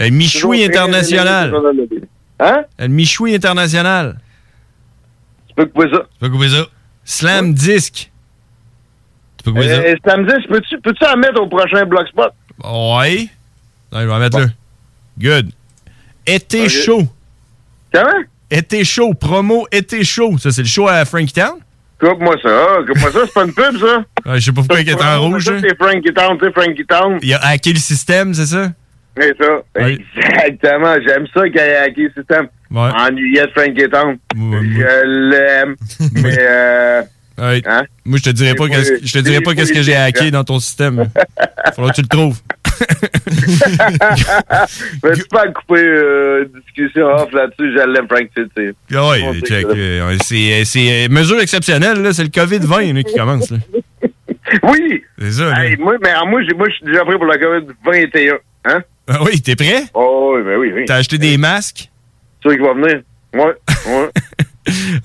Speaker 2: Euh, Michoui
Speaker 22: Toujours très
Speaker 2: International.
Speaker 22: Journal de Lévis. Hein?
Speaker 2: Euh, Michoui International.
Speaker 22: Tu peux couper ça. Tu
Speaker 2: peux couper ça. Slam Disc. Tu peux couper ça.
Speaker 22: Euh, Stamzis, peux-tu peux en mettre au prochain bloc spot?
Speaker 2: Ouais. Non, je vais en mettre là. Good. Été chaud.
Speaker 22: Comment?
Speaker 2: Été chaud. Promo été chaud. Ça, c'est le show à Frankie Town?
Speaker 22: Coupe-moi ça. Coupe-moi ça. C'est pas une pub, ça.
Speaker 2: Ouais, Ah, je sais pas pourquoi il est en rouge.
Speaker 22: Ça,
Speaker 2: hein.
Speaker 22: c'est Frankie Town, tu sais, Frankie Town.
Speaker 2: Il a hacké le système, c'est ça?
Speaker 22: C'est ça. Exactement. J'aime ça qu'il y ait hacké le système.
Speaker 2: Ouais.
Speaker 22: Ennuyé de Frankie Town. Je l'aime. mais, euh,
Speaker 2: Ouais.
Speaker 22: hein?
Speaker 2: Moi, je te dirais pas
Speaker 22: Des
Speaker 2: qu'est-ce
Speaker 22: fois,
Speaker 2: je te dirais
Speaker 22: des
Speaker 2: pas
Speaker 22: fois,
Speaker 2: qu'est-ce que
Speaker 22: il-
Speaker 2: j'ai hacké dans ton système. Faudra que tu le trouves.
Speaker 22: Veux-tu pas couper euh, discussion off là-dessus? Je l'aime, Frankie, tu sais.
Speaker 2: Ah ouais,
Speaker 22: On sait
Speaker 2: check,
Speaker 22: que-
Speaker 2: euh, c'est euh, c'est, euh, mesure exceptionnelle là, c'est le Covid-20 là, qui commence là.
Speaker 22: Oui!
Speaker 2: C'est ça. là.
Speaker 22: Hey, moi, mais, alors, moi, j'ai- moi, je suis déjà prêt pour la COVID-21. Hein?
Speaker 2: Ah oui, t'es prêt
Speaker 22: Oh, oui, ben oui, oui.
Speaker 2: T'as acheté des masques
Speaker 22: C'est sûr qu'il va venir. Ouais, ouais.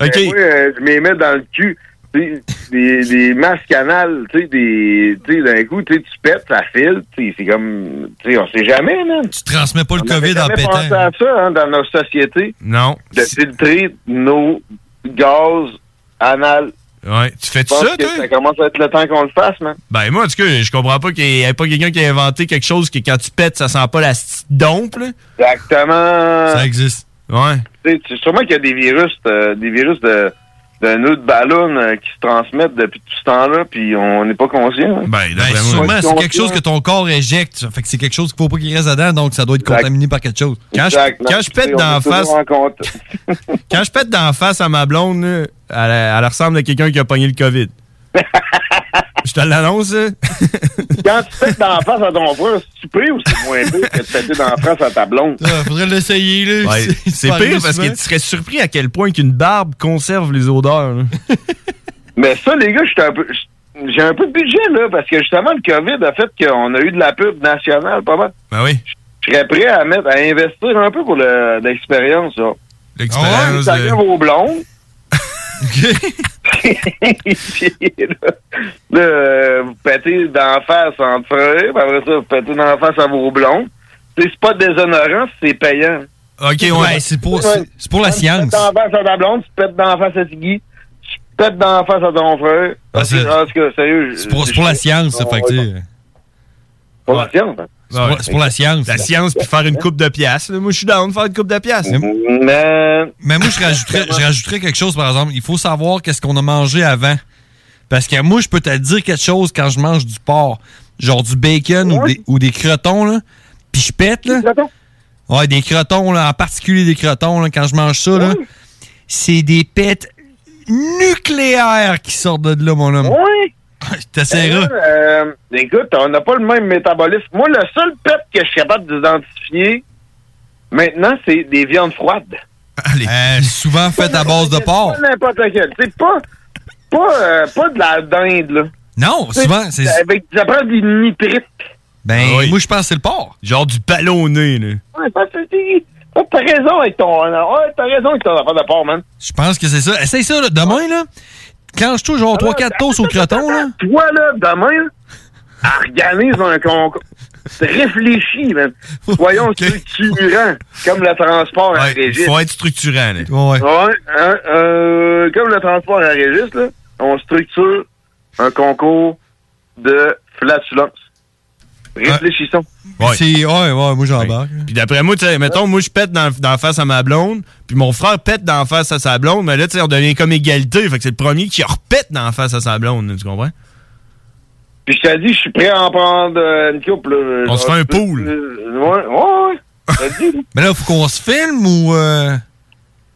Speaker 2: OK.
Speaker 22: moi, euh, je m'y mets dans le cul. Tu sais, Des, des masques anal, tu sais, des. Tu sais, d'un coup, tu sais, tu pètes, ça file, tu sais, c'est comme. Tu sais, on sait jamais, man.
Speaker 5: Tu transmets pas le
Speaker 22: On avait
Speaker 5: COVID en
Speaker 22: jamais
Speaker 5: pétant.
Speaker 22: pensé à ça, hein, dans nos sociétés,
Speaker 2: Non.
Speaker 22: de filtrer nos gaz anal.
Speaker 2: Ouais, tu fais
Speaker 22: Je pense
Speaker 2: ça
Speaker 22: que
Speaker 2: toi
Speaker 22: Ça commence à être le temps qu'on le fasse, man.
Speaker 2: Ben moi en tout cas, je comprends pas qu'il y ait pas quelqu'un qui a inventé quelque chose que quand tu pètes, ça sent pas la petite dompe là.
Speaker 22: Exactement.
Speaker 2: Ça existe. Ouais.
Speaker 22: Tu sais, tu- sûrement qu'il y a des virus, euh, des virus de, de nœuds de ballon euh, qui se transmettent depuis tout ce temps-là, puis on n'est pas conscient. hein.
Speaker 2: Ben,
Speaker 5: Ben,
Speaker 22: vraiment.
Speaker 5: sûrement, c'est
Speaker 22: Conscient.
Speaker 5: quelque chose que ton corps éjecte. ça. Fait que c'est quelque chose qu'il faut pas qu'il reste dedans, donc ça doit être contaminé par quelque chose.
Speaker 2: Quand je- Exact. quand je pète
Speaker 22: On est
Speaker 2: dans la
Speaker 22: toujours
Speaker 2: face-
Speaker 22: en compte.
Speaker 2: Quand je pète dans la face à ma blonde, là, elle, elle ressemble à quelqu'un qui a pogné le Covid. Je te l'annonce. hein.
Speaker 22: Quand tu pètes dans la face à ton frère, c'est-tu pire ou c'est moins pire que de péter dans la face à ta blonde?
Speaker 5: Ah, faudrait l'essayer,
Speaker 2: Ouais, c'est pire parce que tu serais surpris à quel point qu'une barbe conserve les odeurs. là.
Speaker 22: Mais ça, les gars, j'étais un peu- J'ai un peu de budget, là, parce que justement, le COVID a fait qu'on a eu de la pub nationale, pas mal.
Speaker 2: Ben oui.
Speaker 22: Je serais prêt à mettre, à investir un peu pour le- l'expérience, là. Ah
Speaker 2: L'expérience
Speaker 22: Ça
Speaker 2: de-
Speaker 22: vient vos blondes. Puis, là, là, vous pétez d'en face en frère, puis après ça, vous pétez d'en face à vos blondes. Tu sais, C'est pas déshonorant, c'est payant.
Speaker 5: Ok, ouais, c'est pour, c'est- c'est pour la
Speaker 22: Tu
Speaker 5: science.
Speaker 22: pètes d'en face à ta blonde, tu pètes d'en face à Tiggy, tu pètes d'en face à ton frère.
Speaker 5: Ah, c'est-
Speaker 22: En tout cas, sérieux. Ah,
Speaker 5: C'est pour, c'est pour la science, ça, fait que, tu sais.
Speaker 22: Pour la science. hein.
Speaker 5: C'est pour, c'est pour la science.
Speaker 2: La science, puis faire une coupe de pièces. Moi, je suis down de faire une coupe de pièces.
Speaker 22: Mm, Mais,
Speaker 5: moi, je rajouterais, je rajouterais quelque chose, par exemple. Il faut savoir qu'est-ce qu'on a mangé avant. Parce que moi, je peux te dire quelque chose quand je mange du porc. Genre du bacon ou, des, ou des crotons, là. Puis je pète, là. Ouais, des crotons, là. En particulier des crotons, là. Quand je mange ça, là. C'est des pètes nucléaires qui sortent de là, mon homme.
Speaker 22: Oui.
Speaker 5: T'essaieras.
Speaker 22: Euh, écoute, on n'a pas le même métabolisme. Moi, le seul pet que je suis capable d'identifier maintenant, c'est des viandes froides.
Speaker 5: Euh, souvent faites à base de porc.
Speaker 22: Pas n'importe quel. C'est pas, pas, euh, pas de la dinde, là.
Speaker 5: Non, souvent, c'est-
Speaker 22: Avec, ça prend des nitrites.
Speaker 5: Ben, moi, je pense que c'est le porc.
Speaker 2: Genre du ballonné, là.
Speaker 22: Ouais, parce que t'es- oh, t'as raison avec ton. euh, Ouais, t'as raison avec ton affaire de porc, man.
Speaker 5: Je pense que c'est ça. Essaye ça, là. Demain, là. Quand je touche genre 3-4 toasts au croton, là.
Speaker 22: Toi, là, demain, là, organise un concours. Réfléchis, man. Soyons structurants, comme le transport à Régis.
Speaker 2: Faut être structurant, là.
Speaker 5: Ouais.
Speaker 22: hein, euh, comme le transport à Régis, là, on structure un concours de flatulence. Réfléchissons.
Speaker 5: C'est, ouais, ouais, moi j'embarque.
Speaker 2: Puis d'après moi, tu sais, mettons, moi je pète dans, dans la face à ma blonde, puis mon frère pète dans la face à sa blonde, mais là, tu sais, on devient comme égalité. Fait que c'est le premier qui repète dans la face à sa blonde, tu comprends?
Speaker 22: Puis je t'ai dit, je suis prêt à en prendre euh, une couple. euh,
Speaker 2: On se
Speaker 22: genre,
Speaker 2: fait un
Speaker 22: euh,
Speaker 2: pool.
Speaker 22: euh, Ouais, ouais, ouais. Je te le dis, là.
Speaker 5: Mais là, faut qu'on se filme ou. euh,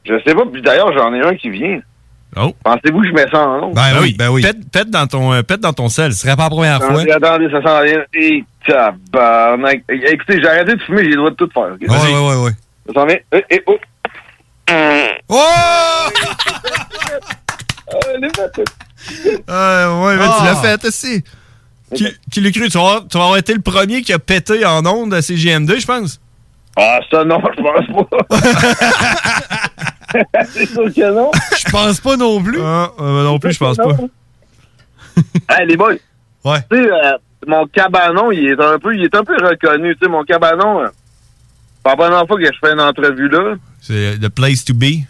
Speaker 22: Je sais pas. Puis d'ailleurs, j'en ai un qui vient.
Speaker 2: Oh.
Speaker 22: Pensez-vous que je mets ça en long?
Speaker 5: Ben oui, ben oui.
Speaker 2: Pète, pète dans ton, euh, pète dans ton sel. Ce
Speaker 5: serait pas la première
Speaker 22: Attendez, attendez, ça s'en vient. Et tabarnak. Eh, Écoutez, j'ai arrêté de fumer, j'ai le droit de tout faire. ok?
Speaker 5: ouais, ouais, ouais.
Speaker 22: Ça s'en vient. Eh, eh, oh. Ah,
Speaker 5: Oh!
Speaker 22: Ah,
Speaker 2: Euh, ouais, mais tu
Speaker 5: Ah.
Speaker 2: l'as fait, aussi. Qui, qui l'a cru? Tu vas, avoir- tu vas avoir été le premier qui a pété en onde à CGM2, je pense.
Speaker 22: Ah, ça, non, je pense pas. C'est sûr que non.
Speaker 5: Je pense pas non plus.
Speaker 2: Ah, ben non plus, je pense pas.
Speaker 22: hey, les boys.
Speaker 5: Ouais.
Speaker 22: Tu sais, euh, mon cabanon, il est un peu, il est un peu reconnu. Tu sais, mon cabanon, euh, c'est la première fois que je fais une entrevue là.
Speaker 2: C'est euh, the place to be.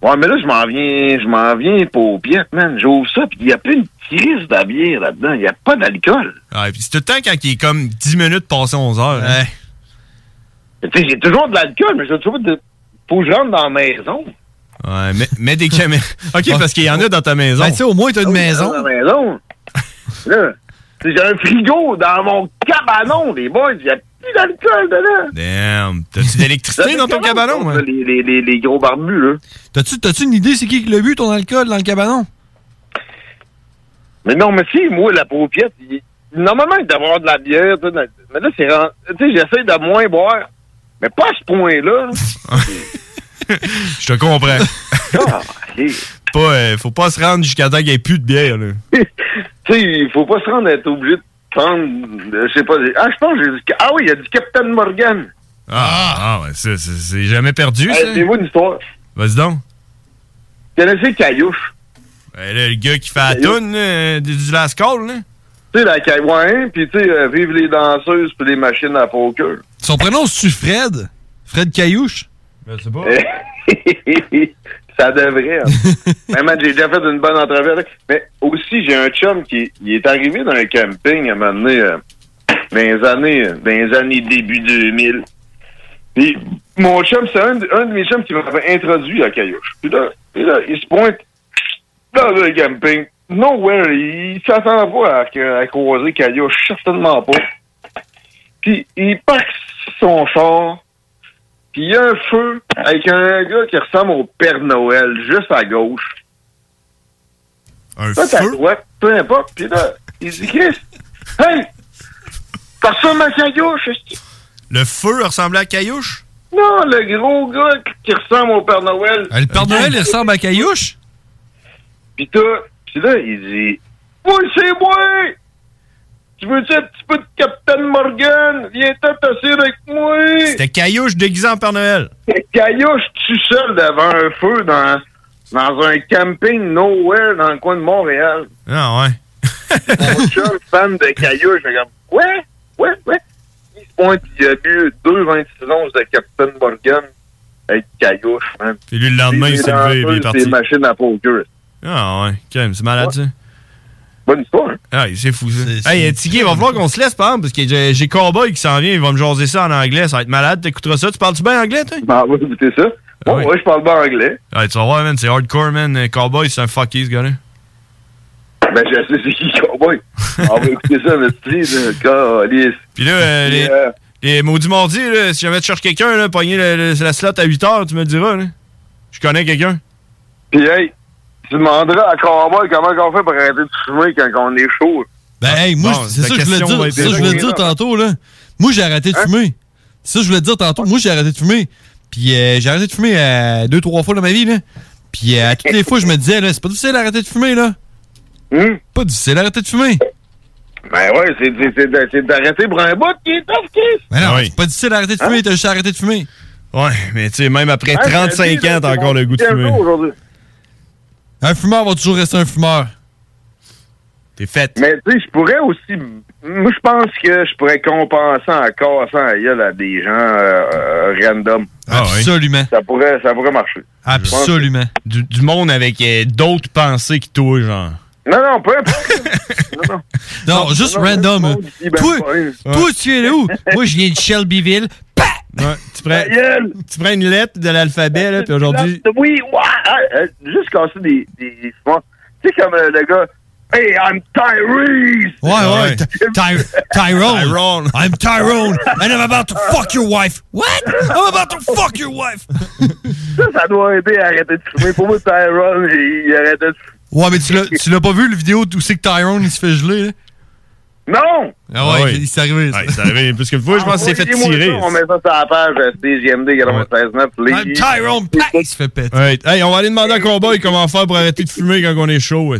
Speaker 22: Ouais, mais là, je m'en viens, je m'en viens pour bien, man. J'ouvre ça, puis il n'y a plus une crise de bière là-dedans. Il n'y a pas d'alcool.
Speaker 2: Ouais, puis c'est tout le temps quand il est comme 10 minutes passées 11 heures. hein.
Speaker 22: Tu sais, j'ai toujours de l'alcool, mais je trouve de... Faut que je rentre dans la maison.
Speaker 2: Ouais, mets, mets des caméras. OK, parce qu'il y en a dans ta maison.
Speaker 5: Ben, tu sais, au
Speaker 22: Ah
Speaker 5: moins, t'as une maison.
Speaker 22: Dans la maison. là, tu sais, j'ai un frigo dans mon cabanon, les boys. Il n'y a plus d'alcool dedans.
Speaker 2: Damn. T'as-tu de l'électricité dans ton cabanon? hein?
Speaker 22: Les, les, les, les gros barbus, là.
Speaker 5: T'as-tu, t'as-tu une idée, c'est qui qui l'a bu, ton alcool, dans le cabanon?
Speaker 22: Mais non, mais si, moi, la paupiette, il- normalement, il devrait avoir de la bière. tu sais, dans- Mais là, c'est rend- Tu sais, j'essaie de moins boire. Mais pas à ce point-là.
Speaker 2: Je te comprends.
Speaker 22: Ah.
Speaker 2: pas, euh, faut pas se rendre jusqu'à temps qu'il n'y ait plus de bière. Là.
Speaker 22: tu sais, il faut pas se rendre à être obligé de prendre. euh, Je sais pas. des- Ah, je pense que j'ai du. Ah oui, il y a du Captain Morgan.
Speaker 2: Ah, ah, ouais, ça, c'est- c'est jamais perdu,
Speaker 22: Hey,
Speaker 2: ça.
Speaker 22: Avez-vous une histoire?
Speaker 2: Vas-y donc.
Speaker 22: Tu connaissez Caillouche?
Speaker 2: Ouais, Ben là, le gars qui fait la toune, là, du, du last call, là.
Speaker 22: Tu sais, la Caillouin, puis tu sais, euh, vive les danseuses puis les machines à poker.
Speaker 5: Son prénom, c'est-tu Fred? Fred Caillouche?
Speaker 2: sais pas.
Speaker 22: ça devrait. hein. Mais man, j'ai déjà fait une bonne entrevue avec. Mais aussi, j'ai un chum qui il est arrivé dans un camping à un moment donné, euh, dans les années, euh, dans les années début 2000. Puis mon chum, c'est un, de- un de mes chums qui m'avait introduit à Caillouche. Puis là, puis là, il se pointe dans le camping. Nowhere, il s'attend pas à, à croiser Caillouche, certainement pas. Puis il parque son char puis il y a un feu avec un gars qui ressemble au Père Noël, juste à gauche.
Speaker 2: Un
Speaker 22: Toi, t'as le droit, peu importe. Puis là, il dit, Chris, hey, t'as ressemblé à Caillouche, est-ce que-
Speaker 2: Le feu ressemblait à Caillouche?
Speaker 22: Non, le gros gars qui- qui ressemble au Père Noël.
Speaker 5: Ah, Le Père Noël, il ressemble à Caillouche?
Speaker 22: Puis toi, puis là, il dit, moi, c'est moi! Tu veux-tu un petit peu de Captain Morgan? Viens-t'en t'asseoir avec moi!
Speaker 2: C'était Caillouche déguisé en Père Noël.
Speaker 22: Caillouche tout seul devant un feu dans, dans un camping nowhere dans le coin de Montréal.
Speaker 2: Ah ouais.
Speaker 22: Mon chum, fan de Caillouche, j'ai comme, ouais, ouais, ouais. Il se pointe, il a bu euh, deux 26 onces de Captain Morgan avec Caillouche, man.
Speaker 2: Puis lui, le lendemain, il s'est
Speaker 22: dans
Speaker 2: levé et il
Speaker 22: un
Speaker 2: est
Speaker 22: peu
Speaker 2: parti.
Speaker 22: des machines à poker.
Speaker 2: Ah ouais, calme, c'est malade ça.
Speaker 22: Bonne histoire.
Speaker 2: Ah, c'est fou ça. Hey, euh, Tiki, il va falloir qu'on se laisse, par exemple, parce que j'ai j'ai Cowboy qui s'en vient, il va me jaser ça en anglais, ça va être malade, t'écouteras ça. Tu parles-tu bien anglais, toi?
Speaker 22: Bah, va écouter ça.
Speaker 2: Ah
Speaker 22: Bon, ouais, je parle bien anglais.
Speaker 2: Ouais, Ah, tu vas voir, man, c'est hardcore, man. Euh, Cowboy, c'est un fucky, ce gars-là.
Speaker 22: Ben, je sais c'est qui, cowboy. On va écouter ça, mais tu sais, là, calice.
Speaker 2: Puis là, euh, les, les maudits mordis, là, si jamais tu cherches quelqu'un, là, pogner le- le- la slot à 8 heures, tu me le diras, là. Je connais quelqu'un.
Speaker 22: Puis, hey, tu demanderas à Cowboy comment on fait pour arrêter de fumer quand on est chaud.
Speaker 5: Ben, hey, moi,
Speaker 22: Bon,
Speaker 5: je- c'est
Speaker 22: la
Speaker 5: ça que je voulais
Speaker 22: question
Speaker 5: dire,
Speaker 22: va être
Speaker 5: c'est ça que je voulais
Speaker 22: détournée.
Speaker 5: dire tantôt, là. Moi, j'ai arrêté de
Speaker 22: Hein?
Speaker 5: fumer. C'est ça que je voulais dire tantôt. Moi, j'ai arrêté de fumer. Puis, euh, j'ai arrêté de fumer euh, deux, trois fois dans ma vie, là. Puis, euh, à toutes les fois, je me disais, là, c'est pas difficile d'arrêter de fumer, là.
Speaker 22: Hmm?
Speaker 5: Pas difficile d'arrêter de fumer.
Speaker 22: Ben, ouais, c'est- c'est- c'est de- c'est d'arrêter pour un bout qui est tough, Chris.
Speaker 5: Mais non, c'est pas difficile d'arrêter de fumer, t'as juste arrêté de fumer.
Speaker 2: Ah Ouais, mais tu sais, même après
Speaker 22: Hein,
Speaker 2: 35
Speaker 22: je te dis,
Speaker 2: ans, t'as
Speaker 22: là,
Speaker 2: encore
Speaker 22: c'est
Speaker 2: le goût de
Speaker 22: mon
Speaker 2: fumer.
Speaker 22: jour aujourd'hui.
Speaker 5: Un fumeur va toujours rester un fumeur.
Speaker 2: T'es fait.
Speaker 22: Mais, tu sais, je pourrais aussi. Moi, je pense que je pourrais compenser en cassant la gueule à des gens euh, euh, random.
Speaker 5: Ah Absolument.
Speaker 22: Ça pourrait, ça pourrait marcher.
Speaker 5: Absolument.
Speaker 2: Du, du monde avec euh, d'autres pensées qui touchent, genre.
Speaker 22: Non, non, peu importe.
Speaker 5: Non, juste random. là.
Speaker 22: ben,
Speaker 5: toi, toi, tu es où? Moi, je viens de Shelbyville.
Speaker 2: Ouais, tu, prends, tu prends une lettre de l'alphabet, là, puis aujourd'hui.
Speaker 22: Oui, ouais, euh, juste casser des. des, des fronts. tu sais, comme euh, le gars. Hey, I'm Tyrese!
Speaker 5: Ouais, ouais. Ty- Ty- Tyrone. I'm Tyrone. And I'm about to fuck your wife. What? I'm about to fuck your wife.
Speaker 22: Ça, ça doit aider à arrêter de fumer. Pour moi, Tyrone, il, il arrêtait de fumer.
Speaker 5: Ouais, mais tu l'as- tu l'as pas vu, le vidéo où c'est que Tyrone, il se fait geler, là?
Speaker 22: Non!
Speaker 5: Ah ouais, il s'est arrivé.
Speaker 2: Ouais, c'est arrivé plus qu'une fois, je pense qu'il s'est fait
Speaker 22: Envoyez-moi
Speaker 2: tirer.
Speaker 22: ça, on met ça sur la page euh, CGMD 96.9. les-
Speaker 5: Tyrone, il se fait péter.
Speaker 2: Ouais. Hey, on va aller demander à Cowboy comment faire pour arrêter de fumer quand on est chaud, ouais.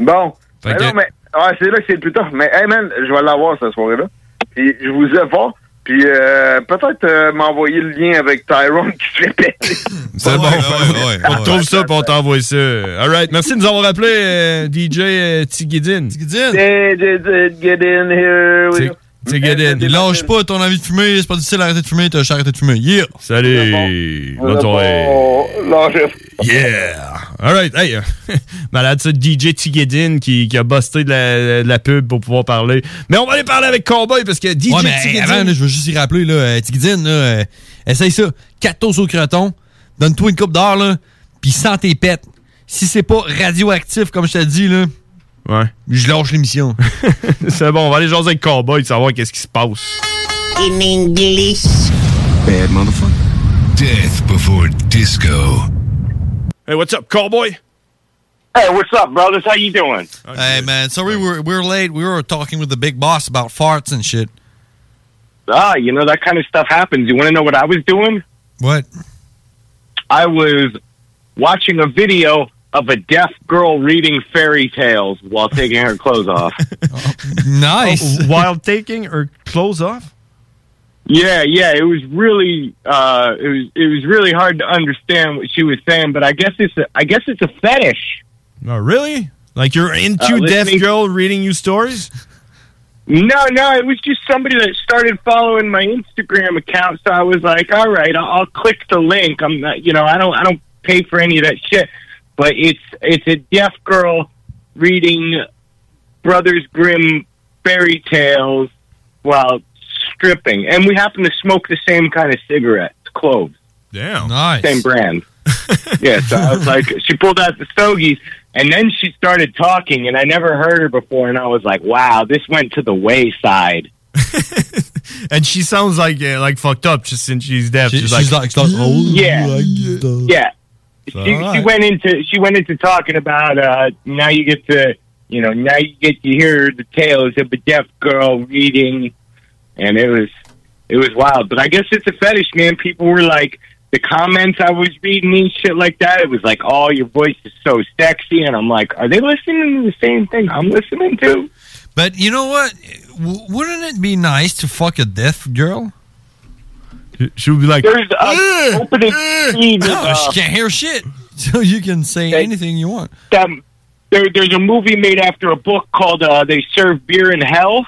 Speaker 22: Bon.
Speaker 2: Fait
Speaker 22: Ben
Speaker 2: que-
Speaker 22: non, mais ouais, c'est là que c'est le plus tard. Mais hey man, je vais l'avoir cette soirée-là. Puis je vous ai voir. Puis euh, peut-être euh, m'envoyer le lien avec Tyrone qui se fait péter.
Speaker 2: C'est bon. on trouve ça, puis on t'envoie ça. All right. Merci de nous avoir appelé, euh, DJ euh, Tigidin.
Speaker 5: Tigidin.
Speaker 22: Hey, did it get in here? We-
Speaker 5: Tigidin. Lâche pas ton envie de fumer. C'est pas difficile d'arrêter de fumer. T'as juste arrêté de fumer. Yeah.
Speaker 2: Salut. Bonne soirée.
Speaker 22: Oh, lâche.
Speaker 2: Yeah! All right, hey, euh, malade ça, DJ Tigedin qui, qui a busté de la, de la pub pour pouvoir parler. Mais on va aller parler avec Cowboy parce que DJ
Speaker 5: ouais, mais hey,
Speaker 2: Tigedin...
Speaker 5: avant, là, je veux juste y rappeler, là, euh, Tigidine, là, euh, essaye ça. 14 au croton, donne-toi une coupe d'or, là, puis sans tes pètes. Si c'est pas radioactif, comme je t'ai dit, là,
Speaker 2: ouais.
Speaker 5: je lâche l'émission.
Speaker 2: C'est bon, on va aller jaser avec Cowboy savoir qu'est-ce qui se passe.
Speaker 15: In English.
Speaker 2: Bad motherfucker.
Speaker 23: Death before disco.
Speaker 2: Hey, what's up, Cowboy?
Speaker 23: Hey, what's up, brothers? How you doing?
Speaker 5: hey, man, sorry we're, we're late. We were talking with the big boss about farts and shit.
Speaker 23: Ah, you know that kind of stuff happens. You want to know what I was doing?
Speaker 5: What?
Speaker 23: I was watching a video of a deaf girl reading fairy tales while taking her clothes off.
Speaker 5: Nice.
Speaker 2: while Oh, taking her clothes off?
Speaker 23: Yeah, yeah, it was really uh, it was it was really hard to understand what she was saying, but I guess it's a, I guess it's a fetish.
Speaker 2: Oh, really? Like you're into
Speaker 23: Uh,
Speaker 2: deaf
Speaker 23: listening-
Speaker 2: girl reading you stories?
Speaker 23: No, no, it was just somebody that started following my Instagram account, so I was like, all right, I'll, I'll click the link. I'm not, you know, I don't, I don't pay for any of that shit. But it's it's a deaf girl reading Brothers Grimm fairy tales while stripping, and we happen to smoke the same kind of cigarette, cloves.
Speaker 2: Damn.
Speaker 5: Nice.
Speaker 23: Same brand. yeah, so I was like, she pulled out the stogies, and then she started talking, and I never heard her before, and I was like, wow, this went to the wayside.
Speaker 2: And she sounds like uh, like fucked up just since she's deaf. she's,
Speaker 5: she's like- she's like, "Oh,
Speaker 23: Yeah.
Speaker 5: yeah.
Speaker 23: Yeah. she,
Speaker 8: all
Speaker 23: she
Speaker 8: right.
Speaker 23: went into she went into talking about uh, now you get to you know now you get to hear the tales of a deaf girl reading, and it was it was wild. But I guess it's a fetish, man. People were like the comments I was reading and shit like that. It was like, oh, your voice is so sexy, and I'm like, are they listening to the same thing I'm listening to?
Speaker 5: But you know what? W- wouldn't it be nice to fuck a deaf girl? Eh!
Speaker 2: She would be like,
Speaker 23: There's a opening scene.
Speaker 5: Oh,
Speaker 23: uh,
Speaker 5: she can't hear shit. So you can say anything you want.
Speaker 23: that Um, there, there's a movie made after a book called uh, "They Serve Beer in Hell."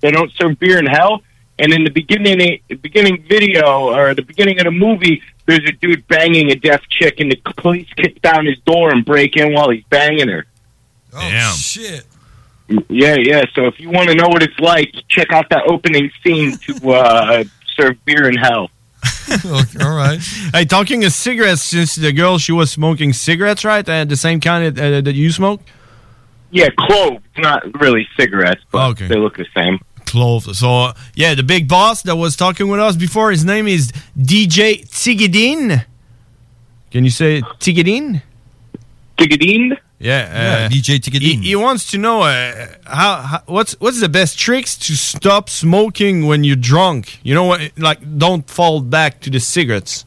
Speaker 23: They don't serve beer in hell. And in the beginning, the beginning video or the beginning of the movie, there's a dude banging a deaf chick, and the police kick down his door and break in while he's banging her.
Speaker 5: Oh, shit.
Speaker 23: Yeah, yeah. So if you want to know what it's like, check out that opening scene to uh, "Serve Beer in Hell."
Speaker 5: all right.
Speaker 2: Hey, talking of cigarettes, since the girl she was smoking cigarettes, right? Uh, the same kind uh, that you smoke.
Speaker 23: Yeah, cloves, not really cigarettes,
Speaker 5: Oh,
Speaker 23: but they look the same.
Speaker 2: Clove. So uh, yeah, the big boss that was talking with us before, his name is DJ Tigidin. Can you say Tigidin?
Speaker 23: Tigidin.
Speaker 2: Yeah,
Speaker 5: Yeah,
Speaker 2: uh,
Speaker 5: DJ Tigidin.
Speaker 2: He, he wants to know uh, how, how what's what's the best tricks to stop smoking when you're drunk. You know what? Like, don't fall back to the cigarettes.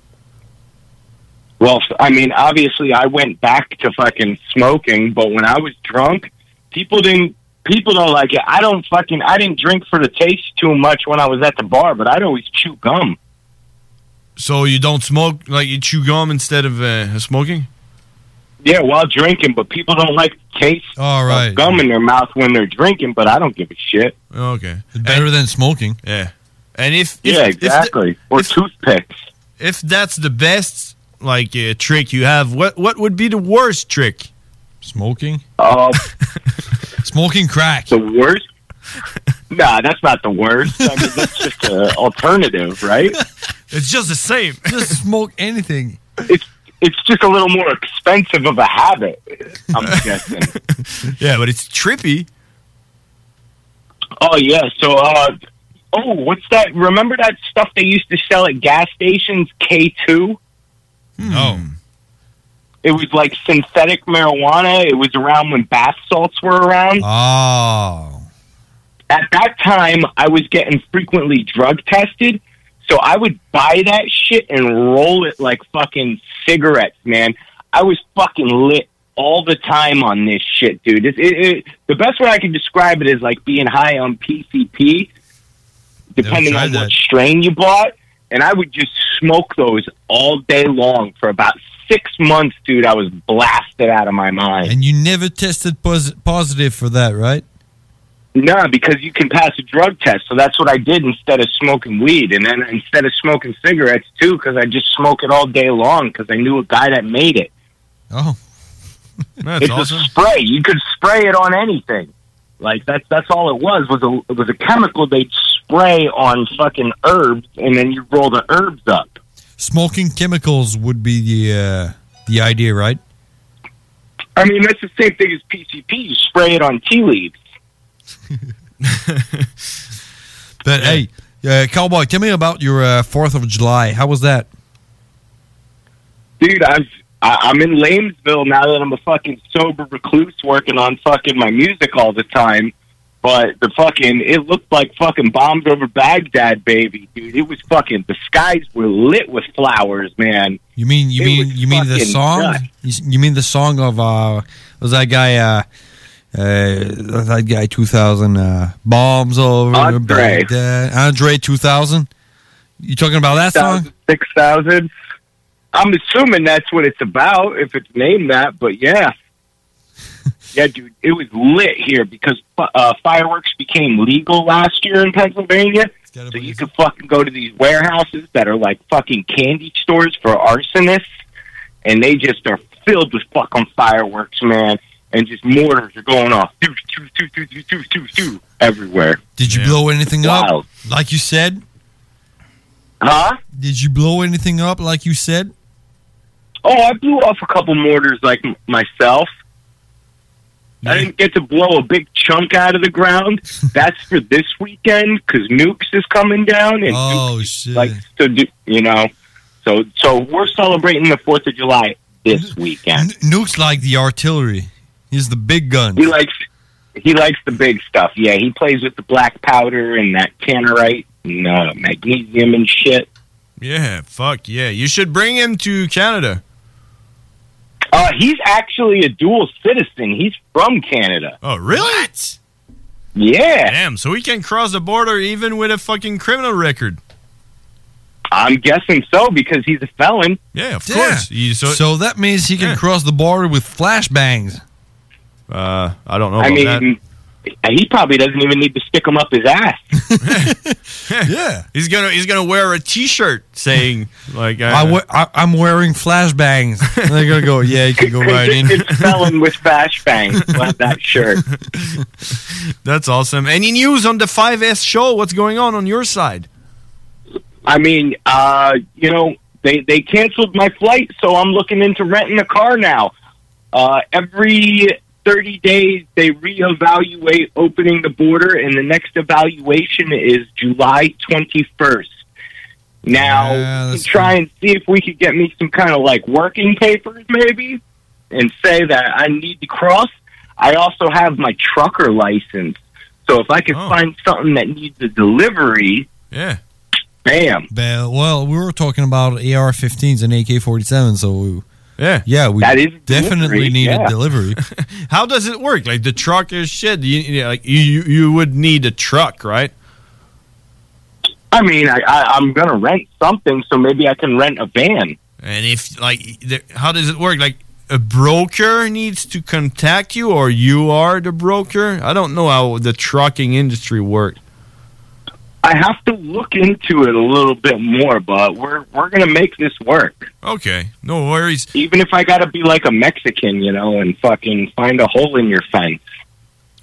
Speaker 23: Well, I mean, obviously, I went back to fucking smoking, but when I was drunk, people didn't. People don't like it. I don't fucking. I didn't drink for the taste too much when I was at the bar, but I'd always chew gum.
Speaker 2: So you don't smoke like you chew gum instead of uh, smoking.
Speaker 23: Yeah, while drinking, but people don't like the taste
Speaker 5: All right.
Speaker 23: of gum in their mouth when they're drinking. But I don't give a shit.
Speaker 2: Oh, Okay.
Speaker 5: Better than smoking.
Speaker 2: Yeah. And if, if
Speaker 23: yeah,
Speaker 2: if the-
Speaker 23: exactly. or toothpicks.
Speaker 2: if that's the best like uh, trick you have, what what would be the worst trick?
Speaker 5: Smoking.
Speaker 23: Oh,
Speaker 5: smoking crack.
Speaker 23: The worst. nah, that's not the worst. I mean, that's just an alternative, right?
Speaker 2: It's just the same.
Speaker 5: Just smoke anything.
Speaker 23: It's it's just a little more expensive of a habit. I'm guessing.
Speaker 2: Yeah, but it's trippy.
Speaker 23: Oh yeah. So, uh, oh, what's that? Remember that stuff they used to sell at gas stations? K two.
Speaker 2: Hmm.
Speaker 5: Oh.
Speaker 23: It was like synthetic marijuana. It was around when bath salts were around.
Speaker 5: Oh.
Speaker 23: At that time, I was getting frequently drug tested, so I would buy that shit and roll it like fucking cigarettes, man. I was fucking lit all the time on this shit, dude. It, it, it, the best way I can describe it is like being high on PCP, depending on what strain you bought. And I would just smoke those all day long for about six months, dude. I was blasted out of my mind.
Speaker 5: And you never tested pos- positive for that, right?
Speaker 23: No, because you can pass a drug test. So that's what I did instead of smoking weed. And then instead of smoking cigarettes, too, because I just smoke it all day long because I knew a guy that made it.
Speaker 5: Oh.
Speaker 23: it's a spray. You could spray it on anything. Like that's that's all it was was a it was a chemical they'd spray on fucking herbs and then you roll the herbs up.
Speaker 5: Smoking chemicals would be the uh, the idea, right?
Speaker 23: I mean that's the same thing as PCP. You spray it on tea leaves.
Speaker 5: But hey, uh, cowboy, tell me about your uh, Fourth of July. How was that?
Speaker 23: dude, I've I, I'm in Lamesville now that I'm a fucking sober recluse working on fucking my music all the time. But the fucking it looked like fucking bombs over Baghdad, baby, dude. It was fucking the skies were lit with flowers, man.
Speaker 5: You mean you
Speaker 23: It
Speaker 5: mean
Speaker 23: was
Speaker 5: you mean the
Speaker 23: fucking
Speaker 5: song?
Speaker 23: nuts.
Speaker 5: You, s- you mean the song of uh, was that guy? Uh, uh, that guy, two thousand uh, bombs over
Speaker 23: Andre.
Speaker 5: Baghdad. Andre, two thousand. You talking about that song?
Speaker 23: Six thousand. I'm assuming that's what it's about if it's named that, but yeah. Yeah, dude, it was lit here because fu- uh, fireworks became legal last year in Pennsylvania. So you could fucking go to these warehouses that are like fucking candy stores for arsonists, and they just are filled with fucking fireworks, man. And just mortars are going off doo, doo, doo, doo, doo, doo, doo, doo, everywhere.
Speaker 5: Did you blow anything
Speaker 23: Wild.
Speaker 5: up? Like you said?
Speaker 23: Huh?
Speaker 5: Did you blow anything up? Like you said?
Speaker 23: Oh, I blew off a couple mortars like m- myself. I didn't get to blow a big chunk out of the ground. That's for this weekend because Nukes is coming down. And oh shit! Like to do, you know, so so we're celebrating the Fourth of July this weekend.
Speaker 5: Nuke's like the artillery. He's the big gun.
Speaker 23: He likes he likes the big stuff. Yeah, he plays with the black powder and that tannerite and uh, magnesium and shit.
Speaker 8: Yeah, fuck yeah. You should bring him to Canada.
Speaker 23: Uh, he's actually a dual citizen. He's from Canada.
Speaker 8: Oh, really?
Speaker 23: Yeah.
Speaker 8: Damn, so he can cross the border even with a fucking criminal record.
Speaker 23: I'm guessing so because he's a felon.
Speaker 8: Yeah, of
Speaker 5: course. so, that means he can cross the border with flashbangs.
Speaker 8: Uh, I don't know
Speaker 23: I mean, he probably doesn't even need to stick him up his ass.
Speaker 8: yeah. He's gonna he's gonna wear a t shirt saying like uh,
Speaker 5: I we- I, I'm wearing flashbangs. And They're gonna go. Yeah, you can go right in.
Speaker 23: it's felon with flashbangs. Love that shirt.
Speaker 8: That's awesome. Any news on the 5S show? What's going on on your side?
Speaker 23: I mean, uh, you know, they they canceled my flight, so I'm looking into renting a car now. Uh, every 30 days, they reevaluate opening the border, and the next evaluation is July 21st. Now, we can try and see if we could get me some kind of like working papers, maybe, and say that I need to cross. I also have my trucker license, so if I could find something that needs a delivery,
Speaker 8: yeah,
Speaker 23: bam,
Speaker 5: But, well, we were talking about AR-15s and AK-47s, so we,
Speaker 8: yeah,
Speaker 5: yeah, we
Speaker 8: That is delivery,
Speaker 5: definitely need
Speaker 8: yeah.
Speaker 5: a delivery.
Speaker 8: How does it work? Like the truck is shit. You, you know, like you, you you would need a truck, right?
Speaker 23: I mean, I, I, I'm going to rent something, so maybe I can rent a van.
Speaker 8: And if like, the, how does it work? Like a broker needs to contact you, or you are the broker. I don't know how the trucking industry works.
Speaker 23: I have to look into it a little bit more, but we're we're going to make this work.
Speaker 8: Okay, no worries.
Speaker 23: Even if I got to be like a Mexican, you know, and fucking find a hole in your fence.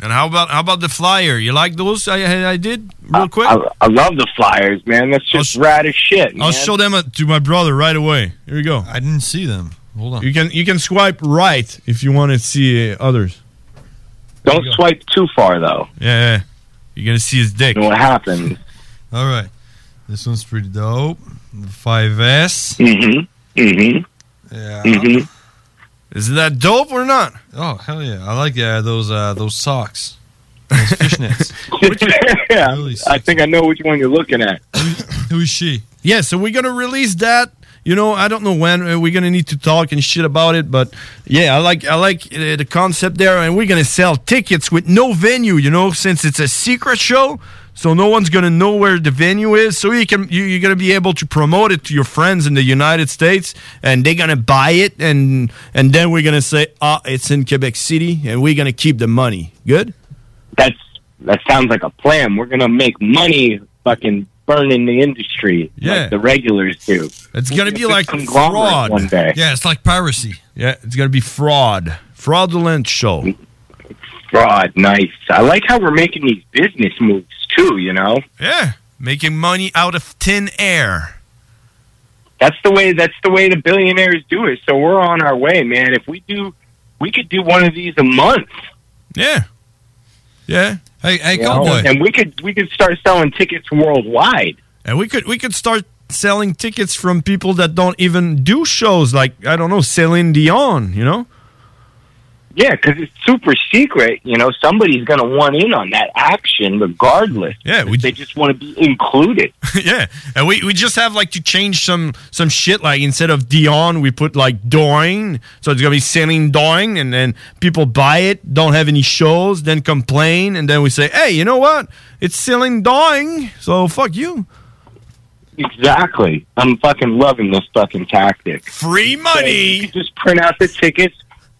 Speaker 8: And how about how about the flyer? You like those? I I, I did real quick.
Speaker 23: I, I love the flyers, man. That's just rad as shit.
Speaker 8: I'll
Speaker 23: man.
Speaker 8: show them uh, to my brother right away. Here we go. I didn't see them. Hold on. You can you can swipe right if you want to see uh, others.
Speaker 23: Don't swipe too far though.
Speaker 8: Yeah, yeah. you're gonna see his dick.
Speaker 23: What happens?
Speaker 5: All right, this one's pretty dope. The 5S.
Speaker 23: Mm-hmm. Mm-hmm.
Speaker 5: Yeah.
Speaker 23: Mhm.
Speaker 8: Is that dope or not?
Speaker 5: Oh hell yeah! I like uh, those uh, those socks, those fishnets.
Speaker 23: yeah, I think I know which one you're looking at.
Speaker 8: Who's she? Yeah, so we're gonna release that. You know, I don't know when uh, we're gonna need to talk and shit about it, but yeah, I like I like uh, the concept there, and we're gonna sell tickets with no venue. You know, since it's a secret show, so no one's gonna know where the venue is. So you can you, you're gonna be able to promote it to your friends in the United States, and they're gonna buy it, and and then we're gonna say, ah, it's in Quebec City, and we're gonna keep the money. Good.
Speaker 23: That's that sounds like a plan. We're gonna make money, fucking burning the industry
Speaker 8: Yeah.
Speaker 23: like the regulars do.
Speaker 8: It's gonna be
Speaker 23: Big
Speaker 8: like
Speaker 23: conglomerate
Speaker 8: fraud.
Speaker 23: one day.
Speaker 5: Yeah, it's like piracy.
Speaker 8: Yeah, it's gonna be fraud, fraudulent show.
Speaker 23: Fraud, nice. I like how we're making these business moves too. You know,
Speaker 8: Yeah, making money out of thin air.
Speaker 23: that's the way. That's the way the billionaires do it. So we're on our way, man. If we do, we could do one of these a month.
Speaker 8: Yeah. Yeah.
Speaker 5: Hey, hey,
Speaker 23: you know? and we could we could start selling tickets worldwide.
Speaker 8: And we could we could start selling tickets from people that don't even do shows, like I don't know Celine Dion. You know?
Speaker 23: Yeah, because it's super secret. You know, somebody's going to want in on that action regardless.
Speaker 8: Yeah,
Speaker 23: they just want to be included.
Speaker 8: yeah. And we, we just have like to change some some shit. Like instead of Dion, we put like Doing. So it's gonna be Celine Doing, and then people buy it, don't have any shows, then complain, and then we say, hey, you know what? It's Celine Doing, so fuck you.
Speaker 23: Exactly. I'm fucking loving this fucking tactic.
Speaker 8: Free money.
Speaker 23: you just print out the tickets.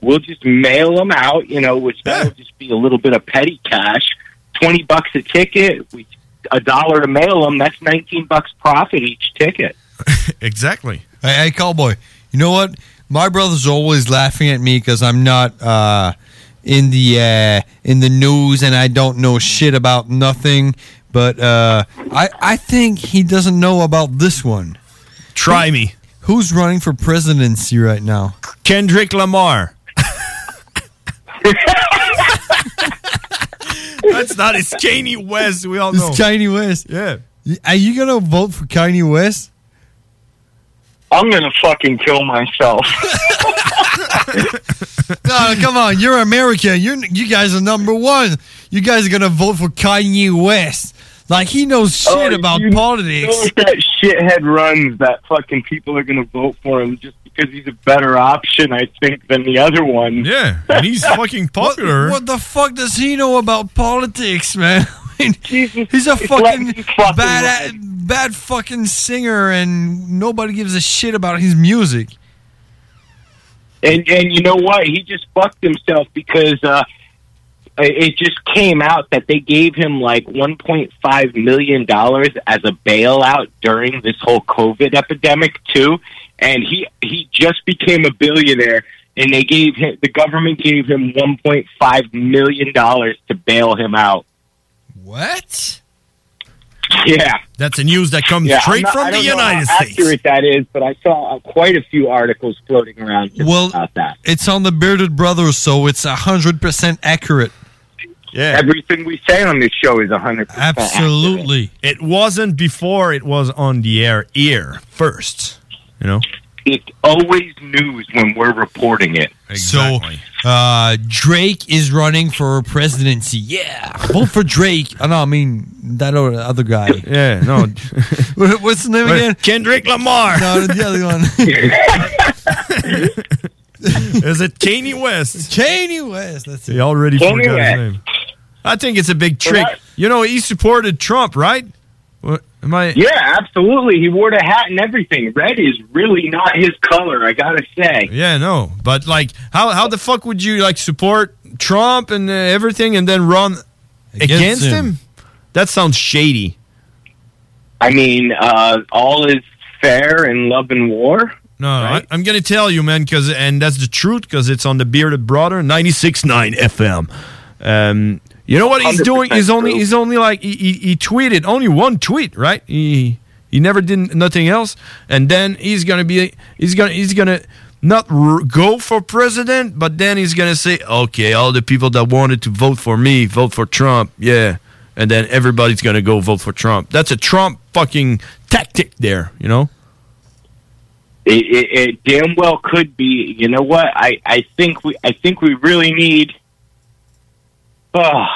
Speaker 23: We'll just mail them out. You know, which that'll just be a little bit of petty cash. Twenty bucks a ticket. We a dollar to mail them. That's nineteen bucks profit each ticket.
Speaker 8: Exactly.
Speaker 5: Hey, hey, cowboy. You know what? My brother's always laughing at me because I'm not uh, in the uh, in the news and I don't know shit about nothing. But uh, I I think he doesn't know about this one.
Speaker 8: Try me.
Speaker 5: Who's running for presidency right now?
Speaker 8: Kendrick Lamar. That's not it's Kanye West. We
Speaker 23: Oh,
Speaker 8: all
Speaker 5: It's
Speaker 8: know.
Speaker 5: Kanye West.
Speaker 8: Yeah.
Speaker 5: Are you gonna vote for Kanye West?
Speaker 23: I'm gonna fucking kill myself.
Speaker 5: no, come on. You're American. You're, you guys are number one. You guys are going to vote for Kanye West. Like, he knows
Speaker 23: Oh,
Speaker 5: shit about politics.
Speaker 23: If that shithead runs, that fucking people are going to vote for him just because he's a better option, I think, than the other one.
Speaker 8: Yeah, and he's fucking popular.
Speaker 5: What the fuck does he know about politics, man? I mean, he's a
Speaker 23: it's
Speaker 5: fucking,
Speaker 23: like he's fucking
Speaker 5: bad, bad fucking singer, and nobody gives a shit about his music.
Speaker 23: And and you know what? He just fucked himself because uh, it just came out that they gave him like 1.5 million dollars as a bailout during this whole COVID epidemic too, and he he just became a billionaire. And they gave him the government gave him 1.5 million dollars to bail him out.
Speaker 5: What?
Speaker 23: Yeah.
Speaker 8: That's the news that comes
Speaker 23: Yeah, I'm
Speaker 8: straight
Speaker 23: not- I
Speaker 8: from the
Speaker 23: don't know
Speaker 8: United
Speaker 23: how
Speaker 8: States.
Speaker 23: Accurate that is, but I saw uh, quite a few articles floating around just
Speaker 5: Well,
Speaker 23: about that.
Speaker 5: It's on the Bearded Brothers, so it's 100% accurate.
Speaker 8: Yeah.
Speaker 23: Everything we say on this show is 100%.
Speaker 5: Absolutely.
Speaker 8: It wasn't before it was on the air ear first. You know?
Speaker 23: It's always news when we're reporting it.
Speaker 5: So uh, Drake is running for presidency. Yeah, vote for Drake. Oh, no, I mean that o- other guy.
Speaker 8: Yeah, no.
Speaker 5: What's the name
Speaker 8: Wait,
Speaker 5: again?
Speaker 8: Kendrick Lamar.
Speaker 5: No, the other one.
Speaker 8: Is it Kanye West?
Speaker 5: Kanye West. That's
Speaker 8: He already
Speaker 5: Kanye
Speaker 8: forgot
Speaker 5: West.
Speaker 8: his name. I think it's a big trick. You know, he supported Trump, right? What am I?
Speaker 23: Yeah, absolutely. He wore the hat and everything. Red is really not his color, I gotta say.
Speaker 8: Yeah, no. But like, how how the fuck would you like support Trump and uh, everything, and then run against,
Speaker 23: Against
Speaker 8: him?
Speaker 23: him.
Speaker 8: That sounds shady.
Speaker 23: I mean, uh, all is fair in love and war.
Speaker 8: No, I, I'm gonna tell you, man, because and that's the truth, because it's on the bearded brother, ninety six nine FM. Um, you know what he's doing?
Speaker 23: 100%
Speaker 8: He's only
Speaker 23: true.
Speaker 8: he's only like he, he, he tweeted only one tweet, right? He he never did nothing else, and then he's gonna be he's gonna he's gonna not r- go for president, but then he's gonna say, okay, all the people that wanted to vote for me vote for Trump, yeah, and then everybody's gonna go vote for Trump. That's a Trump fucking tactic, there, you know.
Speaker 23: It, it, it damn well could be. You know what? I, I think we I think we really need. Oh,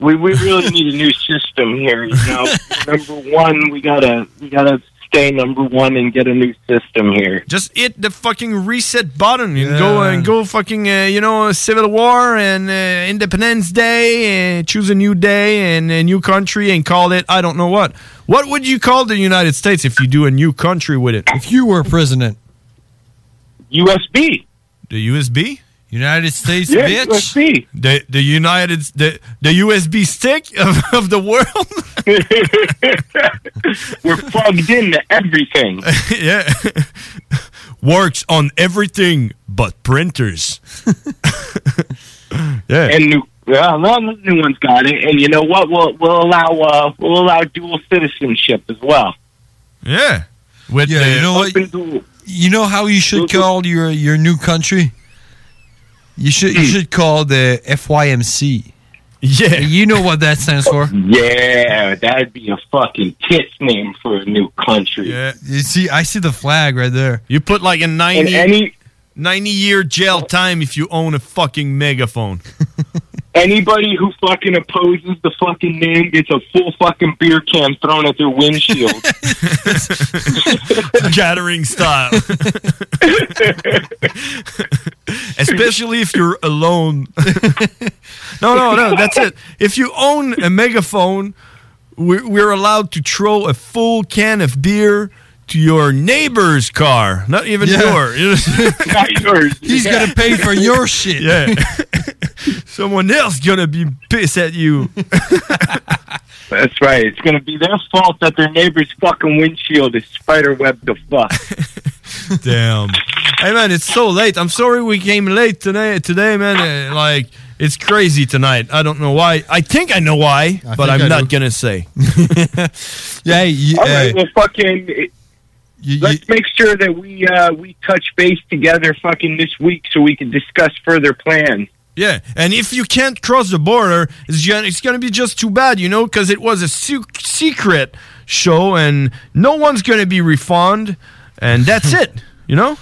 Speaker 23: we we really need a new system here. You know, number one, we gotta we gotta stay number one and get a new system here.
Speaker 8: Just hit the fucking reset button and go and go fucking uh, you know Civil War and uh, Independence Day and choose a new day and a new country and call it I don't know what. What would you call the United States if you do a new country with it?
Speaker 5: If you were president,
Speaker 23: USB.
Speaker 8: The USB.
Speaker 5: United States,
Speaker 8: Yeah,
Speaker 5: bitch.
Speaker 23: USB.
Speaker 8: The the United the the USB stick of, of the world.
Speaker 23: We're plugged into everything.
Speaker 8: yeah. Works on everything but printers. yeah.
Speaker 23: And new, yeah, well, the new one's got it. And you know what? We'll we'll allow uh, we'll allow dual citizenship as well.
Speaker 8: Yeah. With
Speaker 5: yeah, you know
Speaker 23: what?
Speaker 5: You know how you should call your your new country. You should
Speaker 23: Hmm.
Speaker 5: you should call the FYMC.
Speaker 8: Yeah,
Speaker 5: you know what that stands for.
Speaker 23: Yeah, that'd be a fucking tits name for a new country.
Speaker 8: Yeah.
Speaker 5: You see, I see the flag right there.
Speaker 8: You put like a 90,
Speaker 23: any- Oh.
Speaker 8: 90 year jail time if you own a fucking megaphone.
Speaker 23: Anybody who fucking opposes the fucking name gets a full fucking beer can thrown at their windshield.
Speaker 8: Gathering style. Especially if you're alone. no, no, no. That's it. If you own a megaphone, we're, we're allowed to throw a full can of beer to your neighbor's car, not even
Speaker 5: Yeah.
Speaker 8: yours.
Speaker 23: Not yours.
Speaker 5: He's gonna pay for your shit.
Speaker 8: Yeah. Someone else gonna be pissed at you.
Speaker 23: That's right. It's gonna be their fault that their neighbor's fucking windshield is spider webbed the fuck.
Speaker 8: Damn. Hey man, it's so late. I'm sorry we came late today. Today, man, uh, like it's crazy tonight. I don't know why. I think I know why,
Speaker 5: I
Speaker 8: but
Speaker 5: think
Speaker 8: I'm
Speaker 5: I
Speaker 8: not
Speaker 5: do.
Speaker 8: gonna say.
Speaker 5: Yeah, you,
Speaker 23: All right, well, fucking. let's make sure that we uh, we touch base together, fucking this week, so we can discuss further plans.
Speaker 8: Yeah, and if you can't cross the border, it's gonna, it's gonna be just too bad, you know, because it was a su- secret show, and no one's gonna be refunded, and that's it, you know.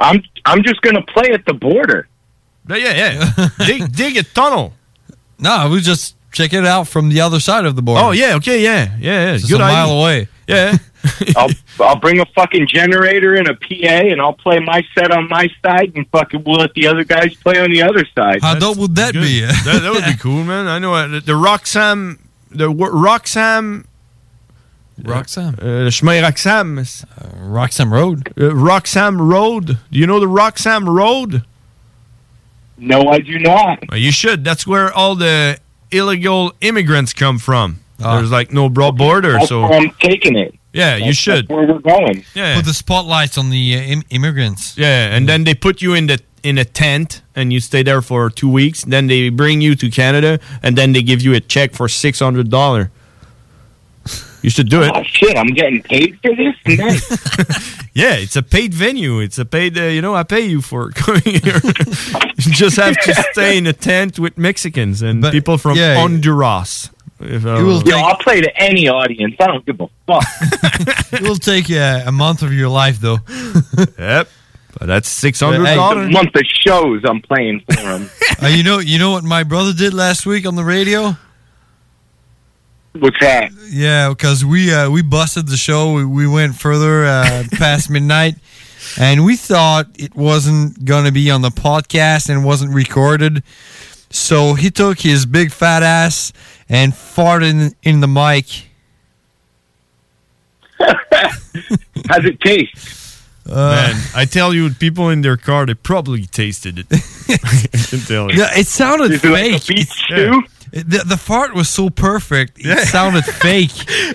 Speaker 23: I'm I'm just going to play at the border.
Speaker 8: yeah, yeah. dig, dig a tunnel.
Speaker 5: No, we just check it out from the other side of the border.
Speaker 23: Oh, yeah,
Speaker 8: okay, yeah, yeah, yeah.
Speaker 5: Just
Speaker 23: good
Speaker 5: a mile
Speaker 23: idea.
Speaker 5: away.
Speaker 8: Yeah.
Speaker 23: I'll I'll bring a fucking generator and a PA, and I'll play my set on my side, and fucking we'll let the other guys play on the other side.
Speaker 8: How dope would that be? that, that would be cool, man. I know uh, the, the Roxham, the wo- Roxham.
Speaker 5: Roxham? Uh,
Speaker 8: Uh, le chemin Roxham.
Speaker 5: Roxham Road.
Speaker 8: Uh, Roxham Road. Do you know the Roxham Road?
Speaker 23: No, I do not.
Speaker 8: you should. That's where all the illegal immigrants come from.
Speaker 5: Ah.
Speaker 8: There's like no broad border,
Speaker 23: That's
Speaker 8: so
Speaker 23: where I'm taking it.
Speaker 8: Yeah, you
Speaker 23: That's-
Speaker 8: should.
Speaker 23: that's where we're going.
Speaker 8: Yeah.
Speaker 5: Put the spotlights on the uh, Im- immigrants.
Speaker 8: Yeah, and then they put you in the in a tent and you stay there for two weeks. Then they bring you to Canada and then they give you a check for six hundred dollar. You should do it.
Speaker 23: Oh shit! I'm getting paid for this. Nice.
Speaker 8: Yeah, it's a paid venue. It's a paid. Uh, you know, I pay you for coming here. you just have to stay in a tent with Mexicans and people from
Speaker 23: yeah.
Speaker 8: Honduras. If, uh,
Speaker 23: Yo, I'll play to any audience. I don't give a fuck.
Speaker 5: it will take uh, a month of your life, though.
Speaker 8: yep. But that's six
Speaker 23: The month of shows I'm playing for them.
Speaker 5: Uh, you know, you know what my brother did last week on the radio?
Speaker 23: What's that?
Speaker 5: Yeah, because we uh, we busted the show. We, we went further uh, past midnight, and we thought it wasn't gonna be on the podcast and wasn't recorded. So he took his big fat ass and farted in, in the mic.
Speaker 23: How's it taste?
Speaker 8: Man, I tell you, people in their car they probably tasted it. I can tell you.
Speaker 5: Yeah, it sounded
Speaker 8: Is it like
Speaker 5: fake.
Speaker 8: a beach
Speaker 5: Yeah.
Speaker 8: stew?
Speaker 5: It- The, the fart was so perfect. It
Speaker 8: Yeah.
Speaker 5: sounded fake.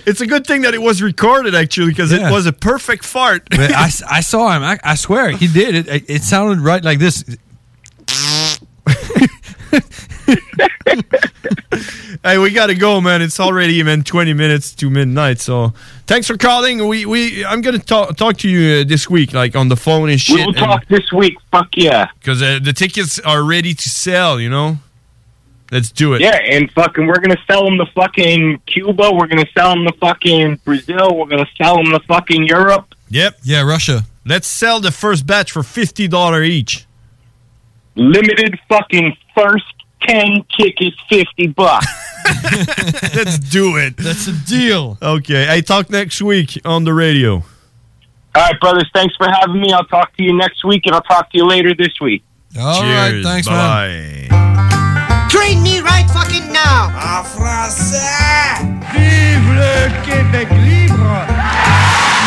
Speaker 8: It's a good thing that it was recorded actually, because it was a perfect fart.
Speaker 5: But I, s- I saw him. I, I swear he did it. it. It sounded right like this.
Speaker 8: hey, we gotta go, man. It's already even twenty minutes to midnight. So thanks for calling. We we I'm gonna talk talk to you uh, this week, like on the phone and shit.
Speaker 23: We'll talk this week. Fuck yeah.
Speaker 8: Because uh, the tickets are ready to sell. You know, let's do it.
Speaker 23: Yeah, and fucking, we're gonna sell them to fucking Cuba. We're gonna sell them to fucking Brazil. We're gonna sell them to fucking Europe.
Speaker 8: Yep.
Speaker 5: Yeah, Russia.
Speaker 8: Let's sell the first batch for fifty dollar each.
Speaker 23: Limited fucking first ten tickets, fifty bucks.
Speaker 8: Let's do it.
Speaker 5: That's a deal.
Speaker 8: Okay. I talk next week on the radio.
Speaker 23: All right, brothers. Thanks for having me. I'll talk to you next week, and I'll talk to you later this week.
Speaker 5: All right, thanks, man.
Speaker 3: Train me right fucking now. En français. Vive le Québec libre.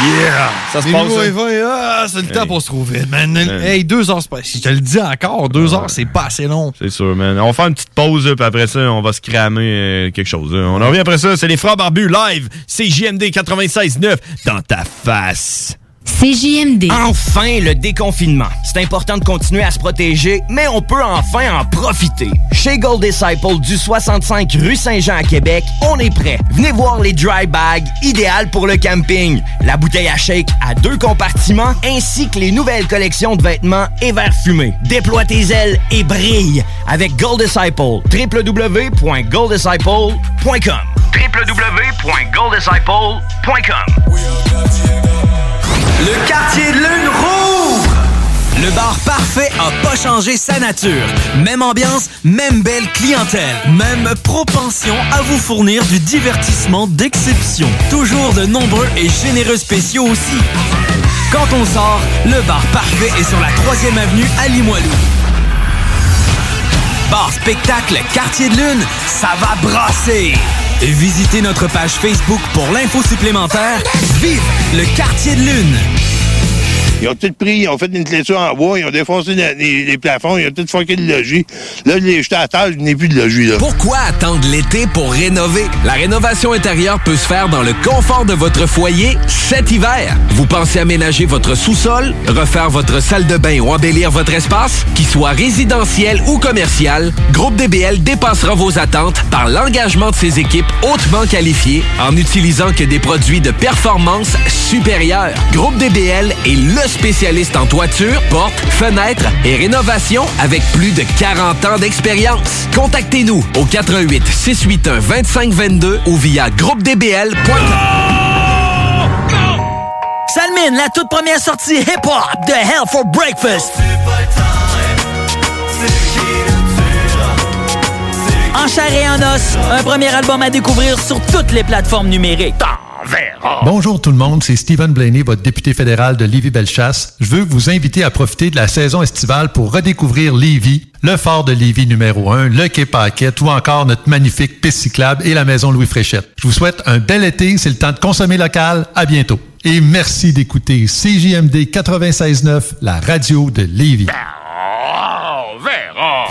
Speaker 8: Yeah! Ça se
Speaker 5: Les
Speaker 8: passe. hein?
Speaker 5: nouveaux
Speaker 8: ça.
Speaker 5: Events, ah, c'est le temps pour se trouver, man.
Speaker 8: Hey.
Speaker 5: Hey, deux heures, c'est pas- si je te le dis encore, deux heures, c'est pas assez long.
Speaker 8: C'est sûr, man. On va faire une petite pause, là, puis après ça, on va se cramer euh, quelque chose. là. On en revient après ça. C'est les Frères Barbus live, CJMD 96.9, dans ta face.
Speaker 10: CJMD. Enfin le déconfinement. C'est important de continuer à se protéger, mais on peut enfin en profiter. Chez Gold Disciple du 65 rue Saint-Jean à Québec, on est prêt. Venez voir les dry bags, idéales pour le camping. La bouteille à shake à deux compartiments, ainsi que les nouvelles collections de vêtements et verres fumés. Déploie tes ailes et brille avec Gold Disciple. www.golddisciple.com www.golddisciple.com
Speaker 21: Le quartier de lune rouvre! Le bar parfait a pas changé sa nature. Même ambiance, même belle clientèle, même propension à vous fournir du divertissement d'exception. Toujours de nombreux et généreux spéciaux aussi. Quand on sort, le bar parfait est sur la 3e avenue à Limoilou. Bar spectacle Quartier de Lune, ça va brasser! Visitez notre page Facebook pour l'info supplémentaire. Vive le Quartier de Lune!
Speaker 7: Ils ont tout pris, ils ont fait une clôture en bois, ils ont défoncé la- les, les plafonds, ils ont tout fucké le logis. Là, je l'ai jeté à terre, je n'ai plus de logis, là.
Speaker 24: Pourquoi attendre l'été pour rénover? La rénovation intérieure peut se faire dans le confort de votre foyer cet hiver. Vous pensez aménager votre sous-sol, refaire votre salle de bain ou embellir votre espace? Qu'il soit résidentiel ou commercial, Groupe DBL dépassera vos attentes par l'engagement de ses équipes hautement qualifiées en n'utilisant que des produits de performance supérieure. Groupe DBL est le spécialiste en toiture, portes, fenêtres et rénovation avec plus de 40 ans d'expérience. Contactez-nous au 88 681 2522 ou via groupedbl.com.
Speaker 21: Salmine, la toute première sortie hip-hop de Hell for Breakfast. En chair et en os, un premier album à découvrir sur toutes les plateformes numériques.
Speaker 11: Bonjour tout le monde, c'est Stephen Blaney, votre député fédéral de Lévis-Bellechasse. Je veux vous inviter à profiter de la saison estivale pour redécouvrir Lévis, le fort de Lévis numéro 1, le Quai Paquette ou encore notre magnifique piste cyclable et la maison Louis Fréchette. Je vous souhaite un bel été, c'est le temps de consommer local. À bientôt. Et merci d'écouter CJMD 96.9, la radio de Lévis.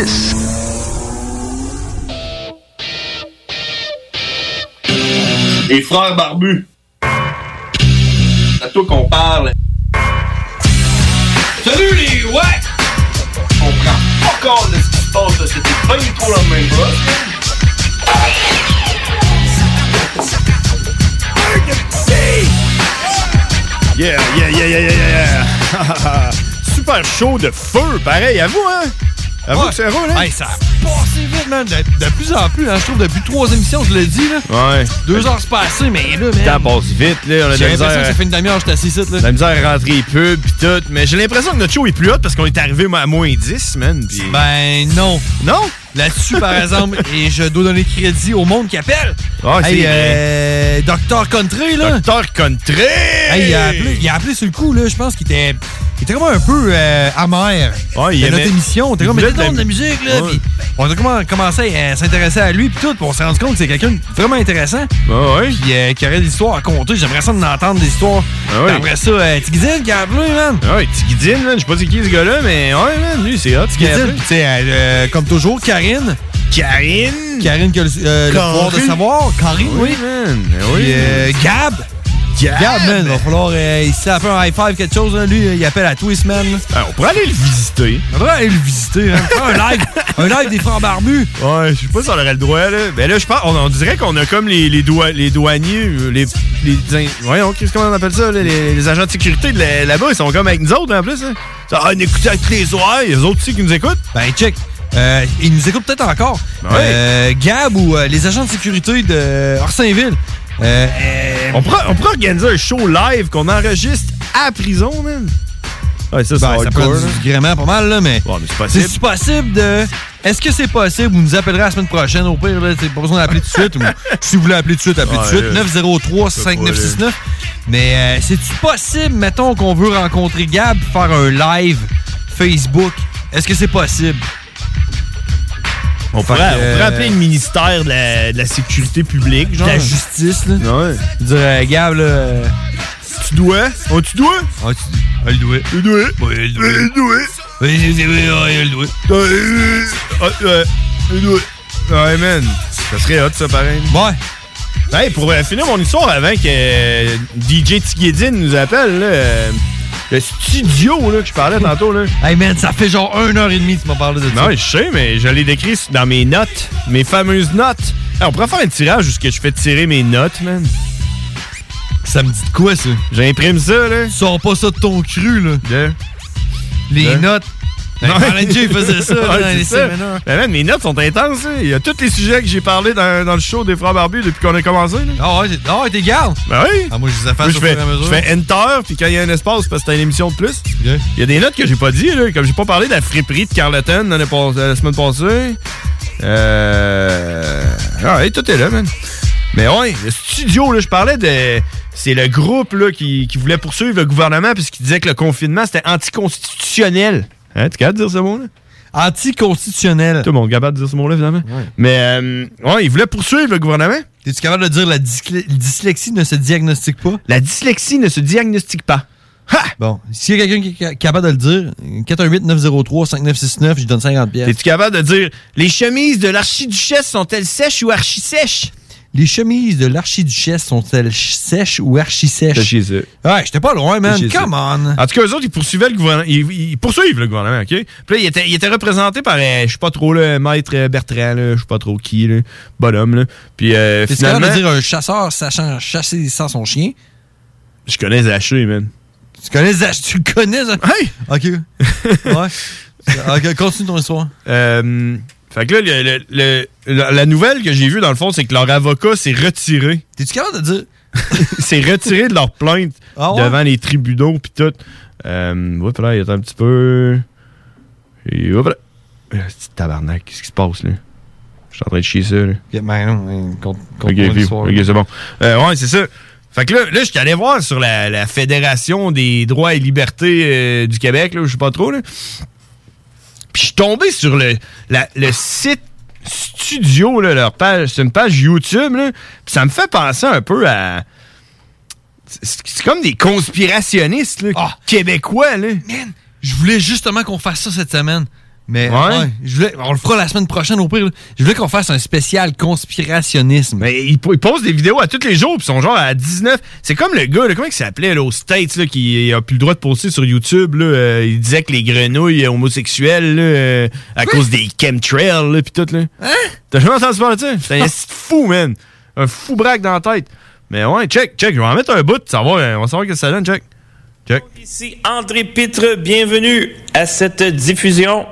Speaker 12: 681-4476.
Speaker 3: Les frères barbus. C'est à toi qu'on parle. Salut les ouais! On prend pas compte de ce qui se passe, là. c'était pas du tout la même
Speaker 2: Yeah, yeah, yeah, yeah, yeah, yeah. Super chaud de feu, pareil, à vous, hein? À vous que ça roule, hein?
Speaker 5: Hey, ça a passé vite, man. De, de plus en plus, hein, je trouve, depuis trois émissions, je l'ai dit, là.
Speaker 2: Ouais.
Speaker 5: Deux heures se passaient, mais là,
Speaker 2: Le temps
Speaker 5: man.
Speaker 2: passe vite, là. On a de
Speaker 5: J'ai
Speaker 2: la
Speaker 5: l'impression
Speaker 2: misère-
Speaker 5: que ça fait une demi-heure que j'étais assis ici, là.
Speaker 2: La misère à rentrer les pubs pis tout, mais j'ai l'impression que notre show est plus haute parce qu'on est arrivé à moins 10, man.
Speaker 5: Ben non.
Speaker 2: Non?
Speaker 5: Là-dessus, par exemple, et je dois donner crédit au monde qui appelle.
Speaker 2: Ah, c'est
Speaker 5: hey,
Speaker 2: vrai.
Speaker 5: euh, Docteur Country, là.
Speaker 2: Docteur Country!
Speaker 5: Hey, il, a appelé, il a appelé sur le coup, là. Je pense qu'il était. Il était comme un peu euh, amer.
Speaker 2: Ouais, il
Speaker 5: de notre
Speaker 2: aimait-
Speaker 5: émission. On était
Speaker 2: il
Speaker 5: comme
Speaker 2: voulait
Speaker 5: tout le monde de la musique, là.
Speaker 2: Ouais.
Speaker 5: puis on a comment- commencé à s'intéresser à lui, puis tout. puis on s'est rendu compte que c'est quelqu'un de vraiment intéressant. Puis euh, qui aurait des histoires à conter. J'aimerais ça d'entendre des histoires.
Speaker 2: Ah ouais.
Speaker 5: Puis Après ça, euh, Tigidine qui a appelé, man.
Speaker 2: Ouais, Tigidine, man. Je sais pas c'est qui ce gars-là, mais ouais, man. Lui, c'est hot, ce qu'il a
Speaker 5: Tigidine,
Speaker 2: appelé.
Speaker 5: puis tu sais, euh, euh, comme toujours, Karine.
Speaker 2: Karine?
Speaker 5: Karine qui a le, euh, le
Speaker 2: Karine.
Speaker 5: pouvoir de savoir. Karine, oui.
Speaker 2: man. Ben
Speaker 5: Puis,
Speaker 2: oui.
Speaker 5: euh, Gab.
Speaker 2: Gab.
Speaker 5: man. va falloir. euh, il se tape un high five, quelque chose. hein. Lui, euh, il appelle à Twist, man.
Speaker 2: Ben, on pourrait aller le visiter.
Speaker 5: On pourrait aller le visiter. hein. Faire un live. un live des frères barbus.
Speaker 2: Ouais, je sais pas si on aurait le droit, là. Ben là, je pense, on, on dirait qu'on a comme les, les, doi- les douaniers, euh, les. les in- voyons, qu'est-ce qu'on appelle ça, là, les, les agents de sécurité de la- là-bas, ils sont comme avec nous autres, en plus, hein. Ça, ah, on écoute avec les oreilles, les autres aussi qui nous écoutent.
Speaker 5: Ben, check. Euh, ils nous écoutent peut-être encore.
Speaker 2: Ben
Speaker 5: Euh, Gab ou euh, les agents de sécurité de Orsainville. Euh, euh,
Speaker 2: On pourrait, on pourrait organiser un show live qu'on enregistre à prison, man. Ouais, ça, c'est
Speaker 5: Ben, ça
Speaker 2: hardcore,
Speaker 5: prend
Speaker 2: là.
Speaker 5: du gréement pas mal, là, mais.
Speaker 2: c'est possible.
Speaker 5: C'est possible de. Est-ce que c'est possible? Vous nous appellerez la semaine prochaine, au pire, là, c'est pas besoin d'appeler tout de suite. ou si vous voulez appeler tout de suite, appelez tout de
Speaker 2: Ouais,
Speaker 5: suite.
Speaker 2: là,
Speaker 5: 903-5969. Mais euh, c'est-tu possible, mettons, qu'on veut rencontrer Gab pour faire un live Facebook? Est-ce que c'est possible?
Speaker 2: On
Speaker 5: Fait
Speaker 2: pourrait,
Speaker 5: que,
Speaker 2: on pourrait
Speaker 5: euh,
Speaker 2: appeler le ministère de la, de la sécurité publique, genre.
Speaker 5: la justice, là.
Speaker 2: Ouais.
Speaker 5: Dire, euh, Gab, là. euh,
Speaker 2: Tu dois? Oh, tu dois?
Speaker 5: Ah, tu- ah, le doué.
Speaker 2: Le doué.
Speaker 5: Oui, le doué. Le
Speaker 2: doué.
Speaker 5: Oui, c'est vrai, ah, le doué.
Speaker 2: Euh, Ah, ouais. Ah, Ouais, man. Ça serait hot, ça, pareil.
Speaker 5: Ouais.
Speaker 2: Hey, pour euh, finir mon histoire avant que euh, DJ Tigedine nous appelle, là, euh, le studio là, que je parlais tantôt. Là.
Speaker 5: Hey, man, ça fait genre une heure et demie que tu m'as parlé de ça.
Speaker 2: Non, je sais, mais je l'ai décrit dans mes notes, mes fameuses notes. Hey, on pourrait faire un tirage où ce que je fais tirer mes notes, man.
Speaker 5: Ça me dit de quoi, ça?
Speaker 2: J'imprime ça, là.
Speaker 5: Sors pas ça de ton cru, là. Les
Speaker 2: De?
Speaker 5: notes. Hey, Parlant de Jay, il faisait ça,
Speaker 2: Ouais,
Speaker 5: là, dans
Speaker 2: c'est
Speaker 5: les hein.
Speaker 2: ça.
Speaker 5: séminaires.
Speaker 2: Ben, man, mes notes sont intenses. hein. Il y a tous les sujets que j'ai parlé dans, dans le show des Frères Barbus depuis qu'on a commencé. là.
Speaker 5: Ah ouais, t'es- ah ouais, t'es garde.
Speaker 2: Ben oui.
Speaker 5: Ah, moi, je les ai fait
Speaker 2: Moi,
Speaker 5: au
Speaker 2: je fais,
Speaker 5: fur et à mesure.
Speaker 2: je fais enter, puis quand il y a un espace, parce que c'est une émission de plus. Il y a des notes que j'ai pas dit, là, comme j'ai pas parlé de la friperie de Carleton l'année pas- la semaine passée. Euh... Ah, hey, tout est là, man. Mais ouais, le studio, là, je parlais de... C'est le groupe là, qui, qui voulait poursuivre le gouvernement puisqu'il disait que le confinement, c'était anticonstitutionnel. Hein, t'es capable de dire ce mot-là?
Speaker 5: Anticonstitutionnel.
Speaker 2: Tout le monde est capable de dire ce mot-là, finalement. Mais, euh, ouais, il voulait poursuivre le gouvernement.
Speaker 5: T'es-tu capable de dire la dysle- dyslexie ne se diagnostique pas?
Speaker 2: La dyslexie ne se diagnostique pas.
Speaker 5: Bon, s'il y a quelqu'un qui est ca- capable de le dire, 418-903-5969, je lui donne 50 pièces.
Speaker 2: Es-tu capable de dire les chemises de l'archiduchesse sont-elles sèches ou archi-sèches?
Speaker 5: Les chemises de l'archiduchesse sont-elles ch- sèches ou archi-sèches?
Speaker 2: Sèches.
Speaker 5: Ouais, j'étais pas loin, man.
Speaker 2: Sèches.
Speaker 5: Come on.
Speaker 2: En tout cas, eux autres, ils poursuivaient le gouvernement. Ils, ils poursuivent le gouvernement, OK? Puis là, ils étaient, ils étaient représentés par, euh, je sais pas trop, le maître euh, Bertrand, là, je sais pas trop qui, là, bonhomme. Là. Puis euh,
Speaker 5: C'est quand
Speaker 2: finalement,
Speaker 5: même dire un chasseur sachant chasser sans son chien.
Speaker 2: je connais Zaché, man.
Speaker 5: Tu connais Zaché? Tu le connais Zaché? OK. ouais. Ok, Continue ton histoire.
Speaker 2: Euh, fait que là, le- le- le- la, la nouvelle que j'ai vue, dans le fond, c'est que leur avocat s'est retiré.
Speaker 5: T'es-tu capable de dire?
Speaker 2: s'est retiré de leur plainte
Speaker 5: Ah ouais?
Speaker 2: devant les tribunaux puis tout. Euh, ouais, là, il attend un petit peu. Et hop là. Ah, c'est tabarnak, qu'est-ce qui se passe, là? Je suis en train de chier ça, là.
Speaker 5: Ok, ben non, compte,
Speaker 2: Ok, puis- ok, c'est bon. Euh, ouais, c'est ça. Fait que là, là j'étais allé voir sur la, la Fédération des droits et libertés euh, du Québec, là, je sais pas trop, là. Puis je suis tombé sur le, la- le site studio, là, leur page. C'est une page YouTube, là. Puis ça me fait penser un peu à. C'est c'est comme des conspirationnistes, là, québécois, là.
Speaker 5: Ah! Je voulais justement qu'on fasse ça cette semaine. Mais
Speaker 2: Ouais.
Speaker 5: ouais, je voulais, on le fera la semaine prochaine au pire. là. Je voulais qu'on fasse un spécial conspirationnisme.
Speaker 2: Mais ils, po- ils postent des vidéos à tous les jours, puis ils sont genre à 19. C'est comme le gars, là, comment il s'appelait, là, aux States, là, qui a plus le droit de poster sur YouTube, là, euh, il disait que les grenouilles homosexuelles, là, euh, à cause des chemtrails, là, puis tout, là. T'as jamais entendu parler de ça? C'est un esti de fou, man. Un fou braque dans la tête. Mais ouais, check, check, je vais en mettre un bout, ça va, euh, on va savoir ce que ça donne, check. Check.
Speaker 25: Ici André Pitre, bienvenue à cette diffusion.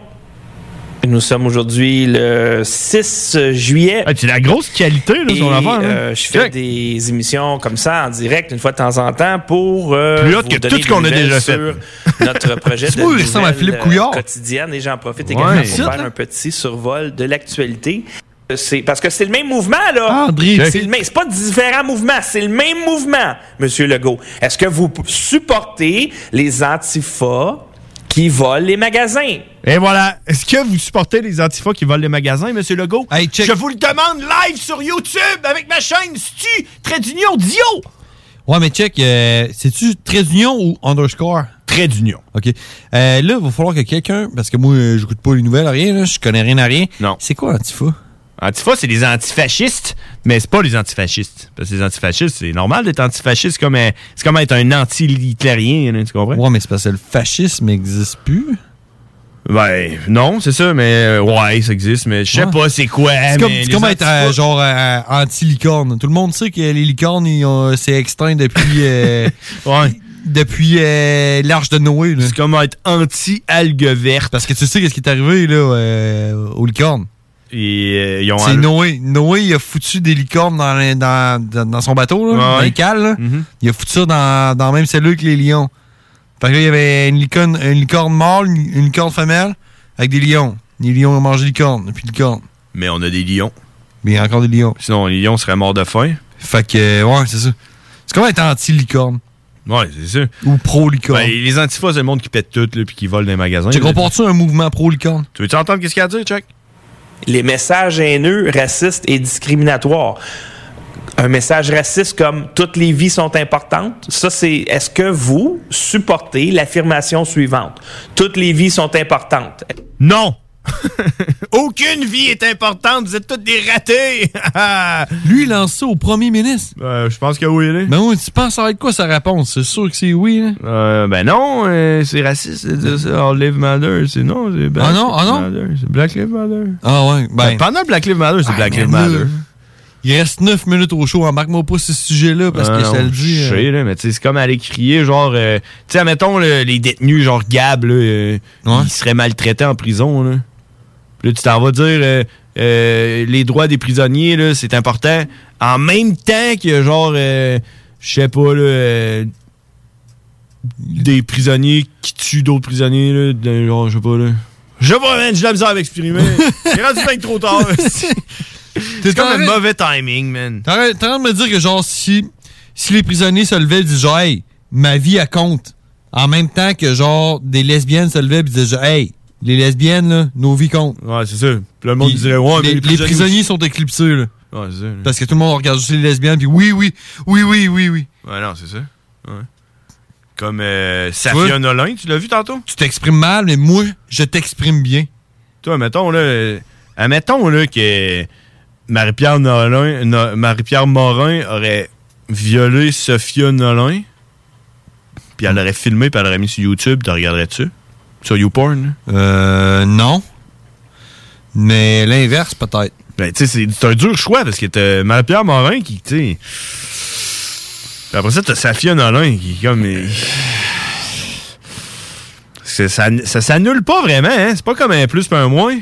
Speaker 25: Nous sommes aujourd'hui le 6 juillet.
Speaker 2: Ah, c'est la grosse qualité, là, son
Speaker 25: Et,
Speaker 2: affaire, hein.
Speaker 25: euh, je fais des émissions comme ça, en direct, une fois de temps en temps, pour. euh,
Speaker 2: Plus haute
Speaker 25: vous
Speaker 2: que
Speaker 25: donner
Speaker 2: tout ce qu'on
Speaker 25: des
Speaker 2: a déjà
Speaker 25: nouvelles
Speaker 2: fait.
Speaker 25: sur Notre projet
Speaker 2: C'est
Speaker 25: de
Speaker 2: pas, il ressemble à
Speaker 25: nouvelles,
Speaker 2: Philippe
Speaker 25: euh,
Speaker 2: Couillard.
Speaker 25: quotidienne. Et j'en profite
Speaker 2: Ouais.
Speaker 25: également pour
Speaker 2: Petite,
Speaker 25: faire
Speaker 2: là.
Speaker 25: un petit survol de l'actualité. C'est parce que c'est le même mouvement, là.
Speaker 2: Ah, André, check.
Speaker 25: c'est le même. C'est pas différents mouvements, c'est le même mouvement, Monsieur Legault. Est-ce que vous p- supportez les antifas qui volent les magasins?
Speaker 2: Et voilà. Ah, Est-ce que vous supportez les antifas qui volent les magasins, Monsieur Legault? Je vous le demande live sur YouTube avec ma chaîne Stu Trait d'Union Dio!
Speaker 5: Ouais, mais check, euh, c'est-tu trait d'union ou underscore?
Speaker 2: Trait d'union.
Speaker 5: OK. Euh, là, il va falloir que quelqu'un, parce que moi, euh, j'écoute pas les nouvelles, rien, là, je connais rien à rien.
Speaker 2: Non.
Speaker 5: C'est quoi Antifa?
Speaker 2: Antifa, c'est les antifascistes, mais c'est pas les antifascistes. Parce que les antifascistes, c'est normal d'être antifasciste, c'est comme, euh, c'est comme être un anti-hitlérien, là, tu comprends?
Speaker 5: Ouais, mais c'est parce que le fascisme n'existe plus.
Speaker 2: Ben, non, c'est ça, mais euh, ouais, ça existe, mais je sais
Speaker 5: Ouais.
Speaker 2: pas c'est quoi.
Speaker 5: C'est comme,
Speaker 2: mais
Speaker 5: c'est
Speaker 2: les
Speaker 5: comme être
Speaker 2: antifas-
Speaker 5: euh, genre euh, anti-licorne. Tout le monde sait que les licornes, ils ont- euh, c'est extinct depuis, euh, depuis euh, l'Arche de Noé. C'est
Speaker 2: comme être anti-algue verte.
Speaker 5: Parce que tu sais qu'est-ce qui est arrivé là, euh, aux licornes.
Speaker 2: Et, euh, ils ont
Speaker 5: C'est Noé. Noé, il a foutu des licornes dans, les- dans, dans, dans son bateau, là,
Speaker 2: Ouais,
Speaker 5: dans
Speaker 2: ouais.
Speaker 5: les cales. là.
Speaker 2: Mhm.
Speaker 5: Il a foutu ça dans, dans la même cellule que les lions. Fait que là, il y avait une licorne, une licorne mâle, une, une licorne femelle, avec des lions. Les lions ont mangé des licornes, puis des licornes.
Speaker 2: Mais on a des lions.
Speaker 5: Mais il y a encore des lions.
Speaker 2: Sinon, les lions seraient morts de faim.
Speaker 5: Fait que, ouais, c'est ça. C'est comme être anti-licorne.
Speaker 2: Ouais, c'est sûr.
Speaker 5: Ou pro-licorne.
Speaker 2: Ben, les antifas, c'est le monde qui pète tout, là, puis qui vole dans les magasins.
Speaker 5: tu
Speaker 2: là.
Speaker 5: comportes-tu un mouvement pro-licorne?
Speaker 2: Tu veux-tu entendre qu'est-ce qu'il y a à dire, Chuck?
Speaker 25: les messages haineux, racistes et discriminatoires. Un message raciste comme toutes les vies sont importantes, ça c'est est-ce que vous supportez l'affirmation suivante Toutes les vies sont importantes.
Speaker 2: Non. Aucune vie est importante, vous êtes tous des ratés. Euh,
Speaker 5: Lui, il lance ça au premier ministre.
Speaker 2: je pense que oui, là.
Speaker 5: Ben oui, tu penses ça va être quoi sa réponse? C'est sûr que c'est oui, là.
Speaker 2: Euh, ben non, euh, c'est raciste de dire ça. All Lives Matter, c'est non, c'est Black
Speaker 5: Ah non, ah non?
Speaker 2: Matter, c'est Black Lives Matter.
Speaker 5: Ah ouais, ben.
Speaker 2: pendant Black Lives Matter, c'est Black Lives Matter.
Speaker 5: Il reste 9 minutes au show, embarque-moi pas ce sujet-là, parce
Speaker 2: Ah
Speaker 5: que
Speaker 2: non,
Speaker 5: ça le dit.
Speaker 2: Je
Speaker 5: euh,
Speaker 2: sais, là, mais tu sais, c'est comme aller crier, genre, euh, tu sais, admettons, là, les détenus, genre Gab, là, euh, ils seraient maltraités en prison, là. Puis là, tu t'en vas dire, euh, euh, les droits des prisonniers, là, c'est important. En même temps que, genre, euh, je sais pas, là, euh, des prisonniers qui tuent d'autres prisonniers, là, de- genre, je sais pas, là. Je vois, man, j'ai de la misère à m'exprimer. C'est rendu bien que trop tard.
Speaker 5: T'es
Speaker 2: C'est comme
Speaker 5: correct.
Speaker 2: un mauvais timing, man.
Speaker 5: T'es en train- t'es en train de me dire que, genre, si, si les prisonniers se levaient et disaient, genre, hey, ma vie, elle compte. En même temps que, genre, des lesbiennes se levaient et disaient, genre, hey, les lesbiennes, là, nos vies comptent.
Speaker 2: Ouais, c'est ça. Puis le monde
Speaker 5: Puis
Speaker 2: dirait, ouais, mais
Speaker 5: les, les prisonniers, sont éclipsés, là.
Speaker 2: Ouais, c'est ça. là.
Speaker 5: Parce que tout le monde regarde juste les lesbiennes, puis oui, oui, oui, oui, oui, oui.
Speaker 2: Ouais, non, c'est ça. Ouais. Comme euh, Safia
Speaker 5: Oui.
Speaker 2: Nolin, tu l'as vu tantôt?
Speaker 5: Tu t'exprimes mal, mais moi, je t'exprime bien.
Speaker 2: Toi, mettons, là. euh, admettons, là, que. Marie-Pierre Nolin, No- Marie-Pierre Morin aurait violé Sophia Nolin, puis elle l'aurait filmé, puis elle l'aurait mis sur YouTube, t'en regarderais-tu? Sur YouPorn?
Speaker 5: Euh, non. Mais l'inverse, peut-être.
Speaker 2: Ben, tu sais, c'est- c'est un dur choix, parce que t'as Marie-Pierre Morin qui, tu sais... Puis Après ça, t'as Sophia Nolin qui, comme... euh, c'est- Ça, ça s'annule pas vraiment, hein? C'est pas comme un plus puis un moins.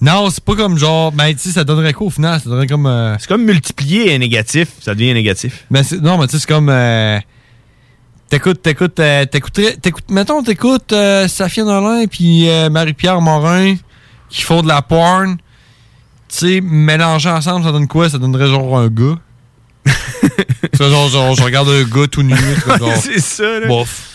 Speaker 5: Non, c'est pas comme genre, ben, tu sais, ça donnerait quoi au final? Ça donnerait comme.
Speaker 2: C'est comme multiplier un négatif, ça devient un négatif.
Speaker 5: Mais c'est- non, mais tu sais, c'est comme. euh, t'écoutes, t'écoutes, euh, t'écouterais- t'écoutes- Mettons, t'écoutes euh, Safia Nolin puis euh, Marie-Pierre Morin qui font de la porn. Tu sais, mélangés ensemble, ça donne quoi? Ça donnerait genre un gars. Tu sais, genre, genre, je regarde un gars tout nu.
Speaker 2: Ouais,
Speaker 5: genre,
Speaker 2: c'est ça, là.
Speaker 5: Bof.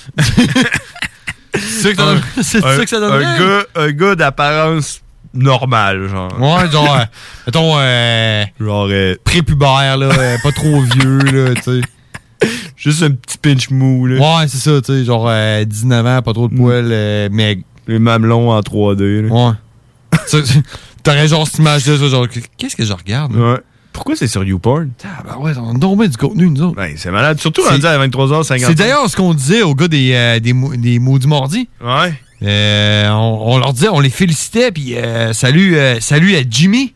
Speaker 5: C'est ça que ça donne- c'est
Speaker 2: Un-
Speaker 5: ça que ça donnerait?
Speaker 2: Un gars, un gars d'apparence normale, genre.
Speaker 5: Ouais, genre, euh, mettons, euh,
Speaker 2: genre
Speaker 5: prépubère, là, euh, pas trop vieux, là, tu sais.
Speaker 2: Juste un petit pinch mou,
Speaker 5: là. Ouais, c'est ça, tu sais, genre euh, 19 ans, pas trop
Speaker 2: Mm.
Speaker 5: de poils, euh, mais.
Speaker 2: Les mamelons en 3D, là.
Speaker 5: Ouais. Tu- tu- T'aurais genre cette image-là, tu vois, genre, qu'est-ce que je regarde?
Speaker 2: Ouais. Pourquoi c'est sur YouPorn?
Speaker 5: Ah, bah ouais, on a bien du contenu, nous autres.
Speaker 2: c'est malade. Surtout rendu à 23h50.
Speaker 5: C'est d'ailleurs ce qu'on disait aux gars des, euh, des, mou- des maudits mordis.
Speaker 2: Ouais.
Speaker 5: Euh, on, on leur disait, on les félicitait, puis euh, salut, euh, salut à Jimmy.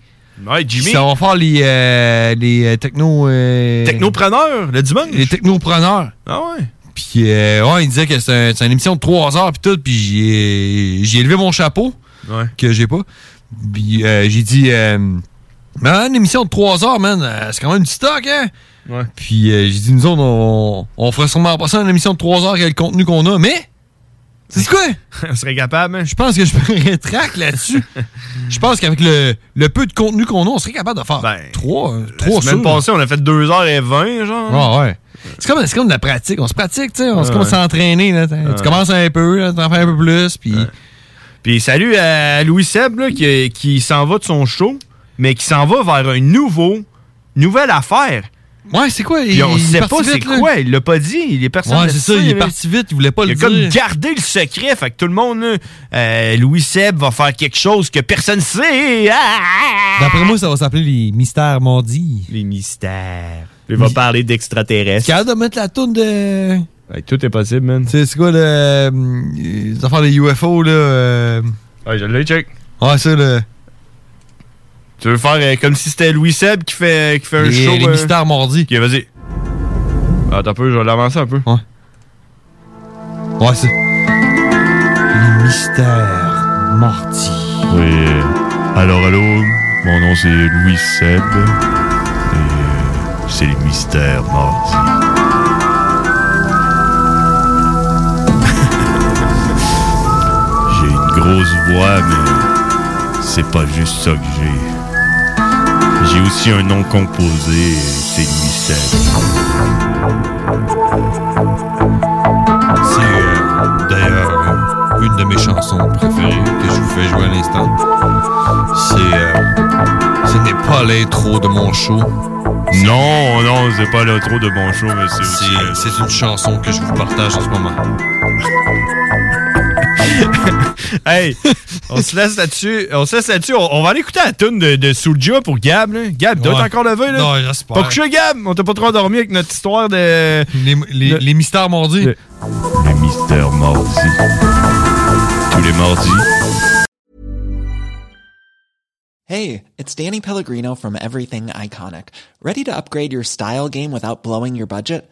Speaker 2: Ouais, Jimmy.
Speaker 5: Ça va faire les, euh, les euh, techno. euh,
Speaker 2: Technopreneurs, le dimanche.
Speaker 5: Les technopreneurs.
Speaker 2: Ah ouais.
Speaker 5: Puis, euh, ouais, il disait que c'est un- c'est une émission de 3 heures, puis tout, puis j'ai j'ai élevé mon chapeau, que j'ai pas. Puis, euh, j'ai dit, euh, man, une émission de 3 heures, man, euh, c'est quand même du stock, hein?
Speaker 2: Ouais.
Speaker 5: Puis, euh, j'ai dit, nous autres, on, on ferait sûrement pas ça une émission de 3 heures, avec le contenu qu'on a, mais. C'est quoi?
Speaker 2: On serait capable, hein?
Speaker 5: Je pense que je me rétracte là-dessus. Je pense qu'avec le, le peu de contenu qu'on a, on serait capable de faire euh, 3
Speaker 2: Ben, La semaine passée, on a fait 2h20, genre.
Speaker 5: Ouais, ouais. C'est comme, c'est comme de la pratique. On se pratique, tu sais. On se
Speaker 2: Ouais,
Speaker 5: commence à
Speaker 2: ouais.
Speaker 5: s'entraîner. là. Tu
Speaker 2: Ouais.
Speaker 5: commences un peu, là, t'en fais un peu plus. Puis
Speaker 2: Puis salut à Louis Seb, là, qui, qui s'en va de son show, mais qui s'en va vers un nouveau, nouvelle affaire.
Speaker 5: Ouais, c'est quoi?
Speaker 2: Puis on
Speaker 5: il- il
Speaker 2: sait
Speaker 5: est parti
Speaker 2: pas c'est
Speaker 5: vite, là.
Speaker 2: quoi. Il l'a pas dit. Les personnes
Speaker 5: Ouais,
Speaker 2: le
Speaker 5: c'est ça, il
Speaker 2: savent,
Speaker 5: est
Speaker 2: là.
Speaker 5: parti vite, il voulait pas
Speaker 2: Il
Speaker 5: le
Speaker 2: a
Speaker 5: dire.
Speaker 2: comme gardé le secret. Fait que tout le monde, là, euh, Louis Seb va faire quelque chose que personne sait. Ah!
Speaker 5: D'après moi, ça va s'appeler les mystères mordis.
Speaker 2: Les mystères. Il va parler d'extraterrestres.
Speaker 5: Capable de mettre la toune de.
Speaker 2: Ouais, tout est possible, man.
Speaker 5: Tu sais, c'est quoi le. euh, Les affaires des UFO, là. euh,
Speaker 2: Ouais, je l'ai check.
Speaker 5: Ouais, ça, le.
Speaker 2: Tu veux faire euh, comme si c'était Louis Seb qui fait, qui fait un
Speaker 5: Les-
Speaker 2: show. euh,
Speaker 5: les mystères mordis.
Speaker 2: Ok, vas-y. Attends un peu, je vais l'avancer un peu.
Speaker 5: Ouais. Ouais, c'est. Les mystères mordis.
Speaker 14: Oui. Alors, allô, mon nom c'est Louis Seb. Et euh, c'est les mystères mordis. j'ai une grosse voix, mais c'est pas juste ça que j'ai. J'ai aussi un nom composé, c'est Louis
Speaker 5: C'est euh, d'ailleurs euh, une de mes chansons préférées que je vous fais jouer à l'instant. C'est. euh, ce n'est pas l'intro de mon show.
Speaker 14: Non, non, c'est pas l'intro de mon show, mais c'est euh,
Speaker 5: aussi. C'est une chanson que je vous partage en ce moment.
Speaker 2: Hey, on se laisse là-dessus. On se laisse là-dessus. On, on va aller écouter la tune de, de Soulja pour Gab. Là. Gab, doit
Speaker 5: Ouais.
Speaker 2: être encore levé. Là.
Speaker 5: Non, j'espère.
Speaker 2: Pas couché, Gab. On t'a pas trop endormi avec notre histoire de.
Speaker 5: Les, mystères mordis.
Speaker 14: Les mystères mordis. Tous les mordis.
Speaker 17: Hey, it's Danny Pellegrino from Everything Iconic. Ready to upgrade your style game without blowing your budget?